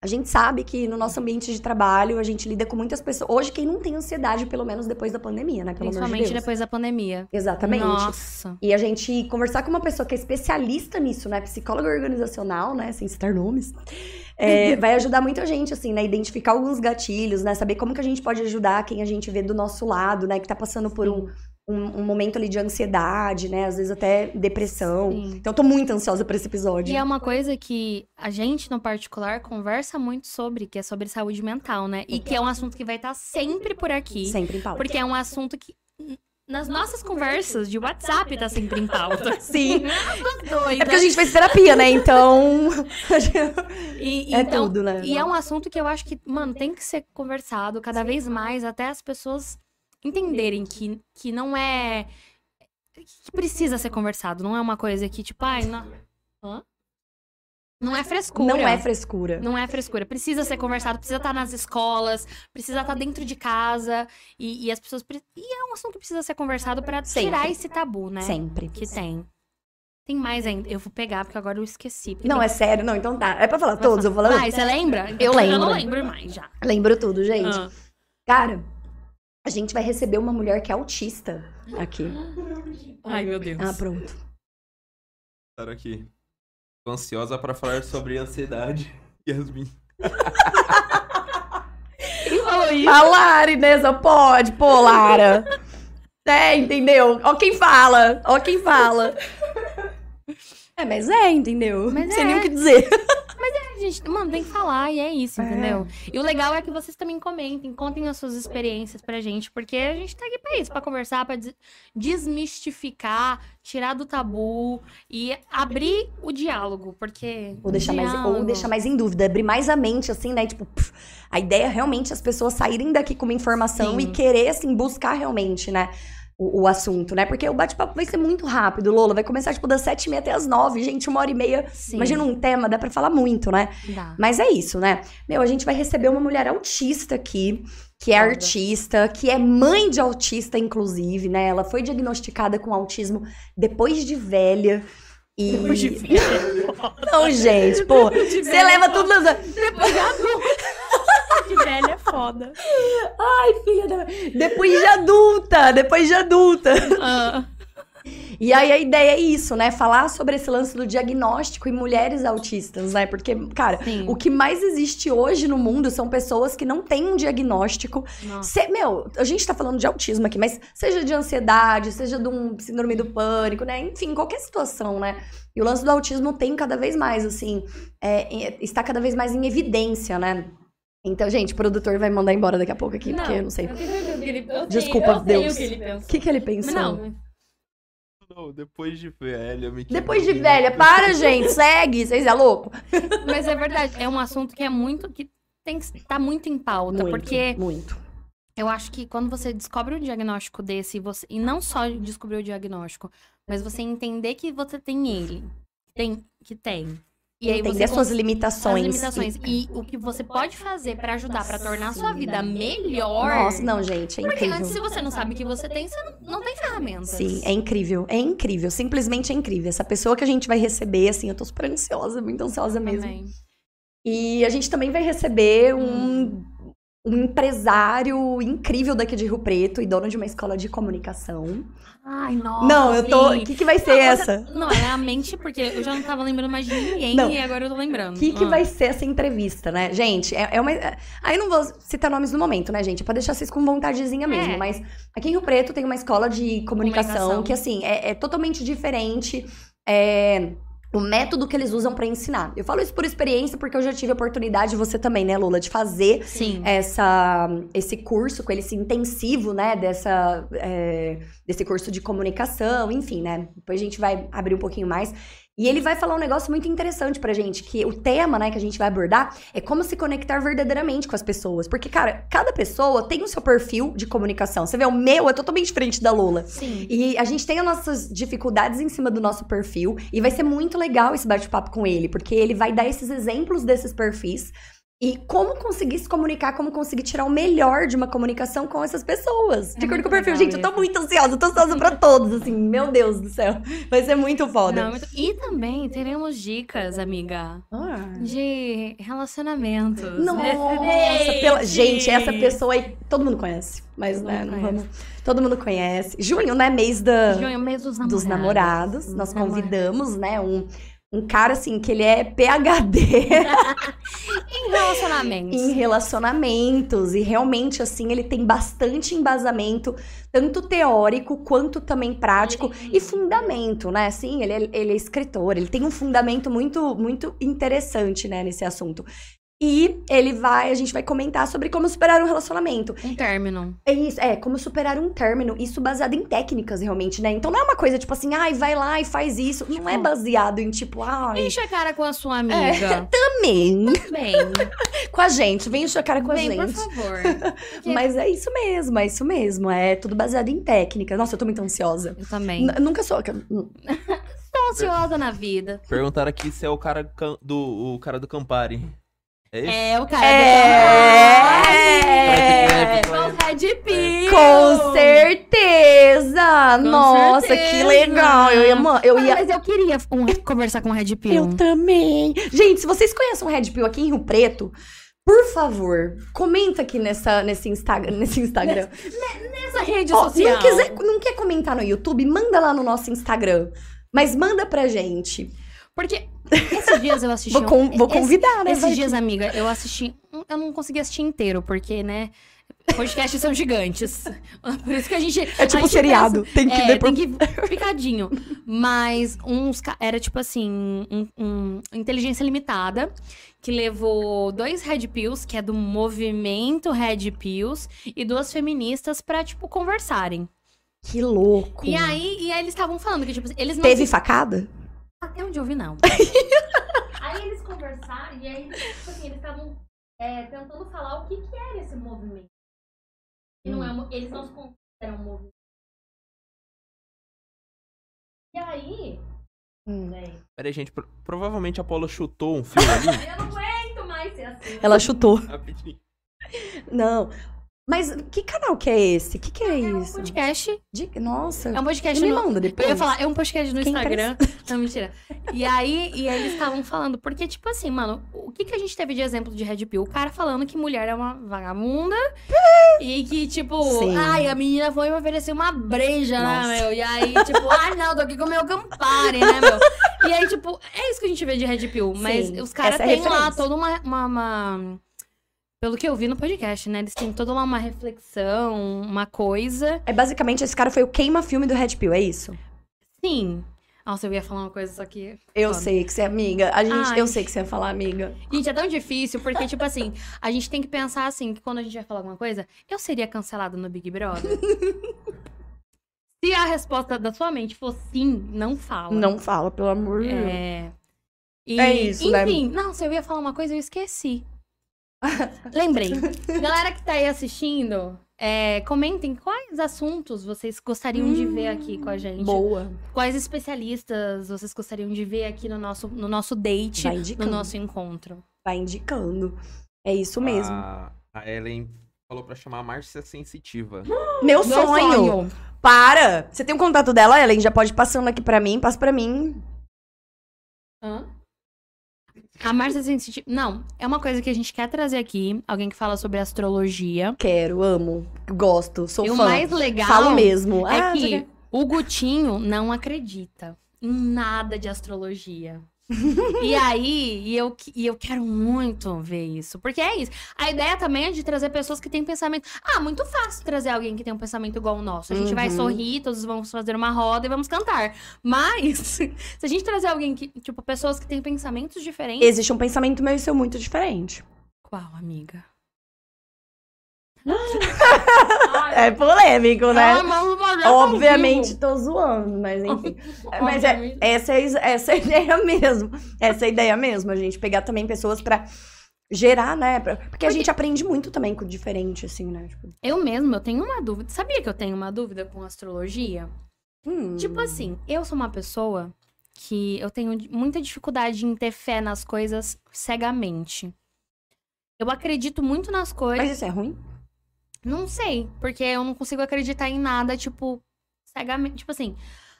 C: A gente sabe que no nosso ambiente de trabalho a gente lida com muitas pessoas. Hoje, quem não tem ansiedade, pelo menos depois da pandemia, né? Pelo amor de
D: Principalmente
C: Deus.
D: depois da pandemia.
C: Exatamente.
D: Nossa.
C: E a gente conversar com uma pessoa que é especialista nisso, né? Psicóloga organizacional, né? Sem citar nomes.
D: [laughs]
C: é, vai ajudar muito a gente, assim, né? Identificar alguns gatilhos, né? Saber como que a gente pode ajudar quem a gente vê do nosso lado, né? Que tá passando por um, um, um momento ali de ansiedade, né? Às vezes até depressão.
D: Sim.
C: Então eu tô muito ansiosa pra esse episódio.
D: E é uma coisa que a gente, no particular, conversa muito sobre, que é sobre saúde mental, né? E que é um assunto que vai estar sempre por aqui.
C: Sempre em pauta.
D: Porque é um assunto que. n- Nas nossas conversas de WhatsApp tá sempre em pauta.
C: Sim. É
D: [laughs] Doida.
C: porque a gente fez terapia, né? Então. [laughs]
D: E,
C: é
D: então,
C: tudo, né?
D: E é um assunto que eu acho que, mano, tem que ser conversado cada vez mais até as pessoas entenderem que, que não é. que precisa ser conversado. Não é uma coisa que, tipo, ai, não. Hã? Não é frescura.
C: Não é frescura.
D: Não é frescura. Precisa ser conversado, precisa estar nas escolas, precisa estar dentro de casa. E, e as pessoas. pre- E é um assunto que precisa ser conversado pra
C: Sempre.
D: tirar esse tabu, né?
C: Sempre.
D: Que tem. Tem mais ainda. Eu vou pegar, porque agora eu esqueci. porque
C: Não,
D: tem-
C: é sério, não, então tá. É pra falar todos, eu vou falar.
D: Vai, você lembra?
C: Eu
D: Eu não
C: lembro.
D: lembro mais já.
C: Lembro tudo, gente.
D: Ah.
C: Cara, a gente vai receber uma mulher que é autista aqui.
D: Ai, meu Deus.
C: Ah, pronto.
A: Claro aqui. Tô ansiosa pra falar sobre ansiedade, [laughs] Yasmin.
D: Quem falou isso?
C: A Lara, Inesa, pode, pô, [laughs] Lara. É, entendeu? Ó quem fala, ó quem fala. É, mas é, entendeu?
D: Mas
C: Não sei
D: é.
C: nem o que dizer.
D: Gente, mano, tem que falar e é isso, entendeu? E o legal é que vocês também comentem, contem as suas experiências pra gente, porque a gente tá aqui pra isso, pra conversar, pra des- desmistificar, tirar do tabu e abrir o diálogo, porque.
C: Ou deixar, mais, ou
D: diálogo-
C: deixar mais em dúvida, abrir mais a mente, assim, né? Tipo, pff, a ideia é realmente as pessoas saírem daqui com uma informação
D: Sim.
C: e querer, assim, buscar realmente, né? O, o assunto, né? Porque o bate-papo vai ser muito rápido, Lola. Vai começar, tipo, das sete e meia até as nove, gente, uma hora e meia.
D: Sim,
C: Imagina um tema, dá pra falar muito, né?
D: dá.
C: Mas é isso, né? Meu, a gente vai receber uma mulher autista aqui, que é
D: Foda.
C: artista, que é mãe de autista, inclusive, né? Ela foi diagnosticada com autismo depois de velha. E... Depois de velha. [laughs] Não, gente, pô. Você leva tudo nas.
D: de velha é foda.
C: Ai, filha da. Depois de adulta, depois de adulta.
D: Ah.
C: E aí a ideia é isso, né? Falar sobre esse lance do diagnóstico e mulheres autistas, né? Porque, cara,
D: Sim.
C: o que mais existe hoje no mundo são pessoas que não têm um diagnóstico.
D: Nossa.
C: Se- meu, a gente tá falando de autismo aqui, mas seja de ansiedade, seja de um síndrome do pânico, né? Enfim, qualquer situação, né? E o lance do autismo tem cada vez mais, assim, é, em- está cada vez mais em evidência, né? Então, gente, o produtor vai mandar embora daqui a pouco aqui, porque eu não sei. O Desculpa, eu sei o Deus. que ele que, que ele pensou?
D: Não,
A: Não, depois de velha, me
C: Depois de velha, para, gente, segue, vocês é louco?
D: mas é verdade, é um assunto que é muito. que tem que estar muito em pauta,
C: Muito,
D: porque
C: muito.
D: Eu acho que quando você descobre um diagnóstico desse, e você e não só descobrir o diagnóstico, mas você entender que você tem ele, tem, que tem. E aí
C: Entender
D: você
C: as suas
D: cons-
C: limitações.
D: as limitações e o que você pode fazer pra ajudar, pra tornar a sua vida melhor.
C: Nossa, não, gente, é
D: Porque
C: incrível.
D: antes, se você não sabe o que você tem, você não, não tem ferramentas.
C: Sim, é incrível, é incrível, simplesmente é incrível. Essa pessoa que a gente vai receber, assim, eu tô super ansiosa, muito ansiosa mesmo.
D: Também.
C: E a gente também vai receber um, um empresário incrível daqui de Rio Preto e dono de uma escola de comunicação.
D: Ai, nossa.
C: não, eu tô. O
D: sim.
C: que, que vai ser
D: Não, você-
C: essa?
D: Não, é a mente, porque eu já não tava lembrando mais de ninguém
C: Não.
D: e agora eu tô lembrando.
C: O que, que
D: Ah.
C: vai ser essa entrevista, né? Gente, é, é uma. é- Aí não vou citar nomes no momento, né, gente? É pra deixar vocês com vontadezinha mesmo.
D: É.
C: Mas aqui em Rio Preto tem uma escola de comunicação,
D: Comunicação.
C: que, assim, é, é totalmente diferente. é, O método que eles usam pra ensinar. Eu falo isso por experiência, porque eu já tive a oportunidade, você também, né, Lula, de fazer
D: Ah, Sim.
C: essa, esse curso com ele, esse intensivo, né, dessa, é, desse curso de comunicação, enfim, né, depois a gente vai abrir um pouquinho mais. E ele vai falar um negócio muito interessante pra gente, que o tema, né, que a gente vai abordar é como se conectar verdadeiramente com as pessoas. Porque, cara, cada pessoa tem o seu perfil de comunicação. Você vê, o meu é totalmente diferente da Lola.
D: Sim.
C: E a gente tem as nossas dificuldades em cima do nosso perfil. E vai ser muito legal esse bate-papo com ele, porque ele vai dar esses exemplos desses perfis. E como conseguir se comunicar, como conseguir tirar o melhor de uma comunicação com essas pessoas.
D: É
C: De acordo
D: muito
C: com o perfil.
D: legal
C: Gente, eu tô
D: isso.
C: muito ansiosa, eu tô ansiosa pra todos, assim. Meu Deus do céu. Vai ser muito
D: Não,
C: foda.
D: muito- E também teremos dicas, amiga,
C: Ah.
D: de relacionamentos.
C: Nossa, pela... gente, essa
D: pessoa.
C: pessoa aí todo mundo conhece, mas
D: Todo
C: né,
D: mundo
C: não
D: conhece.
C: vamos. Todo mundo conhece. Junho, né, mês da
D: Junho, mês dos namorados.
C: dos namorados. Nós
D: Namora-
C: convidamos, né, um um cara assim que ele é PhD
D: Em relacionamentos.
C: em relacionamentos e realmente assim ele tem bastante embasamento, tanto teórico quanto também prático e fundamento, né? Assim, ele é, ele é escritor, ele tem um fundamento muito muito interessante, né, nesse assunto. E ele vai, a gente vai comentar sobre como superar um relacionamento.
D: Um término.
C: É isso, é, como superar um término, isso baseado em técnicas, realmente, né? Então não é uma coisa tipo assim, ai, vai lá e faz isso. Não é baseado em tipo, ai,
D: Enche a cara com a sua amiga.
C: também.
D: [laughs] Também.
C: Com a gente, vem encher a cara com
D: Vem,
C: a
D: por
C: gente.
D: favor. Porque-
C: Mas é isso mesmo, é isso mesmo. É tudo baseado em técnicas. Nossa, eu tô muito ansiosa.
D: Eu também.
C: N- nunca sou.
D: Tô ansiosa na vida.
A: Perguntaram aqui se é o cara can- do, o cara do Campari. É esse?
D: É, o cara
C: É!
D: do Campari. Com Red Pill.
C: Com certeza! Nossa, que
D: certeza.
C: legal! Eu ia, ma- eu
D: Ah,
C: ia
D: Mas eu queria um- conversar com o Red Pill.
C: Eu também. Gente, se vocês conhecem um Red Pill aqui em Rio Preto, por favor, comenta aqui nessa, nesse, Instagram, nesse Instagram.
D: Nessa rede
C: Ó,
D: social.
C: não, quiser, não quer comentar no YouTube, manda lá no nosso Instagram. Mas manda pra gente.
D: Porque esses dias eu assisti...
C: Vou,
D: um-
C: con- vou
D: esse-
C: convidar, né? vai
D: Esses dias, amiga, eu assisti... um- Eu não consegui assistir inteiro, porque, né... Podcasts são gigantes. [laughs] Por isso que a gente...
C: que- É tipo
D: a gente
C: seriado. Tem [laughs] que
D: É,
C: depois.
D: tem que picadinho. Mas uns ca- era tipo assim, um, um- inteligência limitada que levou dois red pills, que é do movimento red pills, e duas feministas pra, tipo conversarem.
C: Que, louco.
D: E aí, e aí eles estavam falando que tipo, assim, eles não
C: Teve facada?
D: até onde eu vi, não. [laughs] aí eles conversaram, e aí, tipo assim, eles estavam é, tentando falar o que, que era esse movimento. E não é, um- eles não se consideram um movimento. E aí, véi,
A: Peraí, gente. pro- provavelmente a Paula chutou um filme
E: [laughs]
A: ali.
D: eu não aguento mais ser assim.
C: Ela chutou.
A: Rapidinho.
C: Não. Mas que canal que é esse? Que que é
D: É um
C: isso?
D: podcast.
C: Dica- Nossa.
D: É um
C: Você
D: podcast
C: me
D: no...
C: manda
D: Eu
C: depois.
D: ia falar, é um podcast no
C: Quem
D: Instagram. [laughs] Não, mentira. E aí, e aí eles estavam falando, porque, tipo assim, mano, o que, que a gente teve de exemplo de Red Pill? O cara falando que mulher é uma vagabunda e que, tipo,
C: Sim.
D: ai, a menina foi me oferecer uma breja,
C: Nossa.
D: né, meu? E aí, tipo, ai, não, tô aqui com o meu Campari, né, meu? E aí, tipo, é isso que a gente vê de Red Pill. Mas
C: Sim,
D: os caras
C: essa é a
D: têm lá
C: referência.
D: toda uma- uma- uma... Pelo que eu vi no podcast, né? Eles têm toda lá uma reflexão, uma coisa.
C: É basicamente esse cara foi o queima-filme do Red Pill, é isso?
D: Sim. Nossa, eu ia falar uma coisa, só que.
C: Eu
D: Foda.
C: sei que você é amiga. A gente,
D: Ai.
C: eu sei que você ia falar amiga.
D: Gente, é tão difícil, porque, tipo assim, a gente tem que pensar assim, que quando a gente vai falar alguma coisa, eu seria cancelada no
C: [laughs]
D: Big Brother? Se a resposta da sua mente for sim, não fala.
C: Não fala, pelo amor de Deus.
D: É. E,
C: É isso, né?
D: Enfim, nossa, eu ia falar uma coisa e
C: [laughs]
D: eu esqueci. Lembrei. Galera que tá aí assistindo, é, comentem quais assuntos vocês gostariam de
C: Hum,
D: ver aqui com a gente.
C: Boa.
D: Quais especialistas vocês gostariam de ver aqui no nosso, no nosso date,
C: Vai
D: tipo, no
C: indicando.
D: nosso encontro?
C: Vai indicando. É isso mesmo.
A: A, a Ellen falou pra chamar a Márcia Sensitiva.
C: Meu, sonho. Para! Você tem o contato dela, Ellen? Já pode ir passando aqui pra mim, passa pra mim.
D: A Márcia Sensitiva. Não, é uma coisa que a gente quer trazer aqui. Alguém que fala sobre astrologia.
C: Quero, amo, gosto, sou
D: e o
C: fã.
D: mais legal
C: Falo mesmo.
D: é
C: Ah,
D: que
C: você quer-
D: o Gutinho não acredita em nada de
C: [laughs]
D: astrologia. e aí, e eu, e eu quero muito ver isso. Porque é isso. A ideia também é de trazer pessoas que têm pensamento. Ah, muito fácil trazer alguém que tem um pensamento igual o nosso. A gente vai
C: Uhum.
D: sorrir, todos vamos fazer uma roda e vamos cantar. Mas, [laughs] se a gente trazer alguém que. Tipo, pessoas que têm pensamentos diferentes.
C: Existe um pensamento meu e seu muito diferente.
D: Qual, amiga?
C: É polêmico, né?
D: Ah, vamos fazer ao vivo.
C: Obviamente, tô zoando, mas
D: [laughs]
C: enfim. Mas é,
D: Obviamente.
C: essa, é, essa é a [laughs] ideia mesmo. Essa é a ideia mesmo. A gente pegar também pessoas pra gerar, né? Pra- porque a gente aprende muito também com o diferente, assim, né? Tipo,
D: Eu mesma, eu tenho uma dúvida. Sabia que eu tenho uma dúvida com astrologia?
C: hum,
D: Tipo assim, eu sou uma pessoa que eu tenho di- muita dificuldade em ter fé nas coisas cegamente. Eu acredito muito nas coisas.
C: Mas isso é ruim?
D: um Não sei, porque eu não consigo acreditar em nada, tipo, cegamente. Tipo assim,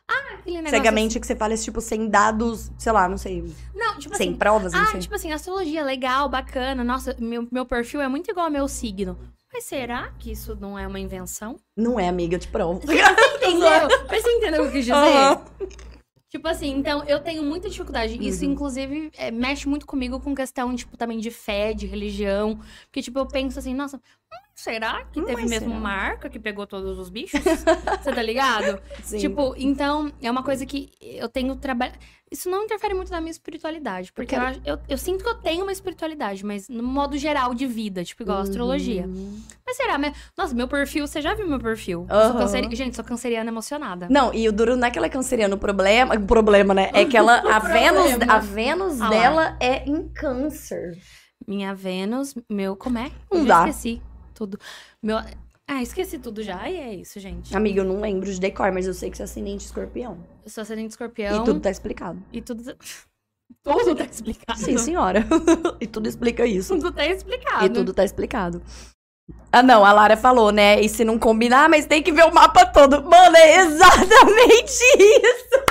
D: ah, aquele negócio.
C: Cegamente que você fala esse tipo sem dados, sei lá, não sei.
D: Não, tipo
C: sem
D: assim.
C: provas, não
D: Ah,
C: sei.
D: tipo assim, astrologia, legal, bacana. Nossa, meu, meu perfil é muito igual ao meu signo. Mas será que isso não é uma invenção?
C: Não é, amiga, eu te
D: [laughs]
C: provo.
D: Tipo Entendeu? Mas você entendeu o que eu quis dizer?
C: Aham.
D: Tipo assim, então eu tenho muita dificuldade. Isso,
C: Uhum.
D: inclusive, é, mexe muito comigo com questão, tipo, também de fé, de religião. Porque, tipo, eu penso assim, nossa, hum, será que
C: Hum,
D: teve
C: mas
D: mesmo
C: será?
D: uma arca que pegou todos
C: [laughs]
D: os bichos? Você tá ligado?
C: Sim.
D: Tipo, então é uma coisa que eu tenho trabalho. Isso não interfere muito na minha espiritualidade, porque eu,
C: quero-
D: acho- eu, eu sinto que eu tenho uma espiritualidade, mas no modo geral de vida, tipo, igual a astrologia.
C: Uhum.
D: Mas será? Mas, nossa, meu perfil, você já viu meu perfil? Eu sou
C: Aham.
D: canceri- Gente, sou canceriana emocionada.
C: Não, e o duro não é que ela é canceriana, o problema, o problema, né, é que
D: [laughs]
C: ela a Vênus, a Vênus
D: Ah lá.
C: dela é em câncer.
D: Minha Vênus, meu. Como é?
C: Não
D: eu
C: Um dá.
D: Já esqueci tudo. Meu. Ah, esqueci tudo já. E é isso, gente.
C: Amiga, eu não lembro de decor, mas eu sei que você é ascendente escorpião.
D: Eu sou ascendente escorpião.
C: E tudo tá explicado.
D: E tudo. [laughs] Tudo tá explicado.
C: Sim, senhora. [laughs] e tudo explica isso.
D: Tudo tá explicado.
C: E tudo tá explicado. Ah, não, a Lara falou, né? E se não combinar, mas tem que ver o mapa todo. Mano, é exatamente [laughs] isso.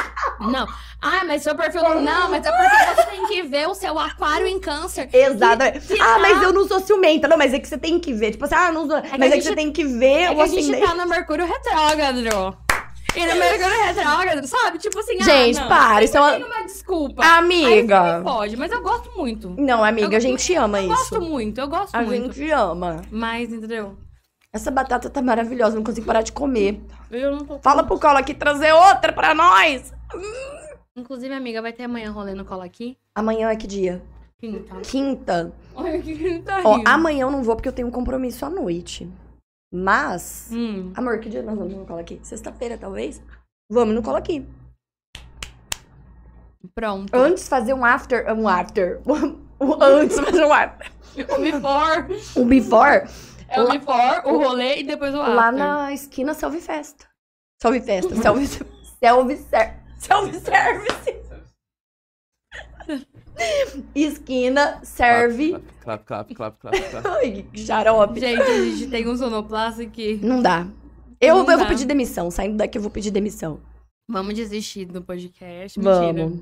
D: Não. Ah, mas seu perfil. Não, mas é porque você tem que ver o seu aquário em câncer.
C: Exatamente.
D: que
C: ah,
D: tá-
C: mas eu não sou ciumenta. Não, mas é que você tem que ver. Tipo assim, ah, não sou...
D: que
C: mas
D: a
C: é que
D: gente-
C: você tem que ver
D: É
C: o
D: que a gente
C: ascendente.
D: tá no Mercúrio retrógrado. E no Mercúrio retrógrado, sabe? Tipo assim,
C: Gente,
D: ah, não,
C: para, isso é
D: sempre
C: uma-
D: tem uma desculpa.
C: Amiga.
D: Pode, mas eu gosto muito.
C: Não, amiga,
D: Eu-
C: a gente ama
D: Eu
C: isso.
D: gosto muito, eu gosto
C: A
D: muito.
C: gente ama.
D: Mas, entendeu?
C: Essa batata tá maravilhosa, não consigo parar de comer.
D: Eu não tô.
C: Fala pro Cola aqui trazer outra pra nós.
D: Inclusive, amiga, vai ter amanhã rolê no cola aqui. tá?
C: Amanhã é que dia?
D: Quinta.
C: Quinta.
D: [laughs] Olha que ele tá
C: Ó,
D: rindo.
C: amanhã eu não vou porque eu tenho um compromisso à noite. Mas.
D: Hum.
C: Amor, que dia nós vamos no Cola aqui? Sexta-feira, talvez? Vamos no Cola aqui.
D: Pronto.
C: Antes fazer um after. Um after. [laughs] Um antes fazer um after.
D: O before.
C: Um before
D: É o
C: Lá-
D: before, o rolê e depois o after.
C: lá na esquina Selvi Festa. Um Selvi Festa. Selvi. Selvi Ser- Selvi Service. Esquina serve.
E: Clap, clap, clap, clap,
C: [laughs]
E: clap. clap.
C: Ai, que xarope.
D: Gente, a gente tem um sonoplasta que.
C: Não dá. Eu,
D: Não
C: eu
D: dá.
C: vou pedir demissão. Saindo daqui, eu vou pedir demissão.
D: Vamos desistir do podcast. Mentira.
C: Vamos.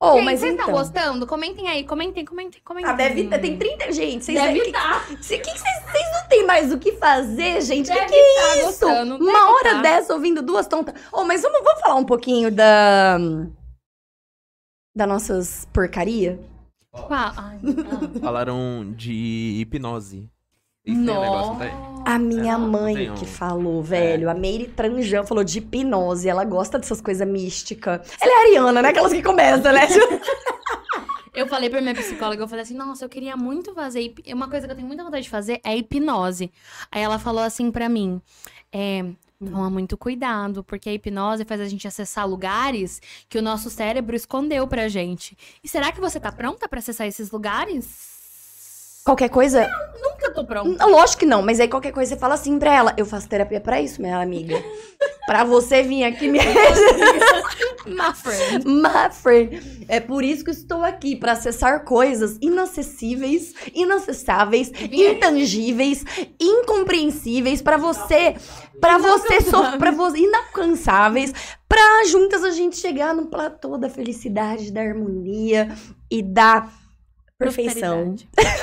C: Ou,
D: Gente,
C: mas
D: vocês estão
C: então.
D: gostando? Comentem aí, comentem, comentem, comentem.
C: Ah, deve ter, tem 30, gente. Vocês é
D: Deve
C: que-
D: tá.
C: cê- que que vocês vocês não têm mais o que fazer, gente? O que,
D: Deve
C: que é
D: tá
C: isso?
D: gostando, deve
C: Uma hora
D: tá.
C: dessa ouvindo duas tontas. Oh, mas vamos, vamos falar um pouquinho da. Da nossas porcaria?
D: Qual? Ai, ah.
E: Falaram de hipnose. Tem um negócio, não
A: tá
E: tem?
C: A minha
E: É, não
C: mãe
E: tem um- É.
C: que falou, velho. A Meire Tranjan falou de hipnose. Ela gosta dessas coisas místicas. Ela é ariana, né? Aquelas que começam,
D: [laughs]
C: né?
D: Eu falei pra minha psicóloga, eu falei assim, nossa, eu queria muito fazer. hip- Uma coisa que eu tenho muita vontade de fazer é hipnose. Aí ela falou assim pra mim, é. Toma muito cuidado, porque a hipnose faz a gente acessar lugares que o nosso cérebro escondeu pra gente. E será que você tá pronta pra acessar esses lugares?
C: Qualquer coisa.
D: Nunca tô
C: [laughs]
D: pronta.
C: Não, Lógico que não, mas aí qualquer coisa você fala assim pra ela. Eu faço terapia pra isso, minha amiga. [laughs] pra você vir aqui me.
D: My friend.
C: My friend. É por isso que estou aqui, pra acessar coisas inacessíveis, inacessáveis, intangíveis, incompreensíveis pra você, pra você sofrer, para você inalcançáveis, pra juntas a gente chegar no platô da felicidade, da harmonia e da perfeição.
D: Prosperidade.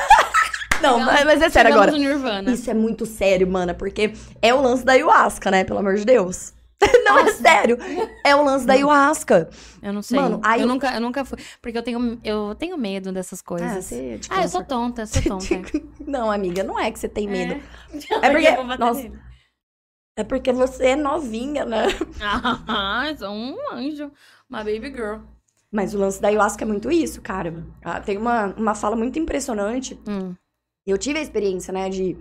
C: Não, mas mas é sério
D: Chegamos
C: agora.
D: no Nirvana.
C: Isso é muito sério, mana, porque é o lance da ayahuasca, né? Pelo amor de Deus. [laughs] Não é sério. É o lance da ayahuasca.
D: Eu não sei.
C: Mano, aí
D: eu,
C: eu-
D: nunca, eu nunca fui. Porque eu tenho, eu tenho medo dessas coisas. Ah,
C: você, tipo,
D: eu sou tonta,
C: [laughs]
D: eu sou tonta.
C: Não, amiga, não é que você tem medo.
D: É,
C: porque-
D: Eu vou bater
C: nossa.
D: nele.
C: É porque você é novinha, né?
D: Ah, [laughs] eu sou um anjo. Uma baby girl.
C: Mas o lance da ayahuasca é muito isso, cara. Ah, Tem uma, uma fala muito impressionante.
D: Hum.
C: Eu tive a experiência, né, de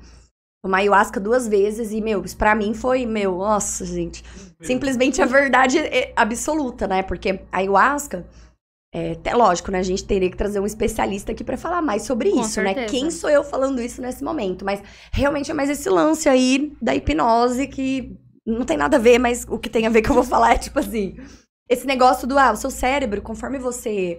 C: tomar ayahuasca duas vezes e, meu, isso pra mim foi, meu, nossa, gente. Simplesmente a verdade é absoluta, né? Porque a ayahuasca. É, até lógico, né? A gente teria que trazer um especialista aqui pra falar mais sobre
D: Com
C: isso, né?
D: certeza.
C: Quem sou eu falando isso nesse momento? Mas realmente é mais esse lance aí da hipnose que não tem nada a ver, mas o que tem a ver que eu vou falar é tipo assim: esse negócio do, ah, o seu cérebro, conforme você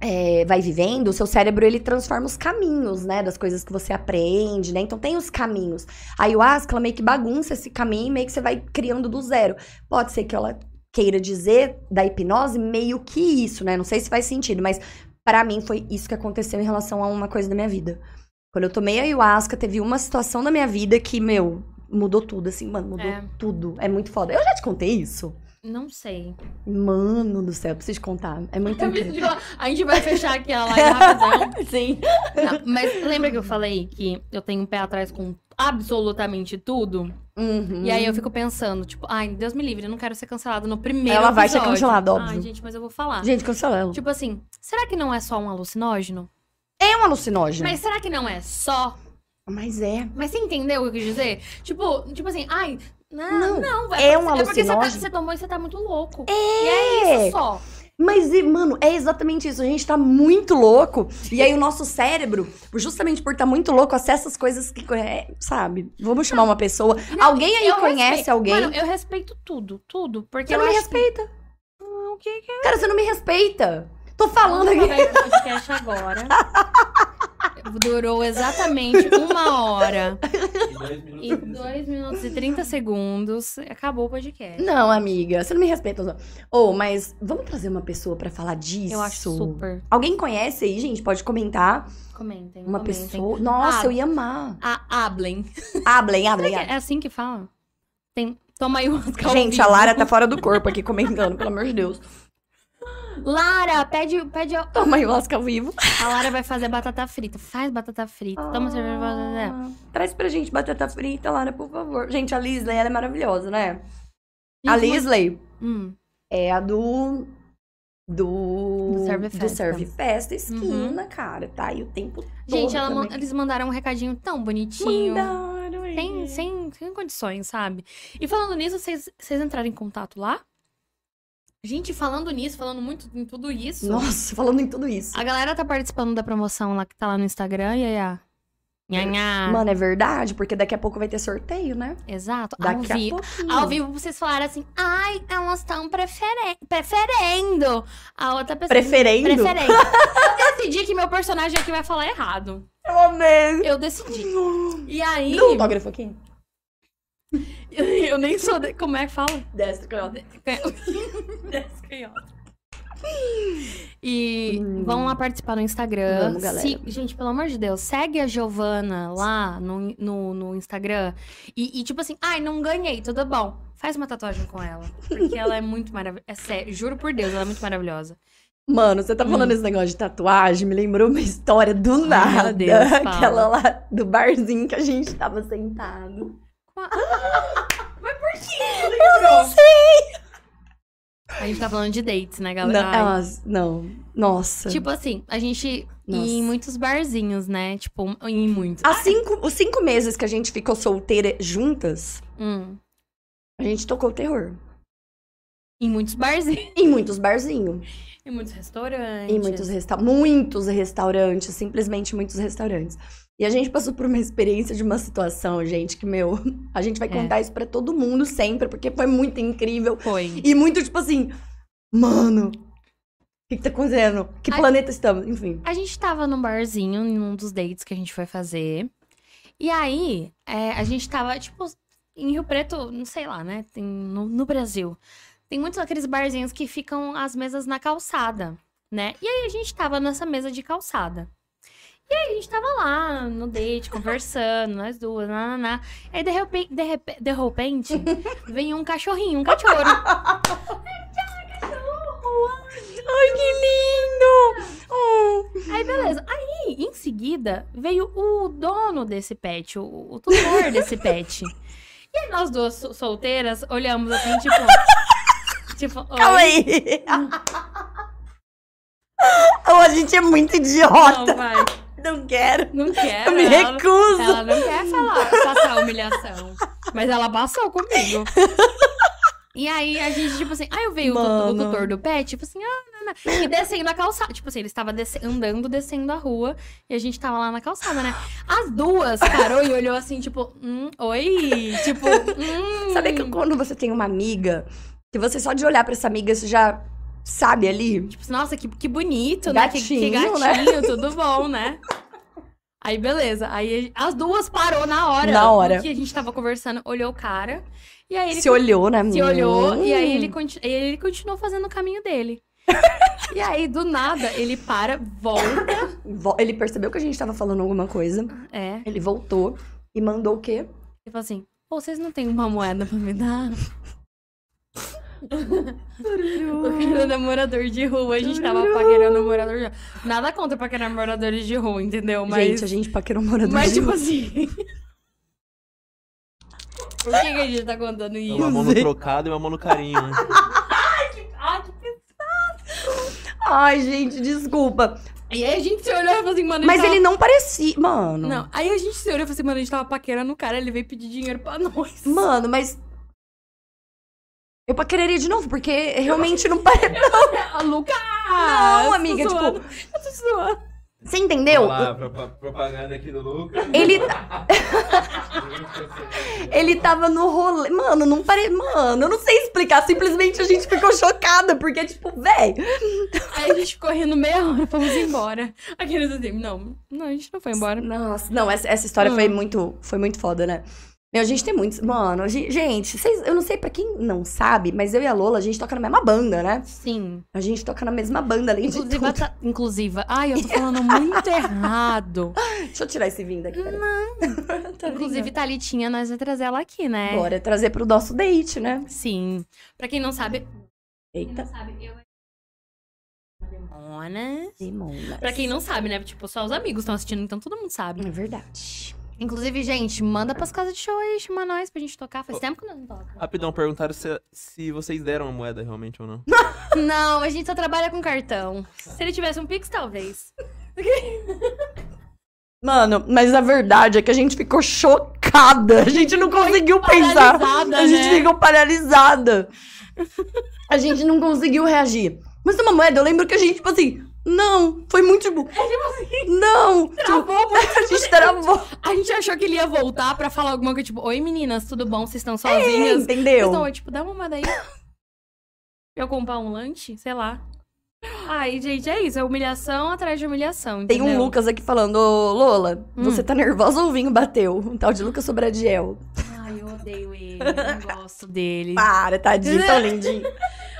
C: é, vai vivendo, o seu cérebro ele transforma os caminhos, né? Das coisas que você aprende, né? Então tem os caminhos. A ayahuasca, ela meio que bagunça esse caminho e meio que você vai criando do zero. Pode ser que ela queira dizer da hipnose meio que isso, né? Não sei se faz sentido, mas pra mim foi isso que aconteceu em relação a uma coisa da minha vida. Quando eu tomei ayahuasca, teve uma situação da minha vida que, meu, mudou tudo, assim, mano, mudou
D: É.
C: tudo. É muito foda. Eu já te contei isso?
D: Não sei.
C: Mano do céu, eu preciso contar. É muito
D: Eu preciso de
C: incrível.
D: falar. A gente vai fechar aqui a live
C: [laughs]
D: rapidão.
C: Sim.
D: Não, mas lembra que eu falei que eu tenho um pé atrás com absolutamente tudo?
C: Uhum.
D: E aí eu fico pensando, tipo, ai, Deus me livre, eu não quero ser cancelado no primeiro
C: Ela vai ser
D: episódio.
C: cancelada, óbvio.
D: Ai, gente, mas eu vou falar.
C: Gente, cancela ela.
D: Tipo assim, será que não é só um alucinógeno?
C: É um alucinógeno.
D: Mas será que não é só?
C: Mas é.
D: Mas você entendeu o que eu quis dizer? Tipo, tipo assim, ai, não,
C: Não,
D: não, vai
C: é um
D: acontecer. porque você, tá-
C: alucinógeno.
D: você tomou e você tá muito louco. É. E é isso só.
C: Mas, e, mano, é exatamente isso. A gente tá muito louco. E aí o nosso cérebro, justamente por estar muito louco, acessa as coisas que. conhe- é, sabe? Vamos chamar uma pessoa.
D: Não,
C: alguém aí
D: eu
C: conhece
D: respeito-
C: alguém?
D: Mano, eu respeito tudo, tudo. Porque
C: Você
D: eu
C: não me
D: acho
C: respeita.
D: Não, que é? que
C: Cara, você não me respeita. Tô falando
D: eu
C: aqui.
D: acabei o podcast agora.
C: Tá
D: Durou exatamente uma hora [laughs] e dois minutos e 30 segundos. Acabou o podcast.
C: Não, amiga, você não me respeita. não. Ô, mas vamos trazer uma pessoa pra falar disso?
D: Eu acho super.
C: Alguém conhece aí, gente? Pode comentar.
D: Comentem.
C: Uma
D: comentem.
C: pessoa. Nossa,
D: Ah.
C: eu ia amar.
D: A Ablen.
C: Ablem, ablem,
D: [laughs]
C: ablem.
D: É assim que fala? Tem... Toma aí umas
C: Gente, a Lara tá fora do corpo aqui comentando, pelo amor de Deus.
D: Lara, pede, pede. A
C: Toma ayahuasca ao vivo.
D: a Lara vai fazer batata frita. Faz batata frita.
C: Ah.
D: Toma cerveja. né? batata-
C: Traz pra gente batata frita, Lara, por favor. Gente, a Lisley, ela é maravilhosa, né? a
D: Gente,
C: Lisley
D: Hum,
C: é a do... Do...
D: Do Serve Festa. Uhum.
C: Serve Festa, esquina, cara, tá? E o tempo todo
D: Gente, ela man-
C: também.
D: eles mandaram um recadinho tão bonitinho.
C: Mandaram, hein?
D: Sem, sem, sem condições, sabe? E falando nisso, vocês vocês entraram em contato lá? Gente, falando nisso, falando muito em tudo isso.
C: Nossa, falando em tudo isso.
D: A galera tá participando da promoção lá que tá lá no Instagram, Yaya. Nhanhá.
C: Mano, é verdade, porque daqui a pouco vai ter sorteio, né?
D: Exato. Ao
C: Daqui
D: vivo.
C: a pouquinho.
D: Ao vivo vocês falaram assim, ai, elas estão preferen preferendo. A outra pessoa.
C: Preferendo.
D: Preferendo. Eu decidi que meu personagem aqui vai falar errado.
C: Eu amei.
D: Eu decidi. E aí.
C: Dá um autógrafo aqui.
D: [laughs] Eu nem sou. de- Como é que fala?
C: Desce, canhota.
D: Desce canhota. E
C: Hum.
D: vão lá participar no Instagram.
C: Vamos, galera.
D: Se- gente, pelo amor de Deus, segue a Giovana lá no, no, no Instagram. E, e tipo assim, ai, não ganhei, tudo bom. Faz uma tatuagem com ela. Porque ela é muito maravilhosa. É sério, juro por Deus, ela é muito maravilhosa.
C: Mano, você tá falando
D: Hum.
C: esse negócio de tatuagem, me lembrou uma história do nada.
D: meu
C: [laughs]
D: Deus, fala.
C: Aquela lá do barzinho que a gente tava sentado.
D: Qua-
C: Eu não sei.
D: A gente tá falando de dates, né,
C: Não,
D: galera? Ai.
C: elas- não. nossa.
D: Tipo assim, a gente
C: Nossa.
D: ia em muitos barzinhos, né? Tipo, em muitos.
C: Há cinco, os cinco meses que a gente ficou solteira juntas,
D: Hum,
C: a gente tocou terror.
D: em muitos barzinhos.
C: Em muitos barzinhos,
D: [laughs] Em muitos restaurantes.
C: em muitos, resta muitos restaurantes, simplesmente muitos restaurantes. E a gente passou por uma experiência de uma situação, gente, que, meu, a gente vai
D: É.
C: contar isso pra todo mundo sempre, porque foi muito incrível. [laughs]
D: Foi.
C: E muito tipo assim, mano, o que, que tá acontecendo? Que
D: Ai.
C: planeta estamos? Enfim.
D: A gente tava num barzinho, em um dos dates que a gente foi fazer. E aí, é, a gente tava, tipo, em Rio Preto, não sei lá, né? Tem, no, no Brasil. Tem muitos aqueles barzinhos que ficam as mesas na calçada, né? E aí a gente tava nessa mesa de calçada. E aí a gente tava lá, no date, conversando, [laughs] nós duas, nananá. Aí de repente, de, repe-
C: [laughs]
D: de repente, vem um cachorrinho, um cachorro.
C: Ai, que lindo! Oh.
D: Aí, beleza. Aí, em seguida, veio o dono desse pet, o, o tutor desse pet. E aí, nós duas so- solteiras olhamos assim, tipo.
C: [laughs]
D: tipo, oi?
C: Calma aí! oh, a gente é muito idiota!
D: Não, vai.
C: Não, É quero!
D: Não quero.
C: Eu me
D: ela,
C: recuso!
D: ela não quer falar, passar a humilhação. Mas ela passou comigo. E aí, a gente, tipo assim, aí eu veio o tu- o
C: Mano.
D: tutor do pet, tipo assim, ah, nana. e descendo a calçada. Tipo assim, ele estava desce- andando, descendo a rua, e a gente tava lá na calçada, né? As duas parou e olhou assim, tipo, hum, oi, tipo, hum.
C: Sabe que quando você tem uma amiga, que você só de olhar pra essa amiga, você já sabe, ali.
D: Tipo, nossa, que, que bonito, né? Que, que
C: Gatinho, né?
D: gatinho, tudo bom, né? Aí, beleza. Aí a- as duas parou na hora.
C: Na hora.
D: Que a gente tava conversando, olhou o cara. E aí ele
C: se olhou, né?
D: se olhou
C: Hum.
D: e aí ele, conti- e ele continuou fazendo o caminho
C: [laughs]
D: dele. e aí, do nada, ele para, volta.
C: Vo- Ele percebeu que a gente tava falando alguma coisa.
D: É.
C: Ele voltou e mandou o quê?
D: E fala assim: Pô, vocês não têm uma moeda pra
C: [laughs]
D: me dar? o cara era morador de rua, a gente tava paquerando morador de rua. Nada contra paquerar moradores de rua, entendeu? Mas.
C: Gente, a gente paquerou um morador
D: mas,
C: de
D: tipo
C: rua.
D: assim. [laughs] Por que, que a gente tá contando
A: É
E: Então,
D: isso?
A: Uma mão no trocado e uma mão no carinho. né?
D: Ah, que-
C: Ai, gente, desculpa.
D: E aí a gente se olhou e falou assim, mano. a gente
C: Mas
D: tava
C: ele não parecia. Mano.
D: Não, aí a gente se olhou e falou assim, mano, a gente tava paquerando o cara, ele veio pedir dinheiro pra nós.
C: Mano, mas. Eu paqueraria de novo, porque realmente não
D: [laughs]
C: parece.
D: A Lucas!
C: Não, amiga,
D: Ah, eu tô
C: tipo-
D: zoando, Eu tô zoando.
C: Você entendeu?
A: Olha lá, a propa- propaganda aqui do Lucas.
C: [laughs] Ele. Ele tava no rolê. Mano, não pare... Mano, eu não sei explicar. Simplesmente a gente ficou chocada, porque, tipo, véi.
D: Aí a gente correndo meia hora, fomos embora. Aqueles assim, não, não, a gente não foi embora.
C: Nossa, não, essa, essa história foi muito foi muito foda, né? Meu, a gente tem muitos. Mano, a gen- gente, vocês, eu não sei pra quem não sabe, mas eu e a Lola, a gente toca na mesma banda, né?
D: Sim.
C: A gente toca na mesma banda, além de
D: Inclusive,
C: tudo.
D: essa- inclusive, ai, eu tô falando muito errado. [laughs]
C: Deixa eu tirar esse vinho daqui. peraí. [laughs] Tá
D: Inclusive,
C: brincando.
D: Thalitinha, nós vamos trazer ela aqui, né?
C: Bora é trazer pro nosso date, né?
D: Sim. Pra quem não sabe, quem não
C: Eita,
D: sabe, eu Demona.
C: demonas.
D: Pra quem não sabe, né? Tipo, só os amigos estão assistindo, então todo mundo sabe.
C: É verdade.
D: Inclusive, gente, manda pras casas de show aí, chama nós pra gente tocar. Faz tempo que nós não toca.
A: Rapidão, perguntaram se, se vocês deram a moeda realmente ou não.
D: Não, a gente só trabalha com cartão. Se ele tivesse um Pix, talvez.
C: Mano, mas a verdade é que a gente ficou chocada. A gente não conseguiu pensar.
D: paralisada,
C: A gente
D: né?
C: ficou paralisada. A gente não conseguiu reagir. Mas é uma moeda, eu lembro que a gente, tipo assim, não, foi muito tipo. Não! Tipo, assim.
D: Travou, pô.
C: a gente travou.
D: a gente achou que ele ia voltar pra falar alguma coisa, tipo, oi meninas, tudo bom? Vocês estão
C: É,
D: sozinhas?
C: entendeu?
D: Então, eu, tipo, dá uma olhada aí. Eu comprar um lanche, sei lá. Ai, gente, é isso. É humilhação atrás de humilhação.
C: Tem um
D: entendeu?
C: Lucas aqui falando, ô Lola,
D: Hum.
C: você tá nervosa ou o vinho bateu? Um tal de Lucas Sobradiel.
D: Ai, eu odeio ele. eu não gosto dele.
C: Para, tadinho, tão lindinho.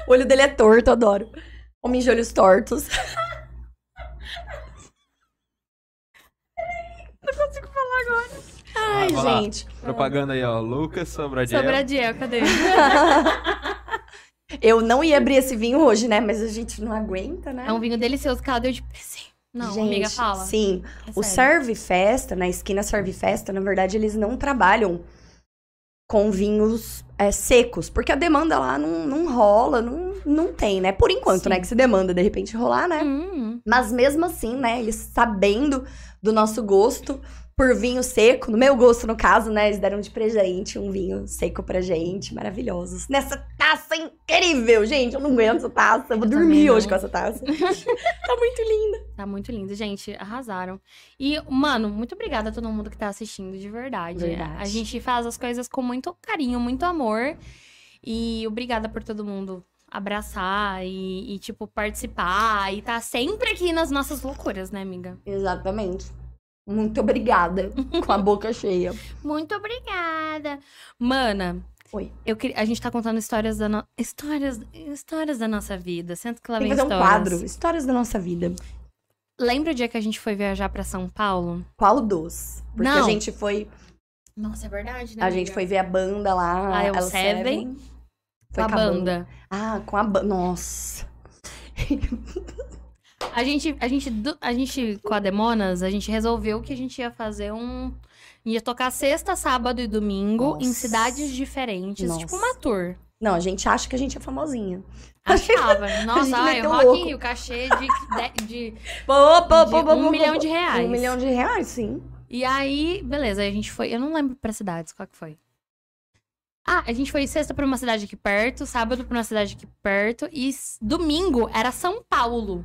C: O olho dele é torto, eu adoro. Homem de olhos tortos. Ai,
A: Vai lá.
C: gente. [laughs]
A: Propaganda aí, ó. Lucas Sobradiel.
D: Sobradiel, cadê?
C: Eu não ia abrir esse vinho hoje, né? Mas a gente não aguenta, né?
D: É um vinho delicioso que ela deu de presente. Não,
C: Gente,
D: amiga, fala.
C: Sim.
D: É
C: O
D: sério.
C: Serve Festa, na esquina Serve Festa, na verdade, eles não trabalham com vinhos é, secos, porque a demanda lá não, não rola, não, não tem, né? Por enquanto,
D: Sim.
C: né? Que se demanda de repente rolar, né?
D: Hum,
C: Mas mesmo assim, né? Eles sabendo do nosso gosto por vinho seco, no meu gosto, no caso, né? Eles deram de presente um vinho seco pra gente, maravilhosos. Nessa taça incrível, gente! Eu não aguento essa taça, eu vou
D: Eu
C: dormir
D: também
C: hoje
D: não.
C: com essa
D: [laughs]
C: taça. tá muito linda.
D: tá muito lindo, gente. Arrasaram. E, mano, muito obrigada a todo mundo que tá assistindo, de verdade.
C: Verdade.
D: A gente faz as coisas com muito carinho, muito amor. E obrigada por todo mundo abraçar e, e, tipo, participar. E tá sempre aqui nas nossas loucuras, né, amiga?
C: Exatamente. Muito obrigada. [laughs] com a boca cheia.
D: Muito obrigada. Mana.
C: Oi.
D: Eu queria... A gente tá contando histórias da, no... histórias... histórias da nossa vida. Senta que lá
C: Tem
D: vem
C: que fazer um
D: histórias.
C: quadro. Histórias da nossa vida.
D: Lembra o dia que a gente foi viajar pra São Paulo?
C: Qual dos? Porque a
D: Não.
C: gente foi.
D: Nossa, é verdade,
C: A gente foi ver a banda lá.
D: Ah, é o
C: ela
D: Seven.
C: Foi
D: com a banda.
C: Ah, com a banda. Nossa.
D: A gente, a gente, du- a gente com a Demonas, a gente resolveu que a gente ia fazer um ia tocar sexta, sábado e domingo em
C: Nossa.
D: cidades diferentes,
C: Nossa.
D: tipo uma
C: [laughs]
D: tour.
C: Não, a gente acha que a gente é famosinha.
D: Achava. Nossa,
C: gente
D: ai,
C: meteu
D: Rock
C: louco.
D: in Rio, cachê de, de, de
C: Pô,
D: um milhão de reais.
C: Um milhão de reais, sim.
D: E aí, beleza, aí a gente foi. Eu não lembro pra cidades, qual que foi? Ah, a gente foi sexta pra uma cidade aqui perto, sábado pra uma cidade aqui perto, e s- domingo era São Paulo.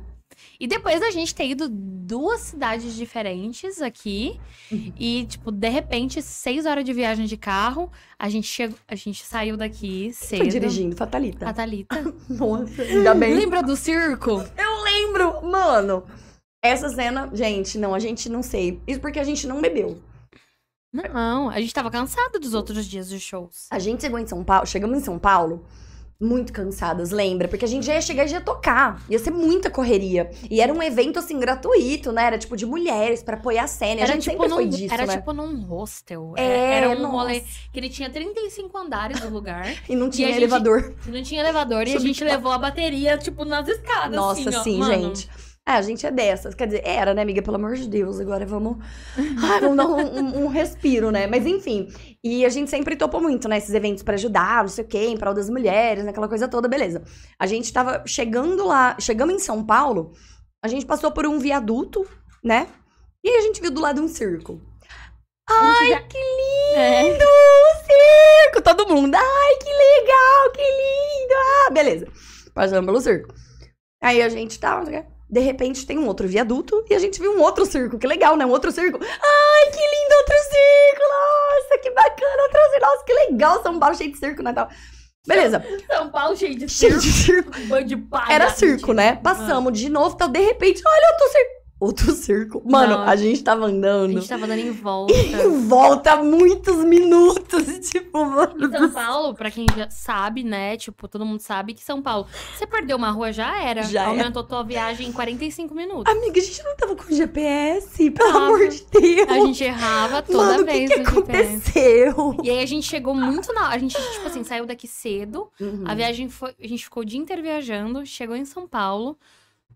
D: E depois da gente ter ido duas cidades diferentes aqui.
C: Uhum.
D: E, tipo, de repente, seis horas de viagem de carro, a gente chegou. A gente saiu daqui
C: Tô
D: cedo.
C: dirigindo, Fatalita.
D: A Thalita.
C: [laughs] Nossa, ainda bem.
D: Lembra do circo?
C: Eu lembro, mano. Essa cena, gente, não, a gente não sei. Isso porque a gente não bebeu.
D: Não, a gente tava cansada dos outros dias de shows.
C: A gente chegou em São Paulo, chegamos em São Paulo muito cansadas, lembra? Porque a gente já ia chegar e já ia tocar. Ia ser muita correria. E era um evento assim gratuito, né? Era tipo de mulheres pra apoiar a cena. E a gente sempre
D: num,
C: foi disso,
D: era
C: né?
D: tipo num hostel.
C: É,
D: era um
C: nossa.
D: rolê que ele tinha 35 andares no lugar.
C: E não tinha
D: a gente-
C: elevador.
D: Não tinha elevador e a gente levou a bateria, tipo, nas escadas.
C: Nossa,
D: assim, ó.
C: sim,
D: Mano,
C: gente. É, a gente é dessas. Quer dizer, era, né, amiga? Pelo amor de Deus, agora
D: [laughs]
C: vamos. Ah, vamos dar um, um- um respiro, né? Mas enfim. E a gente sempre topou muito, né? Esses eventos pra ajudar, não sei o quê, em prol das mulheres, naquela coisa toda, beleza. A gente tava chegando lá, chegamos em São Paulo, a gente passou por um viaduto, né? E a gente viu do lado um circo.
D: a gente
C: Ai,
D: já- É.
C: lindo! Circo! Todo mundo. Ai, que legal, que lindo! Ah, beleza. Passamos pelo circo. Aí a gente tá. não sei o quê. De repente tem um outro viaduto e a gente viu um outro circo. Que legal, né? Um outro circo. Ai, que lindo outro circo! Nossa, que bacana outro circo! Nossa, que legal São Paulo cheio de circo, Natal. Beleza.
D: [laughs] São Paulo cheio de
C: Cheio
D: circo,
C: de circo.
D: bando de palha.
C: Era circo, né? Passamos de novo, tal. De repente, olha outro circo. Outro circo. Mano,
D: Não.
C: a gente tava
D: A
C: andando.
D: gente tava dando
C: [laughs]
D: em volta.
C: Em volta muitos minutos. [laughs] Tipo, mano.
D: E São Paulo, pra quem já sabe, né? Tipo, todo mundo sabe que São Paulo. Você perdeu uma rua, já era.
C: Já era.
D: Aumentou tua viagem em 45 minutos.
C: Amiga, a gente não tava com GPS, pelo
D: Tava.
C: amor de Deus.
D: A gente errava toda
C: Mano, o que,
D: vez.
C: que
D: no GPS.
C: aconteceu?
D: E aí a gente chegou muito na. A gente, tipo assim, saiu daqui cedo.
C: Hum.
D: A viagem foi. A gente ficou o dia inteiro viajando, chegou em São Paulo.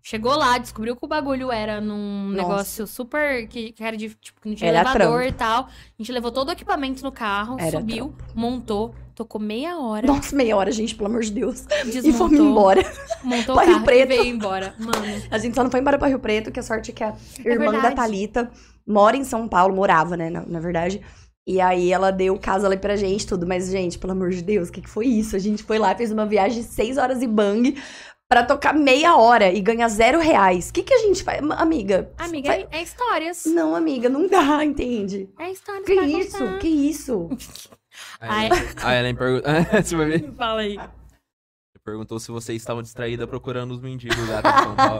D: Chegou lá, descobriu que o bagulho era num
C: Nossa.
D: negócio super. Que, que era de. Tipo, que não tinha
C: Era
D: elevador e tal. A gente levou todo o equipamento no carro,
C: Era
D: subiu, montou, tocou meia hora,
C: Nossa, meia hora, gente, pelo amor de Deus.
D: desmontou.
C: E fomos embora.
D: Montou o
C: Pra Rio
D: carro
C: Preto.
D: e veio embora. Mano.
C: A gente só não foi embora pra Rio Preto, que a sorte é que a irmã da
D: verdade.
C: Thalita mora em São Paulo, morava, né, na, na verdade. E aí ela deu casa ali pra gente, tudo. Mas, gente, pelo amor de Deus, o que, que foi isso? A gente foi lá, fez uma viagem de seis horas e bang pra tocar meia hora e ganhar zero reais. O que, que a gente faz? Amiga,
D: Amiga,
C: Vai-
D: é, é histórias.
C: não, amiga, não dá, [laughs] entende?
D: É histórias.
C: Que
D: pra
C: isso?
D: contar.
C: Que
D: [laughs]
C: isso? [laughs]
D: Ai.
E: Aí a Ellen [laughs] pergunta. Você vai ver?
D: [laughs] Fala aí.
E: Perguntou se você estava distraída procurando os mendigos lá de São Paulo.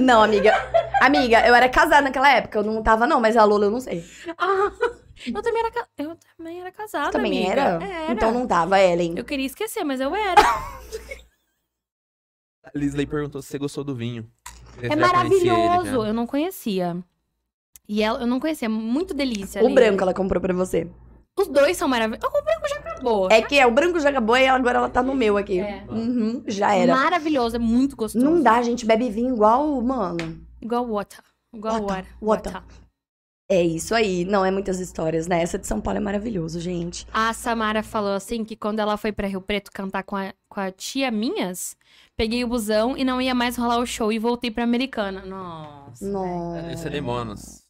C: não, amiga. Amiga, eu era casada naquela época. Eu não tava, não, mas a Lola eu não sei.
D: Ah, eu também era, ca- eu também era casada,
C: Também
D: amiga. É,
C: era?
D: Era.
C: Então não tava, Ellen.
D: Eu queria esquecer, mas eu era.
E: A Lisley perguntou se você gostou do vinho. Você
C: né?
D: É
E: já conhecia ele,
D: maravilhoso.
E: já?
D: eu não conhecia. E ela, eu não conhecia. Muito delícia.
C: O
D: ali.
C: branco ela comprou pra você.
D: Os dois são maravilhosos. O branco já acabou.
C: É que é, o branco já acabou e agora ela tá no meu aqui.
D: É.
C: Uhum, já era.
D: Maravilhoso, é muito gostoso.
C: Não dá, gente. Bebe vinho igual, mano.
D: Igual water. Igual
C: Wota,
D: water.
C: wota. É isso aí. Não, é muitas histórias, né? Essa de São Paulo é maravilhoso, gente.
D: A Samara falou assim que quando ela foi pra Rio Preto cantar com a, com a tia Minhas, peguei o busão e não ia mais rolar o show e voltei pra Americana. Nossa.
C: Nossa.
E: Esse é Lemonos.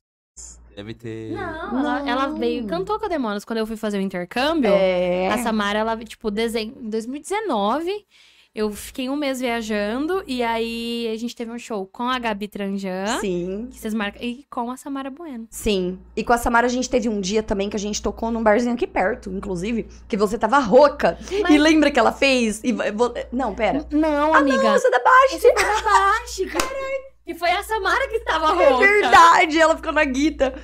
E: Deve ter.
D: Não, ela, ela
C: Não.
D: veio cantou com a Demonas quando eu fui fazer o intercâmbio.
C: É.
D: A Samara, ela, tipo, desen... em 2019, eu fiquei um mês viajando e aí a gente teve um show com a Gabi Tranjan.
C: Sim.
D: Que vocês marcam. E com a Samara Bueno.
C: Sim. E com a Samara a gente teve um dia também que a gente tocou num barzinho aqui perto, inclusive, que você tava rouca.
D: Mas-
C: E lembra que ela fez? E vo- vo- Não, pera.
D: Ah, Não, amiga.
C: Nossa, da Baixa! [laughs]
D: Esse foi da Baixa, cara. E foi a Samara que estava
C: É
D: rouca.
C: verdade, ela ficou na guita.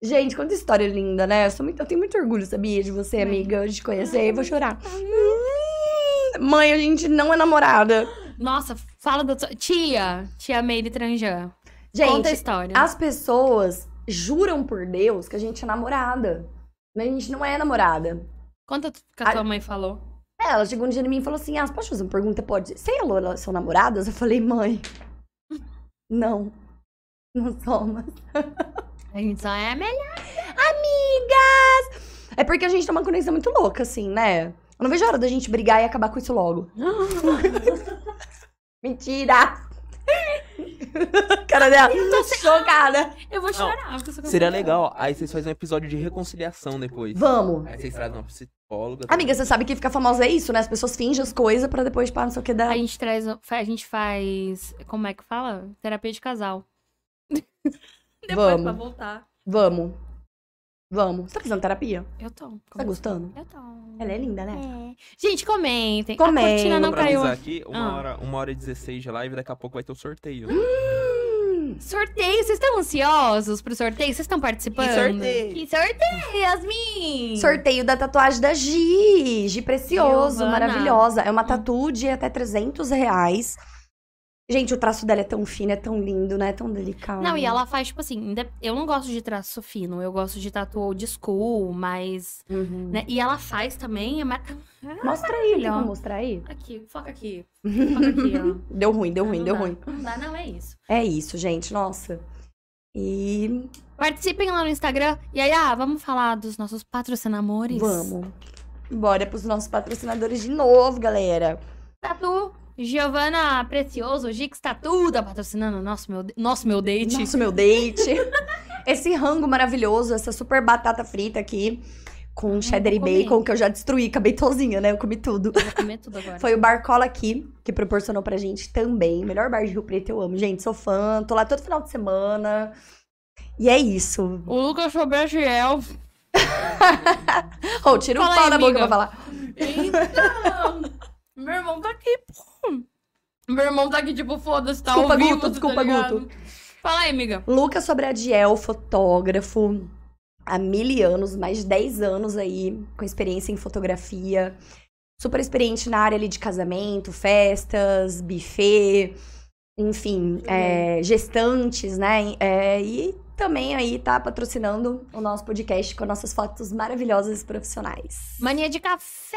C: Gente, quanta história linda, né? Eu, sou muito- eu tenho muito orgulho, sabia? De você, amiga, de te conhecer. Eu vou chorar.
D: tá
C: Hum, Mãe, a gente não é namorada.
D: Nossa, fala da sua... Tia, tia Meire Tranjan. Conta a
C: Gente,
D: história.
C: as pessoas juram por Deus que a gente é namorada. Mas a gente não é namorada.
D: Conta o que
C: a-
D: a tua mãe falou.
C: É, ela chegou um dia em mim e falou assim: Ah, posso fazer uma pergunta? Pode. Você e a Lola são namoradas? Eu falei, mãe. Não. Não somos.
D: A gente só é melhor.
C: Amigas! É porque a gente tem uma conexão muito louca, assim, né? Eu não vejo a hora da gente brigar e acabar com isso logo. Mentira! [laughs] Cara dela, chocada.
D: Eu vou chorar. porque eu sou
A: Seria
D: canceriana.
A: legal. Aí vocês fazem um episódio de reconciliação depois.
C: Vamos.
A: Aí vocês trazem uma psicóloga.
C: Amiga, você sabe que fica famosa é isso, né? As pessoas fingem as coisas pra depois, pá, não sei o que dar.
D: A gente traz. um, A gente faz. Como é que fala? Terapia de casal. [laughs] Depois
C: Vamos.
D: pra voltar.
C: Vamos. Vamos. Você tá fazendo terapia?
D: Eu tô.
C: Tá gostando?
D: Eu tô.
C: Ela é linda, né?
D: É. Gente, comentem.
C: Comentem.
D: A cortina não
A: pra
D: caiu.
A: avisar aqui, uma,
D: Ah. Hum,
A: hora, uma hora e 16 de live, daqui a pouco vai ter o sorteio.
D: Sorteio, vocês estão ansiosos pro sorteio? Vocês estão participando?
A: Que sorteio?
D: Que sorteio, Yasmin!
C: Sorteio da tatuagem da Gi. Gi Precioso,
D: Giovana. Hum.
C: maravilhosa. É uma tatu de até 300 reais. Gente, o traço dela é tão fino, é tão lindo, né? É tão delicado.
D: Não, e ela faz, tipo assim, inde- eu não gosto de traço fino, eu gosto de tatu old school, mas.
C: Uhum.
D: né, E ela faz também. É mar...
C: Mostra aí, tem
D: Melhor.
C: como mostrar aí?
D: Aqui, foca aqui. Foca aqui, ó.
C: [laughs] Deu ruim, deu
D: Ah,
C: ruim,
D: não
C: deu
D: dá.
C: ruim.
D: Não dá, não, é isso.
C: É isso, gente. Nossa. E
D: Participem lá no Instagram. E aí, ah, vamos falar dos nossos patrocinadores?
C: vamos. Bora pros nossos patrocinadores de novo, galera.
D: Tatu, Giovana Precioso, Gix Tatu, tá patrocinando o nosso meu, nosso meu date.
C: Nosso meu date. [laughs] Esse rango maravilhoso, essa super batata frita aqui. Com cheddar e
D: vou comer.
C: bacon, que eu já destruí, acabei tozinha, né? Eu comi tudo.
D: Eu vou comer é tudo agora.
C: Foi o Barcola aqui, que proporcionou pra gente também. Melhor bar de Rio Preto, eu amo. Gente, sou fã, tô lá todo final de semana. E é isso.
D: O Lucas Sobergiel.
C: Ô, tira o
D: Fala
C: pau
D: aí,
C: da boca
D: amiga.
C: pra falar.
D: Então, meu irmão tá aqui, pô. Meu irmão tá aqui, tipo, foda-se, tá
C: Desculpa,
D: ao vivo,
C: Guto,
D: tá
C: desculpa,
D: ligado?
C: Guto.
D: Fala aí, amiga.
C: Lucas Sobradiel, fotógrafo há mil anos, mais de 10 anos aí, com experiência em fotografia. Super experiente na área ali de casamento, festas, buffet, enfim, é, gestantes, né? É, e também aí tá patrocinando o nosso podcast com nossas fotos maravilhosas e profissionais.
D: Mania de café.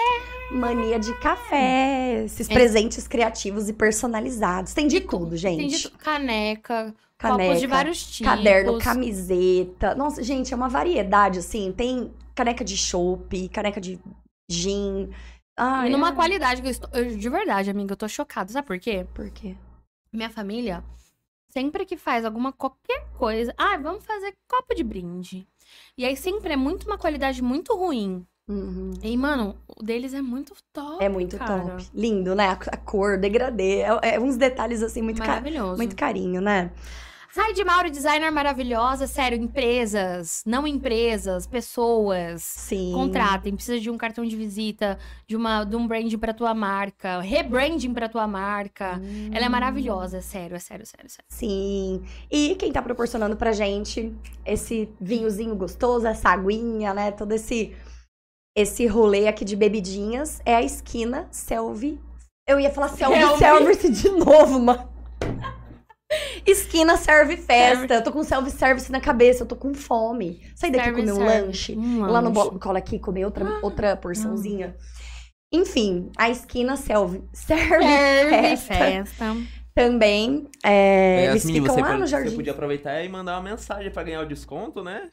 C: Mania de café, esses presentes criativos e personalizados. É. Tem de tudo, gente.
D: Tem de caneca, copos
C: Caneca,
D: de vários tipos.
C: Tá, Caderno, camiseta. Nossa, gente, é uma variedade, assim. Tem caneca de chopp, caneca de gin. Ah,
D: E numa
C: é...
D: qualidade que eu estou. eu- de verdade, amiga, eu tô chocada. Sabe por quê?
C: Por quê?
D: Minha família, sempre que faz alguma qualquer coisa. Ah, vamos fazer copo de brinde. E aí sempre é muito uma qualidade muito ruim.
C: Uhum.
D: E, mano, o deles é muito top.
C: É muito
D: cara.
C: top. Lindo, né? A a cor, degradê. É, é uns detalhes, assim, muito, ca...
D: Maravilhoso.
C: muito carinho, né?
D: Sai de Mauro, designer maravilhosa, sério, empresas, não empresas, pessoas.
C: Sim.
D: Contratem, precisa de um cartão de visita, de, uma, de um branding pra tua marca, rebranding pra tua marca.
C: Hum.
D: Ela é maravilhosa, é sério, é sério, é sério, é sério.
C: Sim. E quem tá proporcionando pra gente esse vinhozinho gostoso, essa aguinha, né? Todo esse esse rolê aqui de bebidinhas é a esquina Selvi. Eu ia falar Selvi
D: Selvi.
C: Service [laughs] de novo,
D: [laughs]
C: mano. Esquina serve festa. Eu tô com self service na cabeça, eu tô com fome. Sai daqui
D: Serve,
C: comer um
D: serve.
C: lanche.
D: Um
C: Lá no
D: lanche. Ah.
C: bolo, cola aqui, comer outra, outra porçãozinha. Enfim, a esquina Selvi
D: É.
C: serve, [laughs]
D: Serve
C: festa.
D: festa.
C: Também. é, eles
A: Yasmin,
C: ficam
A: você,
C: lá
A: pro-
C: no
A: você
C: jardim.
A: podia aproveitar e mandar uma mensagem pra ganhar o desconto, né?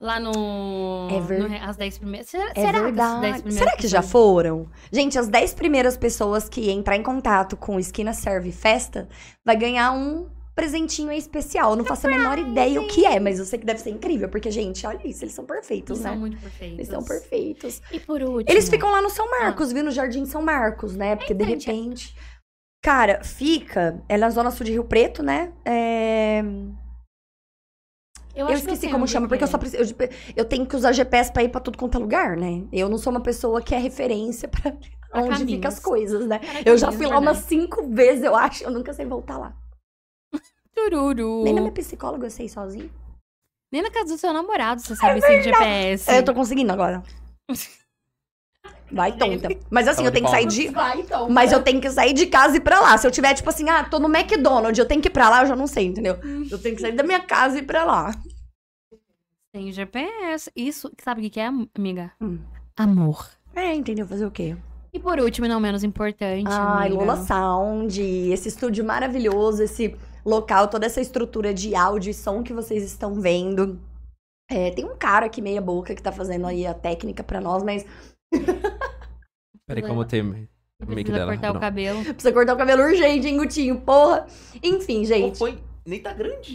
D: Lá no.
C: É ver-
D: no re- as 10 primeiras. Será,
C: É
D: será que as 10
C: verdade.
D: primeiras?
C: Será que já
D: pessoas-
C: foram? Gente, as 10 primeiras pessoas que entrar em contato com o Esquina Serve Festa vai ganhar um presentinho aí especial. Eu não
D: Então
C: faço a menor ideia o que é, mas eu sei que deve ser incrível, porque, gente, olha isso, eles são perfeitos,
D: Eles
C: né?
D: são muito perfeitos.
C: Eles são perfeitos.
D: E por último.
C: Eles ficam lá no São Marcos, viu? No Jardim São Marcos, né? Porque de
D: Entendi.
C: repente. Cara, fica. É na zona sul de Rio Preto, né? É, Eu
D: acho que
C: esqueci
D: sei
C: como
D: onde
C: chama,
D: que
C: porque assim, eu só
D: é.
C: preciso. Eu, eu tenho que usar GPS pra ir pra tudo quanto é lugar, né? Eu não sou uma pessoa que é referência pra onde
D: caminhos.
C: fica as coisas, né?
D: Era
C: Eu já
D: aqui,
C: fui
D: na
C: lá umas
D: verdade.
C: cinco vezes, eu acho. Eu nunca sei voltar lá.
D: Tururu.
C: Nem na minha psicóloga eu sei ir sozinha.
D: Nem na casa do seu namorado você sabe sem GPS.
C: É, Eu tô conseguindo [laughs] agora. Vai, tonta. Mas assim,
A: Salva
C: eu tenho que
A: de
C: sair
A: palmas.
C: de.
D: Vai, então.
C: Mas eu tenho que sair de casa e ir pra lá. Se eu tiver, tipo assim, ah, tô no McDonald's, eu tenho que ir pra lá, eu já não sei, entendeu? Eu tenho que sair da minha casa e ir pra lá.
D: Tem GPS. Isso, sabe o que que é, amiga?
C: Hum.
D: Amor.
C: É, entendeu? Fazer o quê?
D: E por último, e não menos importante.
C: Ai,
D: amiga,
C: Lola Sound, esse estúdio maravilhoso, esse local, toda essa estrutura de áudio e som que vocês estão vendo. É, tem um cara aqui meia boca que tá fazendo aí a técnica pra nós, mas
A: Peraí, calma, eu terminei.
E: Make
D: Precisa
E: dela,
D: cortar o
E: não.
D: cabelo.
C: Precisa cortar o cabelo urgente, hein, Gutinho? Porra. Enfim,
A: Pô,
C: gente.
A: foi... Nem tá grande.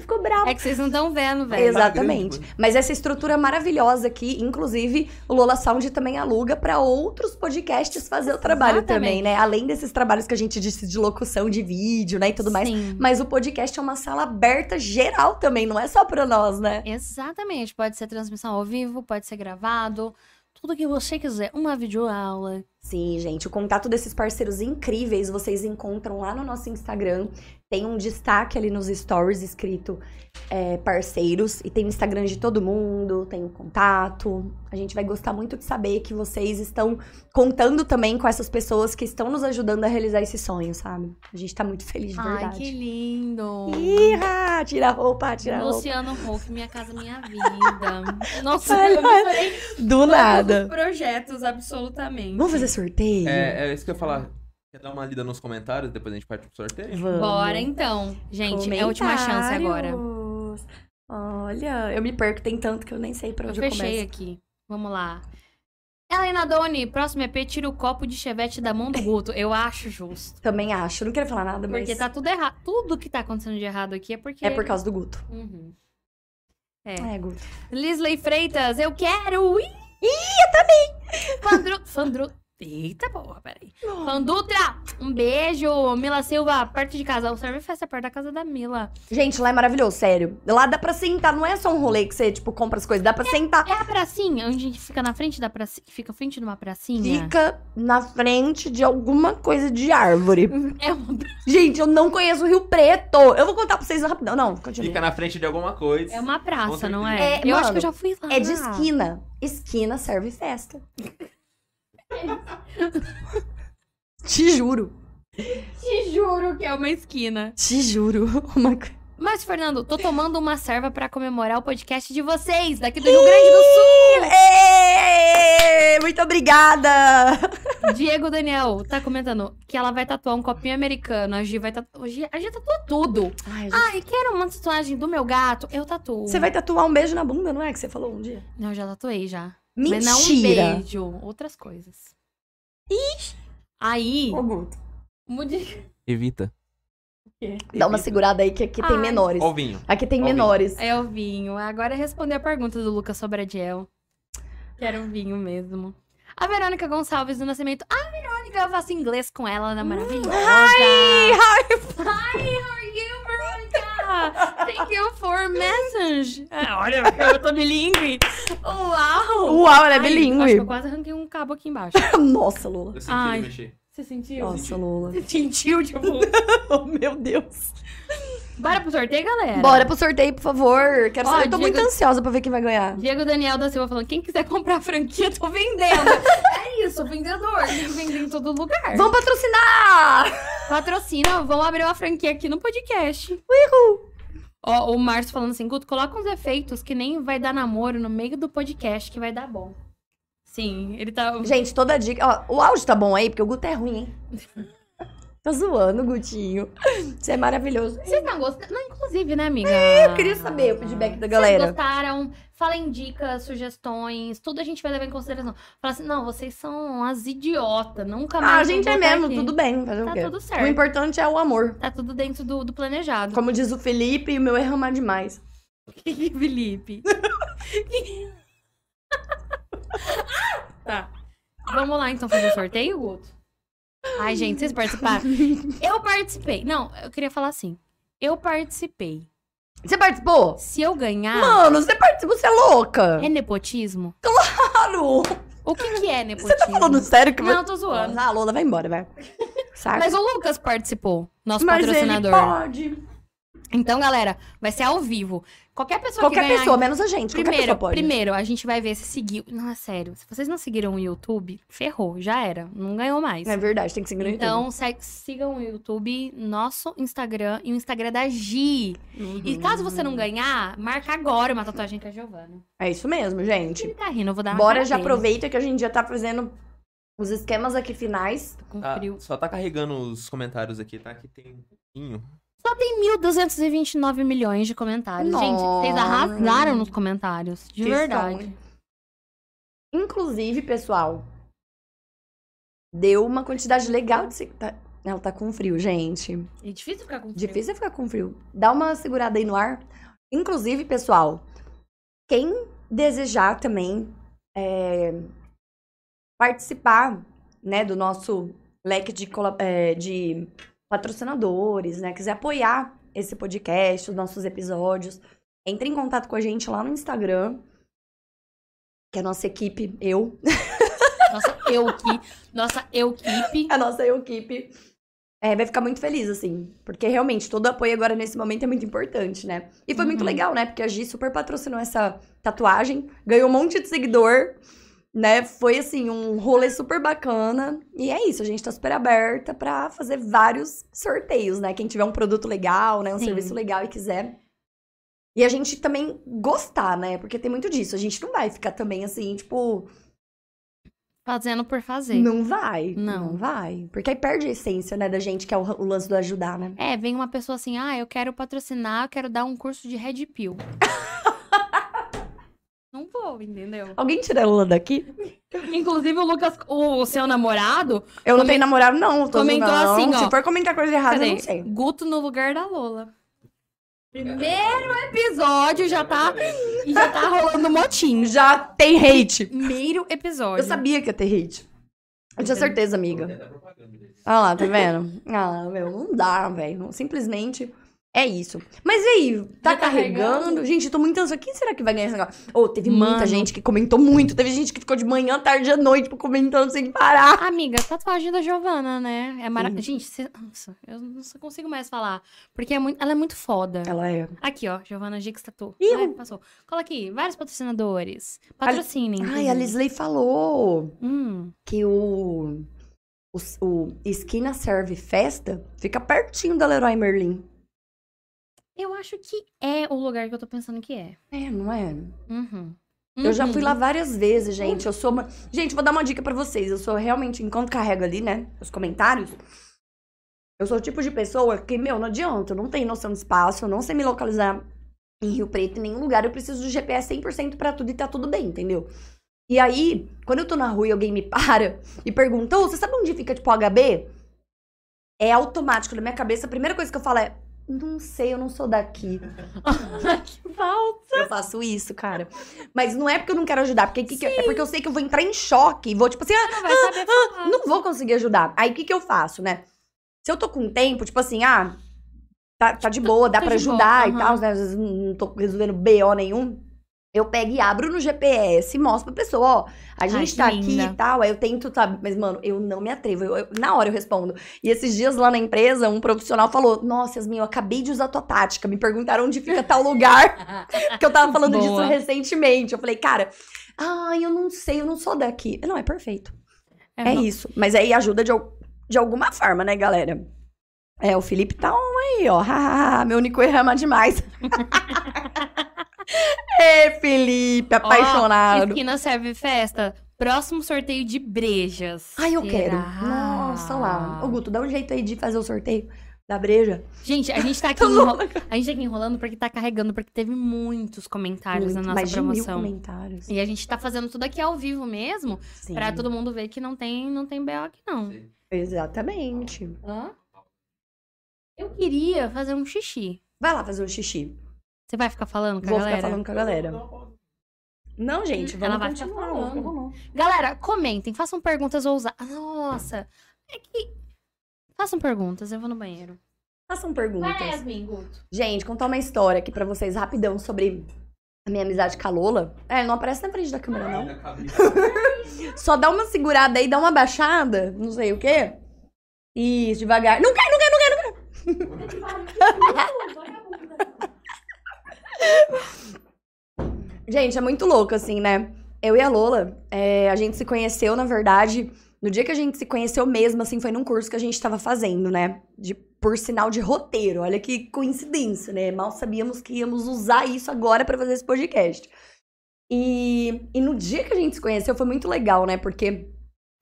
C: Ficou bravo.
D: É que vocês não estão vendo, velho.
A: Exato.
C: Exatamente.
A: É, tá grande,
C: Mas essa estrutura maravilhosa aqui, inclusive, o Lola Sound também aluga pra outros podcasts fazer o trabalho também,
D: Exatamente.
C: né? Além desses trabalhos que a gente disse de locução de vídeo, né, e tudo mais.
D: Sim.
C: Mas o podcast é uma sala aberta geral também, não é só pra nós, né?
D: Exatamente. Pode ser transmissão ao vivo, pode ser gravado. Tudo que você quiser. Uma videoaula.
C: Sim, gente, o contato desses parceiros incríveis vocês encontram lá no nosso Instagram. Tem um destaque ali nos stories escrito é, parceiros. E tem o Instagram de todo mundo, tem o contato. A gente vai gostar muito de saber que vocês estão contando também com essas pessoas que estão nos ajudando a realizar esse sonho, sabe? A gente tá muito feliz de
D: Ai, que
C: verdade.
D: lindo.
C: Ih, tira a roupa, tira a roupa.
D: Luciano Huck, Minha Casa Minha
C: [laughs]
D: Vida. Nossa,
C: Olha,
D: eu misturei
C: Do
D: todos
C: nada.
D: os projetos, absolutamente.
C: Vamos fazer sorteio?
A: É,
E: É isso que eu ia falar. Quer dar uma lida nos comentários, depois a gente parte pro sorteio?
C: Vamos.
D: Bora então. Gente, é a última chance agora.
C: Comentários. Olha, eu me perco, tem tanto que eu nem sei pra
D: Eu
C: onde
D: fechei
C: eu começo.
D: aqui. Vamos lá. Helena Doni, próximo EP, tira o copo de chevette da mão do Guto. Eu acho justo.
C: Também acho, não quero falar nada, mas
D: Porque tá tudo errado. Tudo que tá acontecendo de errado aqui é porque.
C: é por causa do Guto.
D: Uhum. É.
C: É, Guto.
D: Lisley Freitas, eu quero! Ih, eu também! Fandru... Fandru... Eita porra, peraí. Fandutra, um beijo! Mila Silva, parte de casa. O serve festa é perto da casa da Mila.
C: Gente, lá é maravilhoso, sério. Lá dá pra sentar, não é só um rolê que você, tipo, compra as coisas, dá pra sentar.
D: É a pracinha, onde a gente fica na frente da pracinha. Fica à frente de uma pracinha.
C: Fica na frente de alguma coisa de árvore.
D: É uma, pra-
C: Gente, eu não conheço o Rio Preto. Eu vou contar pra vocês rapidão. Não, continua.
A: Fica na frente de alguma coisa.
D: é uma praça, não
C: É,
D: é? eu
C: mano,
D: acho que eu já fui lá.
C: É de esquina. Esquina serve
D: [laughs]
C: festa. Te juro.
D: Te juro que é uma esquina.
C: Te juro. Uma co-
D: Mas, Fernando, tô tomando uma serva pra comemorar o podcast de vocês, daqui do Rio Grande do Sul.
C: Ê, Muito obrigada!
D: Diego Daniel tá comentando que ela vai tatuar um copinho americano. A Gi vai tatuar. A Gi, a Gi tatuou tudo.
C: Ai, gente.
D: Ai, quero uma tatuagem do meu gato. Eu tatuo.
C: Você vai tatuar um beijo na bunda, não é? Que você falou um dia.
D: Não, já tatuei já. Mas Não um
C: Mentira!
D: beijo. Outras coisas. Aí.
C: Ô, Guto,
D: Mude.
E: Evita.
C: Dá uma segurada aí que aqui tem
D: Ai.
C: menores.
A: Ó o vinho.
C: Aqui tem
A: Ó o vinho.
C: menores.
D: É o vinho. Agora é responder a pergunta do Lucas Sobradiel. Quero [laughs] um vinho mesmo. A Verônica Gonçalves do Nascimento. Ah, Verônica, eu faço inglês com ela, ela é maravilhosa. Hi, how are you? Hi, how are you, Verônica? Thank you é um for message. É, olha, eu tô bilíngue. Um Uau!
C: Uau, ela é
D: Ai, acho que eu
C: bilíngue.
D: quase arranquei um cabo aqui embaixo.
C: [laughs] Nossa, Lula.
A: Eu senti
D: Ai.
A: ele mexer.
D: [laughs] Você sentiu?
C: Nossa,
D: [laughs]
C: Lula.
D: Sentiu, tipo...
C: Oh, meu Deus.
D: Bora pro sorteio, galera?
C: Bora pro sorteio, por favor. Quero
D: Ó,
C: saber. Eu tô
D: Diego-
C: muito ansiosa pra ver quem vai ganhar.
D: Diego Daniel da Silva falando, quem quiser comprar a franquia, tô vendendo. [laughs] é isso, vendedor. Tem que vender em todo lugar.
C: Vamos patrocinar!
D: Patrocina, vamos abrir uma franquia aqui no podcast. Ó, o Márcio falando assim, Guto, coloca uns efeitos que nem vai dar namoro no meio do podcast, que vai dar bom. Sim, ele tá...
C: Gente, toda dica. Ó, o áudio tá bom aí, porque o Guto é ruim, hein? Tá zoando, Gutinho. Você é maravilhoso.
D: Vocês não gostam? Não, inclusive, né, amiga?
C: Eu queria saber o feedback da
D: Vocês
C: galera.
D: gostaram? Falem dicas, sugestões, tudo a gente vai levar em consideração. Fala assim, não, vocês são as idiotas, nunca mais
C: Ah, a
D: vão
C: gente é
D: botar
C: mesmo,
D: aqui.
C: tudo bem. Fazer o
D: Tá
C: quê?
D: tudo
C: O
D: certo.
C: importante é o amor.
D: Tá tudo dentro do, do planejado.
C: Como diz o Felipe, o meu é amar demais.
D: Felipe. tá. Vamos lá, então, fazer o sorteio, Guto? Ai, gente,
C: [laughs]
D: vocês participaram. Eu participei. Não, eu queria falar assim. Eu participei.
C: Você participou?
D: Se eu ganhar,
C: Mano, você participou, você é louca!
D: Ah. é nepotismo?
C: Claro!
D: O que, que é nepotismo?
C: Você tá falando sério que
D: Não, eu tô zoando.
C: você... Ah, Lola, vai embora, vai. Saca?
D: [laughs] Mas o Lucas participou, nosso
C: Mas ele
D: patrocinador.
C: pode.
D: Então, galera, vai ser ao vivo. Qualquer pessoa que
C: Qualquer
D: ganhar
C: pessoa, menos a gente. qualquer
D: Primeiro,
C: pessoa pode.
D: primeiro, a gente vai ver se seguiu. Não, é sério. Se vocês não seguiram o YouTube, ferrou, já era. Não ganhou mais.
C: É verdade, tem que seguir no
D: então, segue- sigam o YouTube, nosso Instagram e o Instagram da Gi.
C: YouTube.
D: E caso você
C: Hum.
D: não ganhar, marca agora uma tatuagem com a Giovana.
C: É isso mesmo,
D: Ele
C: gente.
D: tá rindo, eu vou dar na
C: Tipo, Bora,
D: cara
C: já
D: dele.
C: aproveita que a gente já tá fazendo os esquemas aqui finais.
D: Com
A: Tá,
D: frio.
A: só tá carregando os comentários aqui, tá? Que tem vinho.
D: Tem 1.229 milhões de comentários. Gente, vocês
C: Nossa.
D: arrasaram nos comentários. De
C: Vocês
D: verdade.
C: são- Inclusive, pessoal, deu uma quantidade legal de. se- Tá... Não, tá com frio, gente.
D: É difícil ficar com frio.
C: Difícil é ficar com frio. Dá uma segurada aí no ar. Inclusive, pessoal, quem desejar também é, participar né, do nosso leque de, colab- é, de patrocinadores, né? Quiser apoiar esse podcast, os nossos episódios, entre em contato com a gente lá no Instagram. Que a nossa equipe, eu,
D: Nossa, eu que. Nossa, eu que.
C: a nossa eu equipe, é, vai ficar muito feliz, assim. Porque realmente todo apoio agora nesse momento é muito importante, né? E foi muito
D: Uhum.
C: legal, né? Porque a Gi super patrocinou essa tatuagem, ganhou um monte de seguidor, né? Foi, assim, um rolê super bacana. E é isso, a gente tá super aberta pra fazer vários sorteios, né? Quem tiver um produto legal, né? Um
D: Sim.
C: serviço legal e quiser. E a gente também gostar, né? Porque tem muito disso. A gente não vai ficar também assim, tipo,
D: Fazendo por fazer.
C: não vai.
D: Não.
C: vai. Porque aí perde a essência, né, da gente, que é o, o lance do ajudar, né?
D: É, vem uma pessoa assim, ah, eu quero patrocinar, eu quero dar um curso de Red Pill. Não
C: [laughs]
D: vou, entendeu?
C: Alguém tira a Lula daqui?
D: Inclusive, o Lucas, o seu namorado,
C: Eu não
D: Comen-
C: tenho namorado, não. Tô
D: Comentou
C: não.
D: assim, ó.
C: Se for comentar coisa errada, eu
D: Cadê?
C: não sei.
D: Guto no lugar da Lola. Primeiro episódio já tá, e já tá rolando motim.
C: Já tem hate.
D: Primeiro
C: Eu
D: episódio.
C: sabia que ia ter hate. Eu tinha certeza, amiga. Olha lá, tá vendo? [laughs] Ah, meu, não dá, velho. Simplesmente é isso. Mas e aí, tá
D: Tá carregando?
C: carregando? Gente, eu tô muito ansiosa. Quem será que vai ganhar esse negócio? Ô, teve muita
D: Mano.
C: gente que comentou muito. Teve gente que ficou de manhã, tarde à noite, tipo, comentando sem parar.
D: Amiga, tatuagem da Giovana, né? É mara...
C: Sim.
D: Gente, cê- nossa, eu não só consigo mais falar. Porque é muito... ela é muito foda.
C: Ela é.
D: Aqui, ó, Giovana Gix Tatu.
C: Ih,
D: Ai, passou. Cola aqui, vários patrocinadores. Patrocinem.
C: Ai, a
D: inclusive.
C: Lisley falou.
D: Hum.
C: que o, o, o Esquina Serve Festa fica pertinho da Leroy Merlin.
D: Eu acho que é o lugar que eu tô pensando que é.
C: É, não é?
D: Uhum.
C: Eu já
D: Uhum.
C: fui lá várias vezes, gente. Eu sou uma. Gente, vou dar uma dica pra vocês. Eu sou realmente, enquanto carrego ali, né? Os comentários. Eu sou o tipo de pessoa que, meu, não adianta. Eu não tenho noção de espaço. Eu não sei me localizar em Rio Preto, em nenhum lugar. Eu preciso do GPS 100% pra tudo e tá tudo bem, entendeu? E aí, quando eu tô na rua e alguém me para e pergunta, "Ô, você sabe onde fica, tipo, o HB? É automático. Na minha cabeça, a primeira coisa que eu falo é, não sei, eu não sou daqui.
D: que falta.
C: Eu faço isso, cara. Mas não é porque eu não quero ajudar, porque que que eu- é porque eu sei que eu vou entrar em choque e vou, tipo assim, ah,
D: Não vai saber falar.
C: não vou conseguir ajudar. Aí o que, que eu faço, né? Se eu tô com tempo, tipo assim, ah, tá, tá de boa, dá
D: tá
C: pra
D: de boa,
C: ajudar e
D: aham.
C: tal, né? Às vezes não não tô resolvendo BO nenhum. Eu pego e abro no GPS e mostro pra pessoa, ó, a gente
D: que
C: tá aqui
D: linda.
C: e tal. Aí eu tento, sabe? Mas, mano, eu não me atrevo. Eu- eu- na hora eu respondo. E esses dias lá na empresa, um profissional falou: Nossa, Yasmin, eu acabei de usar tua tática. Me perguntaram onde fica tal lugar.
D: [laughs]
C: Porque eu tava falando disso
D: Boa.
C: recentemente. Eu falei, cara, ai, eu não sei, eu não sou daqui. Não, é perfeito. É,
D: não.
C: isso. Mas aí ajuda de, al- de alguma forma, né, galera? É, o Felipe tá um aí, ó. Ah, meu único erro é amar demais. [laughs] Ê, Felipe,
D: Ó,
C: apaixonado.
D: esquina serve festa. Próximo sorteio de brejas.
C: ai, eu quero.
D: Será?
C: Nossa, lá. Ô, Guto, dá um jeito aí de fazer o sorteio da breja.
D: Gente, a
C: [laughs]
D: gente tá aqui,
C: Tô
D: enro-
C: louca.
D: a gente tá aqui enrolando porque tá carregando, porque teve muitos comentários na
C: Muito,
D: nossa
C: mais de mil
D: promoção.
C: comentários.
D: E a gente tá fazendo tudo aqui ao vivo mesmo,
C: Sim,
D: pra todo mundo ver que não tem, não tem BO aqui não.
C: Exatamente.
D: Hã? Eu queria fazer um xixi.
C: Vai lá fazer um xixi.
D: Você vai ficar falando com a
C: Vou
D: galera?
C: ficar falando com a galera. Não, gente,
D: Hum,
C: vamos
D: ela vai ficar
C: continuar.
D: falando.
C: vamos lá.
D: Galera, comentem, façam perguntas ousadas. Nossa, é que... Façam perguntas, eu vou no banheiro.
C: Façam perguntas.
D: Vai, Yasmin, Guto.
C: Gente, contar uma história aqui pra vocês rapidão sobre a minha amizade com a Lola. É, não aparece na frente da câmera, não. Só dá uma segurada aí, dá uma baixada, não sei o quê. Isso, devagar. Não cai, não cai, não cai, não cai. Gente, é muito louco, assim, né? Eu e a Lola, é, a gente se conheceu, na verdade, no dia que a gente se conheceu mesmo, assim, foi num curso que a gente tava fazendo, né? De, por sinal de roteiro. Olha que coincidência, né? Mal sabíamos que íamos usar isso agora pra fazer esse podcast. E, e no dia que a gente se conheceu foi muito legal, né? Porque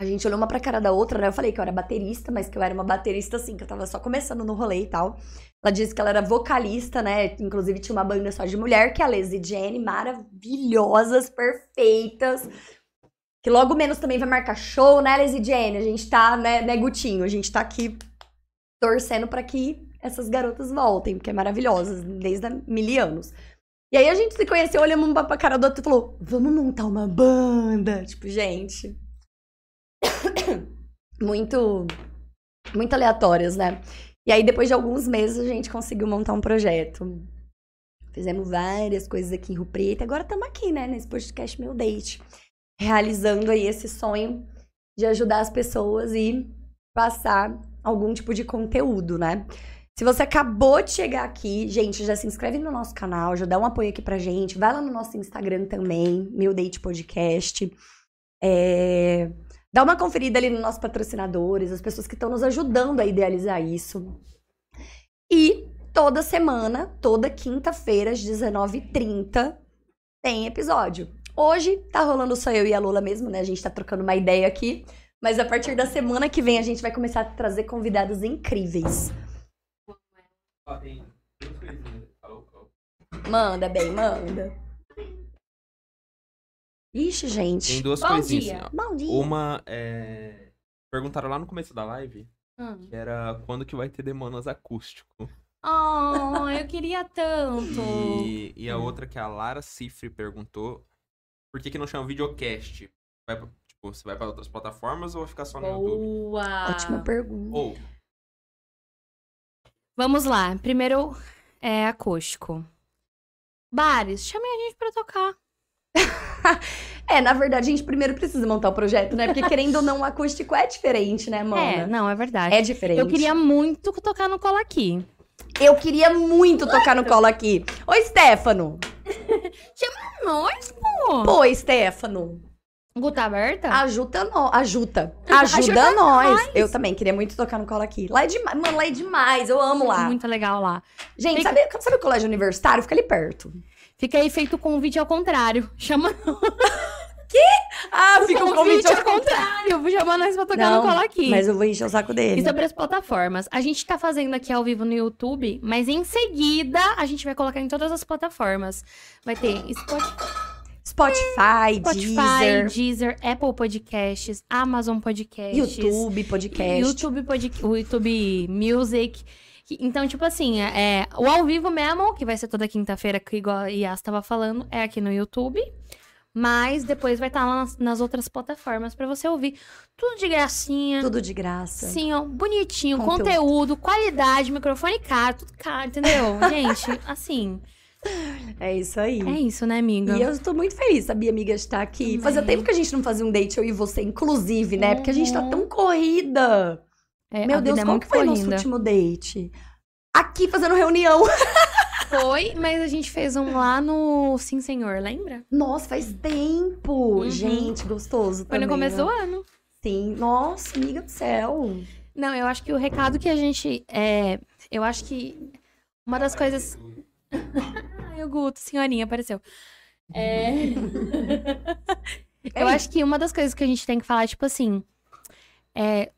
C: a gente olhou uma pra cara da outra, né? Eu falei que eu era baterista, mas que eu era uma baterista, assim, que eu tava só começando no rolê e tal. Ela disse que ela era vocalista, né? Inclusive tinha uma banda só de mulher, que é a Leslie Jenny, maravilhosas, perfeitas. Que logo menos também vai marcar show, né, Liz e Jenny? A gente tá, né, né, Gutinho? A gente tá aqui torcendo pra que essas garotas voltem, porque é maravilhosas, desde há mil anos. E aí a gente se conheceu, olhamos um pra cara do outro e falou: vamos montar uma banda. Tipo, gente. [coughs] muito. Muito aleatórias, né? E aí, depois de alguns meses, a gente conseguiu montar um projeto. Fizemos várias coisas aqui em Rio Preto. Agora estamos aqui, né? Nesse podcast Meu Date. Realizando aí esse sonho de ajudar as pessoas e passar algum tipo de conteúdo, né? Se você acabou de chegar aqui, gente, já se inscreve no nosso canal, já dá um apoio aqui pra gente. Vai lá no nosso Instagram também, Meu Date Podcast. É, Dá uma conferida ali nos nossos patrocinadores, as pessoas que estão nos ajudando a idealizar isso. E toda semana, toda quinta-feira, às 19h30, tem episódio. Hoje tá rolando só eu e a Lula mesmo, né? A gente tá trocando uma ideia aqui. Mas a partir da semana que vem a gente vai começar a trazer convidados incríveis.
F: Ó, tem duas coisinhas. Alô, alô.
C: Manda, bem, manda. Ixi,
A: Tem
C: gente.
A: duas
E: Bom
A: coisinhas
E: dia.
A: assim, ó.
C: Bom dia.
A: Uma é. Perguntaram lá no começo da live
E: Hum.
A: que era quando que vai ter Demonas acústico.
E: Oh, eu queria tanto.
C: [laughs]
A: E, e a outra que a Lara Cifre perguntou por que, que não chama videocast? Vai pra- tipo, você vai pra outras plataformas ou vai ficar só no YouTube?
E: Boa.
C: Ótima pergunta.
A: Ou
E: Vamos lá. Primeiro é acústico. Bares, chamem a gente pra tocar.
C: É, na verdade, a gente primeiro precisa montar o projeto, né? Porque querendo ou não, o acústico é diferente, né,
E: É,
C: mana?
E: não, é verdade.
C: É, diferente.
E: Eu queria muito tocar no cola aqui.
C: Eu queria muito tocar no colo aqui. Oi, Stefano.
E: Nós, pô.
C: Pô, Stefano.
E: Guta aberta?
C: Ajuda nós. Ajuda. Tá. Ajuda nós. Eu também queria muito tocar no colo aqui. Lá é demais. Mano, lá é demais. Eu amo lá.
E: Muito legal lá.
C: Gente,
E: Fica-
C: sabe, sabe o colégio universitário? Fica ali perto.
E: Fica aí feito o convite ao contrário. [laughs] Chama
C: Ah, fica um convite.
E: ao contrário. Vou chamar nós pra tocar
C: Não,
E: no cola aqui.
C: Mas eu vou encher o saco dele.
E: E sobre as plataformas. A gente tá fazendo aqui ao vivo no YouTube, mas em seguida a gente vai colocar em todas as plataformas. Vai ter Spotify,
C: Spotify,
E: Deezer,
C: Deezer,
E: Apple Podcasts, Amazon Podcasts,
C: YouTube, podcast.
E: YouTube, Podca- o YouTube Music. Que- Então, tipo assim, é, o ao vivo mesmo, que vai ser toda quinta-feira, que igual a Yas tava falando, é aqui no YouTube. Mas depois vai estar lá nas, nas outras plataformas pra você ouvir. Tudo de gracinha.
C: Tudo de graça.
E: Sim, ó, bonitinho,
C: Conteúdo.
E: conteúdo. qualidade, microfone caro, tudo caro,
C: [laughs]
E: entendeu? Gente, assim,
C: É isso aí.
E: é isso, né, amiga?
C: E eu tô muito feliz, sabia, amiga, de estar aqui.
E: Também.
C: Fazia tempo que a gente não fazia um date, eu e você, inclusive, né? Porque a gente tá
E: Uhum.
C: tão corrida.
E: É, a
C: Meu
E: vida
C: Deus,
E: é
C: qual
E: muito
C: que foi o nosso
E: corrida.
C: último date? Aqui fazendo reunião. [laughs]
E: Foi, mas a gente fez um lá no Sim Senhor, lembra?
C: Nossa, faz tempo.
E: Uhum.
C: Gente, gostoso.
E: Foi
C: também,
E: no começo
C: né?
E: do ano.
C: Sim. Nossa, amiga do céu.
E: Não, eu acho que o recado que a gente. É, eu acho que uma das coisas. [laughs] Ai, o Guto, senhorinha, apareceu. É. Eu acho que uma das coisas que a gente tem que falar, tipo assim, é.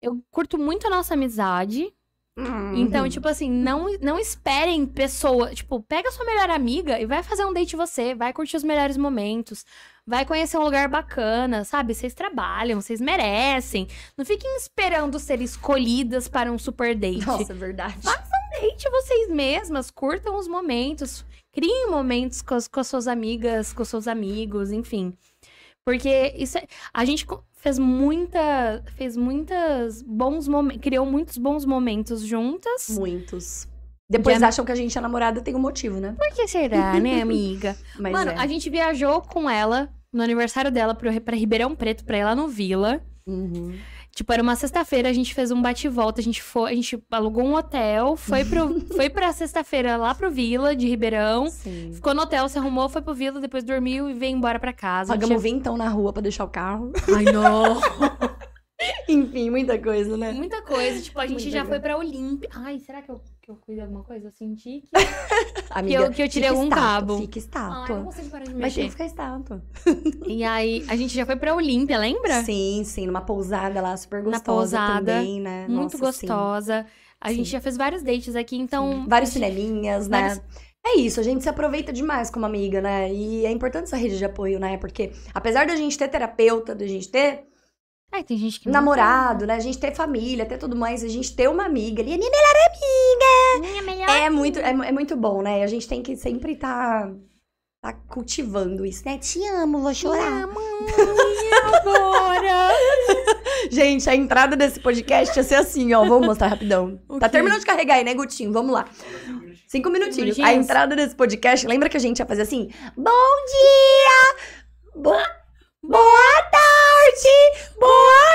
E: Eu curto muito a nossa amizade.
C: Hum. Uhum.
E: Então, tipo assim, não, não esperem pessoa. Tipo, pega sua melhor amiga e vai fazer um date você, vai curtir os melhores momentos, vai conhecer um lugar bacana, sabe? Vocês trabalham, vocês merecem. Não fiquem esperando ser escolhidas para um super date.
C: Nossa, é verdade.
E: Date vocês mesmas, curtam os momentos, criem momentos com as, com as suas amigas, com os seus amigos, enfim. Porque isso é- a gente co- fez muita, fez muitas bons momentos, criou muitos bons momentos juntas.
C: Muitos. Depois
E: Já-
C: acham que a gente é namorada, tem um motivo, né?
E: Por que será, né, amiga?
C: Mas
E: Mano,
C: é.
E: a gente viajou com ela no aniversário dela pro, pra Ribeirão Preto, pra ir lá no Vila.
C: Uhum.
E: Tipo, era uma sexta-feira, a gente fez um bate-volta, a gente foi, a gente alugou um hotel, foi, pro, foi pra sexta-feira lá pro Vila de Ribeirão.
C: Sim.
E: Ficou no hotel, se arrumou, foi pro Vila, depois dormiu e veio embora pra casa. A gente
C: Pagamos é um vintão na rua pra deixar o carro. [laughs]
E: é- Ai, não!
C: Enfim, muita coisa, né?
E: Muita coisa, tipo, a gente
C: Muito
E: já
C: legal.
E: foi pra Olímpia. Ai, será que eu, que eu cuido de alguma coisa? Eu senti que...
C: Amiga,
E: que eu- que eu tirei
C: fica
E: algum
C: estátua,
E: cabo. Ai,
C: Fica
E: eu não
C: estátua.
E: consigo parar de
C: Vai ter que
E: mexer.
C: ficar estátua.
E: E aí, a gente já foi pra Olímpia, lembra?
C: Sim, sim, numa pousada lá, super
E: Na
C: gostosa
E: pousada,
C: também, né?
E: Muito
C: Nossa, sim.
E: gostosa. A
C: Sim.
E: gente já fez vários dates aqui, então.
C: Vários cineminhas, né?
E: Vários-
C: É isso, a gente se aproveita demais como amiga, né? E é importante essa rede de apoio, né? Porque apesar da gente ter terapeuta, da gente ter
D: Ai, tem gente que. não
C: namorado, né? A gente ter família, ter tudo mais, a gente ter uma amiga ali, é a minha melhor
D: tem. Minha melhor.
C: É muito, é, mu- é muito bom, né? A gente tem que sempre estar tá, tá cultivando isso, né? Te amo, vou
D: Minha mãe, agora.
C: Gente, a entrada desse podcast ia ser assim, ó. Vamos mostrar [laughs] rapidão.
D: O
C: Tá
D: quê?
C: terminando de carregar aí, né, Gutinho? Vamos lá. Cinco minutinhos. A
D: minutinhos?
C: entrada desse podcast, lembra que a gente ia fazer assim? Bom dia! Boa, boa tarde! Boa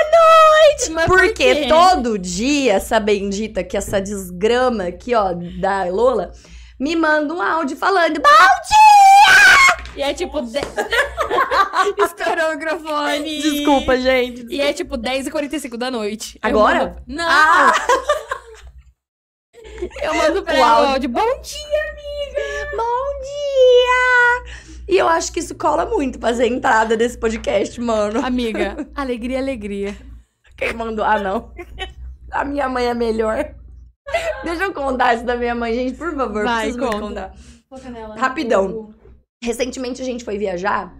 C: noite!
D: Mas por
C: Porque
D: quê?
C: todo dia essa bendita que essa desgrama aqui, ó, da Lola, me manda um áudio falando
D: [laughs] E é tipo. de- Estourou o microfone.
C: Desculpa, gente.
D: E é tipo 10h45 da noite. Eu
C: Agora?
D: mando- Não!
C: Ah!
D: Eu mando pra
C: O
D: ela o
C: áudio.
D: áudio. Bom dia!
C: Bom dia! E eu acho que isso cola muito fazer a entrada desse podcast, mano. [laughs]
D: Amiga, alegria, alegria.
C: Quem mandou? Ah, não. A minha mãe é melhor. Deixa eu contar isso da minha mãe, gente, por favor.
D: Vai,
C: preciso muito
D: conta.
C: contar.
D: né?
C: Rapidão. Recentemente a gente foi viajar,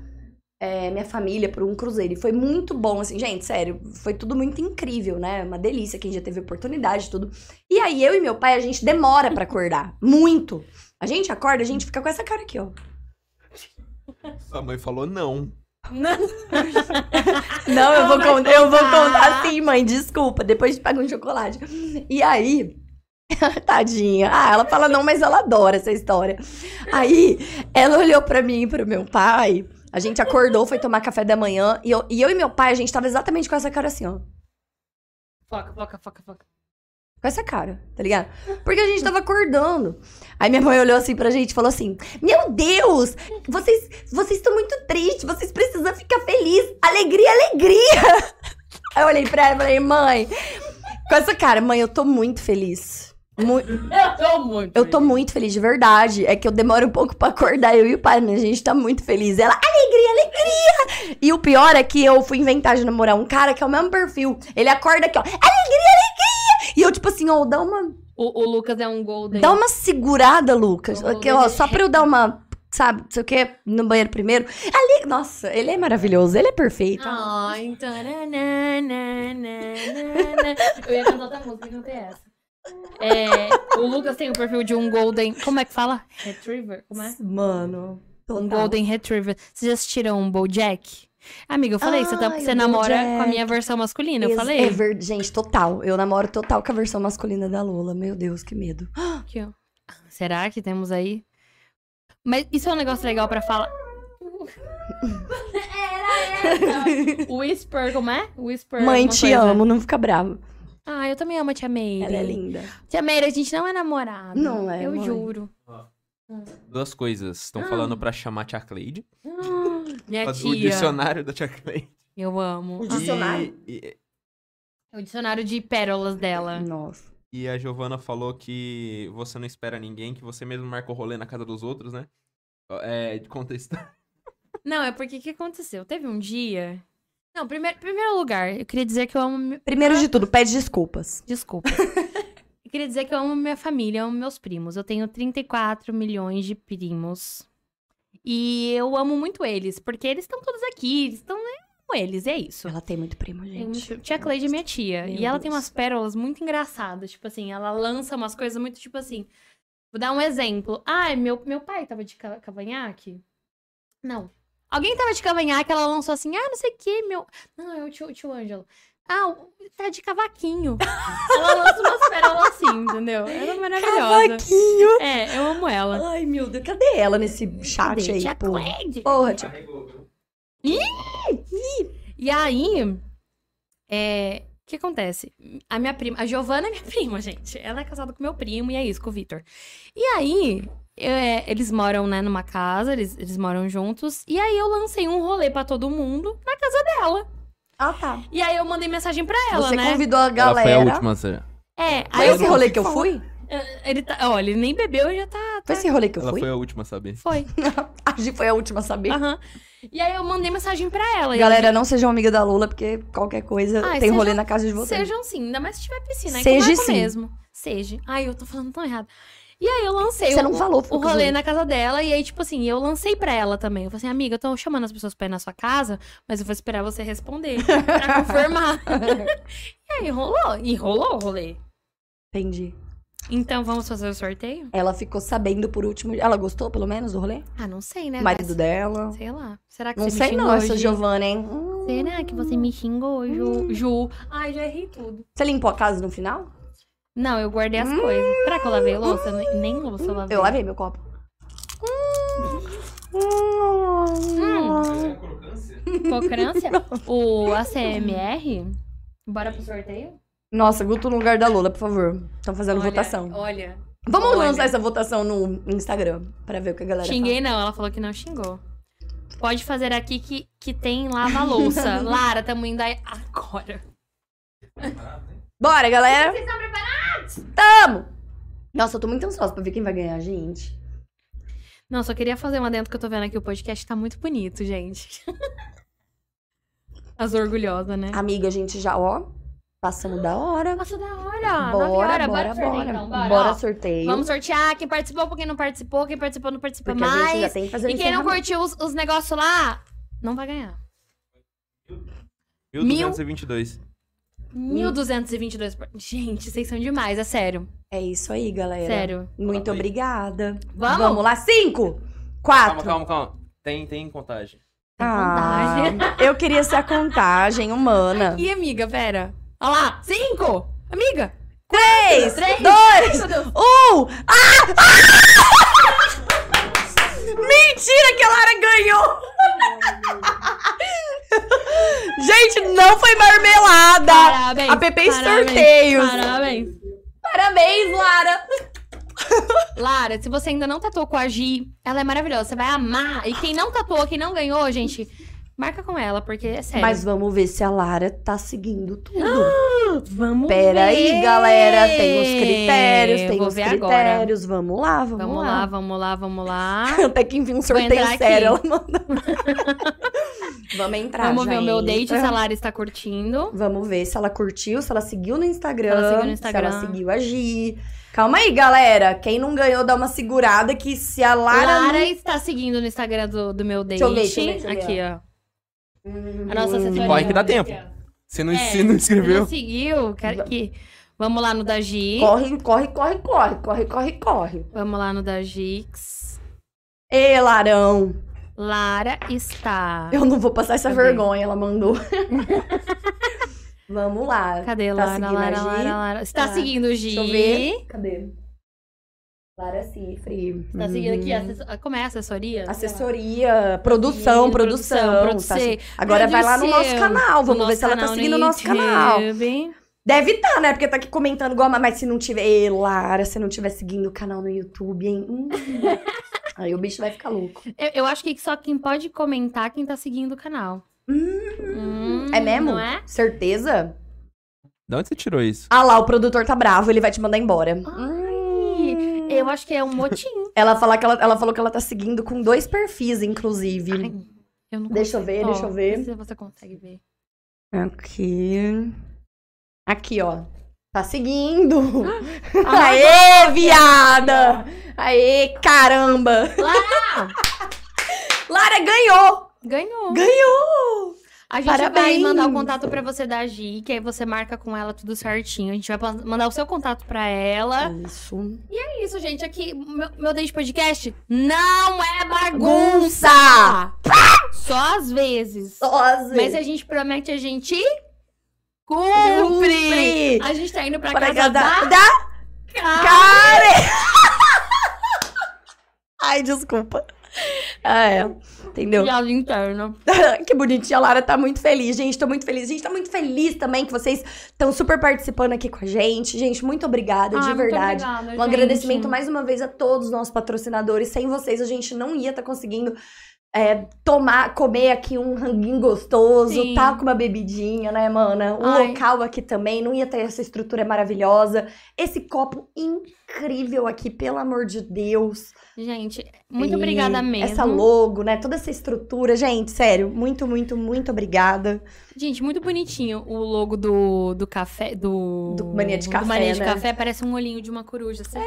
C: é, minha família, por um cruzeiro. E foi muito bom, assim, gente, sério. Foi tudo muito incrível, né? Uma delícia, quem já teve oportunidade, tudo. E aí, eu e meu pai, a gente demora pra acordar. Muito. A gente acorda, a gente fica com essa cara aqui, ó.
A: Sua mãe falou não.
D: Não.
C: Não, eu vou,
D: Não vai
C: contar, eu vou
D: contar.
C: contar sim, mãe. Desculpa. Depois te paga um chocolate. E aí. [laughs] Tadinha. Ah, ela fala não, mas ela adora essa história. Aí, ela olhou pra mim e pro meu pai. A gente acordou, foi tomar café da manhã. E eu e, eu e meu pai, a gente tava exatamente com essa cara assim, ó.
D: Foca, foca, foca, foca.
C: Com essa cara, tá ligado? Porque a gente tava acordando. Aí minha mãe olhou assim pra gente e falou assim: Meu Deus, vocês vocês estão muito tristes, vocês precisam ficar felizes. Alegria, alegria! [laughs] Aí eu olhei pra ela e falei: Mãe, com essa cara, mãe, eu tô muito feliz. Mu-
D: Eu tô muito.
C: eu tô muito feliz, de verdade. É que eu demoro um pouco pra acordar, eu e o pai, né? A gente tá muito feliz. Ela, alegria, alegria! E o pior é que eu fui inventar de namorar um cara que é o mesmo perfil. Ele acorda aqui, ó, alegria, alegria! E eu, tipo assim, ó, dá uma.
D: O, o Lucas é um golden.
C: Dá uma segurada, Lucas.
D: Vamos
C: Aqui, ó,
D: ver.
C: só pra eu dar uma, sabe, não sei o quê, no banheiro primeiro. Ali, nossa, ele é maravilhoso, ele é perfeito.
D: Ah. Ai, tarananana. Eu ia cantar outra música, cantei essa. É, o Lucas tem o perfil de um golden... Como é que fala? Retriever? Como é?
C: Mano,
D: Um
C: total.
D: Golden Retriever. Vocês já assistiram um BoJack? Amiga, eu falei, você, tá-
C: Ai,
D: você
C: o
D: namora
C: BoJack.
D: com a minha versão masculina, eu
C: Ex-
D: falei?
C: É ver... Gente, total. Eu namoro total com a versão masculina da Lola. Meu Deus, que medo.
D: Aqui, ó. Será que temos aí? Mas isso é um negócio legal pra falar. Era essa. [laughs] Whisper, como é? Whisper.
C: Mãe,
D: alguma
C: te
D: coisa.
C: amo, não fica brava.
D: Ah, eu também amo a Tia Meire.
C: Ela é linda.
D: Tia Meire, a gente não é namorado.
C: Não é,
D: Eu
C: mãe.
D: juro.
A: Duas coisas. Estão falando pra chamar a Tia Cleide.
D: Minha
A: O
D: tia.
A: dicionário da Tia Cleide.
D: Eu amo.
C: O dicionário.
A: E,
D: É o dicionário de pérolas dela.
C: Nossa.
A: e- e a Giovana falou que você não espera ninguém, que você mesmo marca o rolê na casa dos outros, né? É, de [laughs] contestar.
D: Não, é porque o que aconteceu? Teve um dia. Não, primeiro, primeiro lugar, eu queria dizer que eu amo. mi-
C: Primeiro de tudo, pede desculpas.
D: Desculpa. eu queria dizer que eu amo minha família, eu amo meus primos. Eu tenho 34 milhões de primos. E eu amo muito eles, porque eles estão todos aqui, eles estão eu amo eles, e é isso.
C: Ela tem muito primo, gente.
D: Tia Cleide é minha tia.
C: Meu
D: e ela tem
C: Deus.
D: umas pérolas muito engraçadas. Tipo assim, ela lança umas coisas muito tipo assim. Vou dar um exemplo. Ai, meu, meu pai tava de ca- cavanhaque? Não. Alguém tava de cavanhaque, ela lançou assim. Ah, não sei o que, meu. Não, é o tio, o tio Ângelo. Ah, o- tá
C: [laughs]
D: de cavaquinho. ela lança umas pérolas assim, entendeu? Ela é maravilhosa.
C: Cavaquinho.
D: É, eu amo ela.
C: Ai, meu Deus. Cadê ela nesse chat
D: Cadê?
C: aí,
D: Tia
C: pô?
D: Cleide.
C: Porra, tia.
D: E aí, é, o que acontece? A minha prima, a Giovana é minha [laughs] prima, gente. Ela é casada com meu primo e é isso, com o Vitor. E aí, é, eles moram, né, numa casa, eles, eles moram juntos. E aí eu lancei um rolê pra todo mundo na casa dela.
C: Ah, tá.
D: E aí eu mandei mensagem pra ela,
C: Você
D: né?
C: convidou a
A: Ela foi a
C: galera.
A: última, será?
D: É,
C: Foi
D: aí eu
C: esse rolê que eu fui?
D: ele tá, olha, ele nem bebeu e já tá,
C: Foi esse rolê que eu
A: Ela
C: fui?
A: foi a última, sabe?
D: foi.
C: A Gi foi a última a saber.
D: Aham. E aí eu mandei mensagem pra ela. e ela
C: Galera, não sejam amiga da Lula, porque qualquer coisa
D: Ai,
C: tem
D: seja-
C: rolê na casa de vocês.
D: Sejam sim, ainda mais se tiver piscina.
C: Seja
D: Seja sim.
C: sim.
D: mesmo. Seja. Ai, eu tô falando tão errado. E aí eu lancei um
C: Você
D: o,
C: não falou
D: o
C: pro
D: rolê na casa dela. E aí, tipo assim, eu lancei pra ela também. Eu falei assim, amiga, eu tô chamando as pessoas pra ir na sua casa, mas eu vou esperar você responder [laughs] pra confirmar. e aí rolou. E rolou o rolê.
C: Entendi.
D: Então vamos fazer o sorteio?
C: Ela ficou sabendo por último. Ela gostou, pelo menos, do rolê?
D: Ah, não sei, né?
C: O marido dela.
D: Mas, Sei lá. Será que
C: Não
D: você
C: sei
D: me xingou
C: não, essa
D: hoje?
C: Giovana, hein? Hum,
D: Será que você me xingou, Ju? Hum. Ju. Ai, já errei tudo.
C: Você limpou a casa no final?
D: Não, eu guardei as
C: Hum.
D: coisas. Será que eu lavei louça? Nem- Nem louça eu lavei.
C: Eu lavei meu copo.
D: Hum.
C: Hum. [laughs]
D: Cocrância? o ACMR? Bora pro sorteio?
C: Nossa, Guto no lugar da Lula, por favor. Estão fazendo
D: Olha,
C: votação.
D: Olha.
C: Vamos
D: olha.
C: lançar essa votação no Instagram pra ver o que a galera
D: né? Xinguei não, ela falou que não xingou. Pode fazer aqui que, que
C: [laughs]
D: tem lava-louça. Lara, tamo indo aí agora.
C: fala. Bora, galera!
D: Vocês estão preparados?
C: Tamo! Nossa, eu tô muito ansiosa pra ver quem vai ganhar, gente.
D: Não, só queria fazer uma dentro que eu tô vendo aqui. O podcast tá muito bonito, gente. [laughs] As orgulhosas, né?
C: Amiga, a gente já, ó, passamos da hora.
D: Nossa, da hora. Ah, Nove
C: Bora,
D: horas,
C: bora,
D: pro sorteio,
C: bora.
D: então,
C: Bora
D: Ó,
C: sorteio.
D: Vamos sortear quem participou, quem não participou, quem participou não participa
C: porque a gente já
D: mais.
C: tem que fazer o
D: E quem não
C: encerramento.
D: curtiu os, os negócios lá, não vai ganhar.
A: 1222.
D: 1.222. por- Gente, vocês são demais, é sério.
C: É isso aí, galera.
D: Sério.
C: Muito
A: Fala aí.
C: obrigada.
D: Vamos?
C: lá, cinco, quatro.
A: Calma, calma, calma. Tem, tem contagem.
D: Tem
C: Ah, eu queria ser a contagem humana.
D: E amiga, pera. Olha lá, cinco! Amiga!
C: Três,
D: Três.
C: dois,
D: Meu Deus.
C: um. Ah! Ah! [laughs] Mentira que a Lara ganhou! [laughs] Gente, não foi marmelada!
D: Parabéns!
C: Tá. a Pepe é em
D: parabéns,
C: sorteios.
D: Parabéns!
C: Parabéns, Lara!
D: Lara, se você ainda não tatuou com a Gi, ela é maravilhosa, você vai amar. E quem não tatuou, quem não ganhou, gente, marca com ela, porque é sério.
C: Mas vamos ver se a Lara tá seguindo tudo.
D: vamos
C: Pera aí,
D: ver.
C: galera, tem os critérios, tem
D: Vou
C: os
D: ver agora.
C: critérios. Vamos lá, vamos,
D: Vamos lá, vamos lá, vamos lá.
C: [laughs]
D: [laughs]
C: Até que enfim um sorteio
D: entrar aqui.
C: sério, ela manda. [laughs] vamos entrar,
D: Vamos ver o meu
C: gente.
D: date, se a Lara está curtindo.
C: Vamos ver se ela curtiu, se ela seguiu no Instagram.
D: Se ela seguiu no Instagram.
C: Se ela seguiu a Gi. Calma aí, galera. Quem não ganhou, dá uma segurada que se a Lara...
D: Lara, é
C: não-
D: está seguindo no Instagram do, do meu date.
C: Deixa eu ver, deixa eu ver, deixa eu ver, Hum.
D: Aqui, ó.
C: Uhum.
D: A nossa assessoria.
A: corre que dá tempo. Você não,
D: É,
A: você não
D: Você não
A: escreveu?
D: seguiu? Quero que... Vamos lá no da Gi.
C: Corre, corre, corre, corre, corre, corre, corre.
D: Vamos lá no da Gix.
C: Ê, Larão.
D: Lara está...
C: Eu não vou passar essa
D: Cadê?
C: vergonha, ela
D: [laughs]
C: mandou. Vamos lá.
D: Cadê
C: Tá
D: Lara,
C: seguindo a
D: Lara,
C: Gi?
D: Lara, Lara? Está
C: Tá.
D: seguindo o Gi.
C: Deixa eu ver. Cadê? Lara Cifre. Uhum.
D: Está Tá seguindo
C: Hum.
D: aqui a assessor- Como é a assessoria?
C: Assessoria, produção,
D: Sim,
C: produção.
D: produção,
C: tá
D: produ-
C: se- Agora vai lá no nosso
D: Produção.
C: canal. Vamos ver se ela tá seguindo o nosso canal. Deve estar, né? Porque tá aqui comentando igual. a- Mas se não tiver. Ê, Lara, se não tiver seguindo o canal no YouTube, hein? Hum.
D: [laughs]
C: Aí o bicho vai ficar louco.
D: Eu, eu acho que só quem pode comentar é quem tá seguindo o canal. Hum,
C: é mesmo?
D: Não é?
C: Certeza?
A: De onde você tirou isso?
C: Ah lá, o produtor tá bravo, ele vai te mandar embora. Hum.
D: Eu acho que é um motim.
C: Ela, fala que ela, ela falou que ela tá seguindo com dois perfis, inclusive.
D: Ai, eu não
C: Deixa eu ver,
D: consigo.
C: deixa eu
D: Ó,
C: ver.
D: não sei Se você consegue ver.
C: Aqui. Aqui, ó. Tá
D: [gasps]
C: seguindo.
D: Ah,
C: Aê, viada! Aê, caramba!
D: Lara!
C: [laughs] Lara ganhou!
D: Ganhou.
C: Ganhou!
D: A gente vai
C: Parabéns.
D: mandar o contato pra você da Gi, que aí você marca com ela tudo certinho. A gente vai pa- mandar o seu contato pra ela.
C: Isso.
D: É isso, gente. Aqui, meu, meu Date Podcast não é bagunça.
C: Gunça!
D: Só às vezes.
C: Sose!
D: Mas a gente promete, a gente cumpre. A gente tá indo pra,
C: Para
D: casa
C: é cada...
D: da
C: [laughs] da
D: Ca-
C: Karen! [laughs] Ai, desculpa. Ah, é. Entendeu? [laughs]
D: Diálogo interno.
C: que bonitinha, a Lara tá muito feliz, gente. Tô muito feliz. Gente, tá muito feliz também que vocês estão super participando aqui com a gente. Gente, muito obrigada,
D: Ah,
C: de
D: muito
C: verdade.
D: obrigada, gente.
C: Um agradecimento mais uma vez a todos os nossos patrocinadores. Sem vocês, a gente não ia estar conseguindo é, tomar, comer aqui um ranguinho gostoso,
D: Sim.
C: tá com uma bebidinha, né, mana? O
D: Ai.
C: local aqui também não ia ter essa estrutura maravilhosa. Esse copo incrível aqui, pelo amor de Deus.
D: Gente, muito
C: E
D: obrigada mesmo.
C: Essa logo, né? Toda essa estrutura, gente, sério, muito, muito, muito obrigada.
D: Gente, muito bonitinho o logo do, do café. Do...
C: Do Mania de
D: do
C: Café,
D: Mania de
C: né? É.
D: Café parece um olhinho de uma coruja. Você...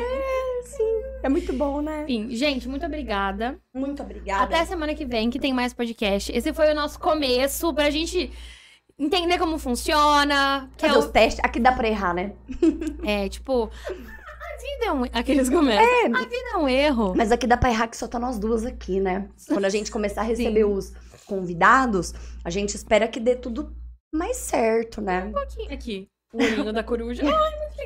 C: Sim, É muito bom, né?
D: Enfim, gente, muito obrigada.
C: Muito obrigada.
D: Até semana que vem, que tem mais podcast. Esse foi o nosso começo pra gente entender como funciona. Que é,
C: Fazer
D: o-
C: os testes. Aqui dá pra errar, né?
D: é, tipo. A vida é um. Aqueles começam.
C: É,
D: A vida é um erro.
C: Mas aqui dá pra errar que só tá nós duas aqui, né? Quando a [laughs] gente começar a receber os convidados, a gente espera que dê tudo mais certo, né?
D: Um pouquinho aqui. O olhinho
C: [laughs]
D: da coruja.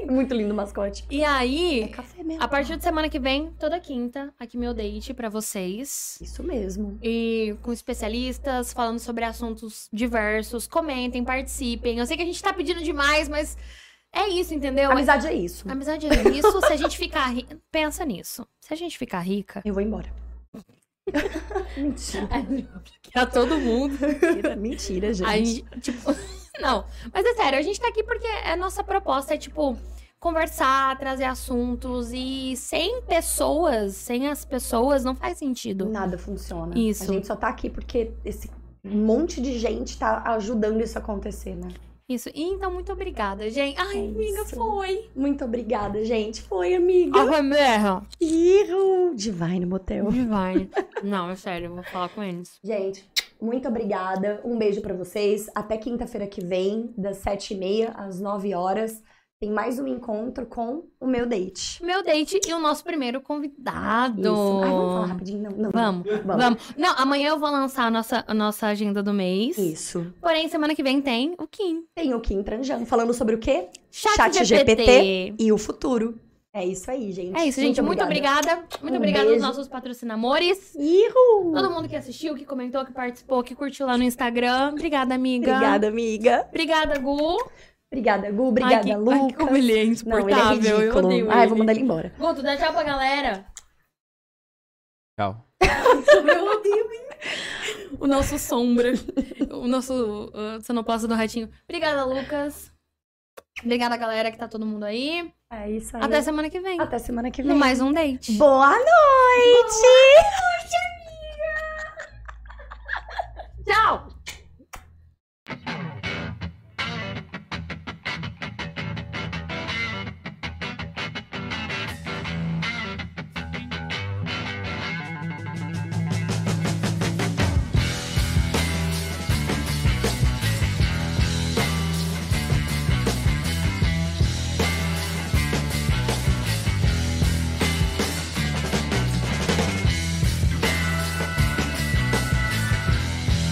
C: Muito lindo o mascote.
D: E
C: É
D: aí,
C: café mesmo.
D: a partir de semana que vem, toda quinta, aqui meu date pra vocês.
C: Isso mesmo.
D: E com especialistas, falando sobre assuntos diversos. Comentem, participem. Eu sei que a gente tá pedindo demais, mas é isso, entendeu?
C: Amizade é isso.
D: Amizade é [laughs] isso. Se a gente ficar rica. Pensa nisso. Se a gente ficar rica.
C: Eu vou embora. [laughs] Mentira.
D: A todo mundo.
C: É Mentira, Tá gente.
D: A gente, tipo, não. Mas é sério, a gente tá aqui porque a nossa proposta é, tipo, conversar, trazer assuntos. E sem pessoas, sem as pessoas, não faz sentido.
C: Nada funciona.
D: Isso.
C: A gente só tá aqui porque esse monte de gente tá ajudando isso a acontecer, né?
D: Isso. E então, muito obrigada, gente. Ah, Ai,
C: É
D: amiga,
C: isso.
D: foi.
C: Muito obrigada, gente. Foi, amiga.
D: Ai,
C: é,
D: merda.
C: Ih, Divine Motel.
D: Divine. Não, é sério, eu vou falar com eles.
C: Gente, muito obrigada. Um beijo pra vocês. Até quinta-feira que vem, das sete e meia às 9 horas. Tem mais um encontro com o meu date.
D: Meu date e o nosso primeiro convidado.
C: Isso. Ai, vamos falar rapidinho? Não, não.
D: Vamos,
C: Vamos.
D: vamos. Não, amanhã eu vou lançar a nossa, a nossa agenda do mês.
C: Isso.
D: Porém, semana que vem tem o Kim.
C: Tem o Kim Tranjan falando sobre o quê?
D: Chat,
C: Chat
D: GPT.
C: GPT. E o futuro. É isso aí, gente.
D: É isso, gente. Muito obrigada. Muito
C: Um
D: obrigada aos
C: beijo.
D: nossos patrocinadores.
C: Ihu!
D: Todo mundo que assistiu, que comentou, que participou, que curtiu lá no Instagram. Obrigada, amiga.
C: Obrigada, amiga.
D: Obrigada, Gu.
C: Obrigada, Gu. Obrigada,
D: Ai, que- ai,
C: Lucas.
D: como ele é
C: Não, ele é
D: insuportável. eu
C: ridículo.
D: odeio
C: Ai,
D: ele.
C: vou mandar ele embora.
D: Gu, tu dá tchau pra galera.
A: Tchau.
D: Eu odeio ele. O nosso sombra. [laughs] O nosso uh, sonoplasta do ratinho. Obrigada, Lucas. Obrigada, galera, que tá todo mundo aí.
C: É isso aí.
D: Até semana que vem.
C: Até semana que
D: No
C: vem.
D: mais um date.
C: Boa noite!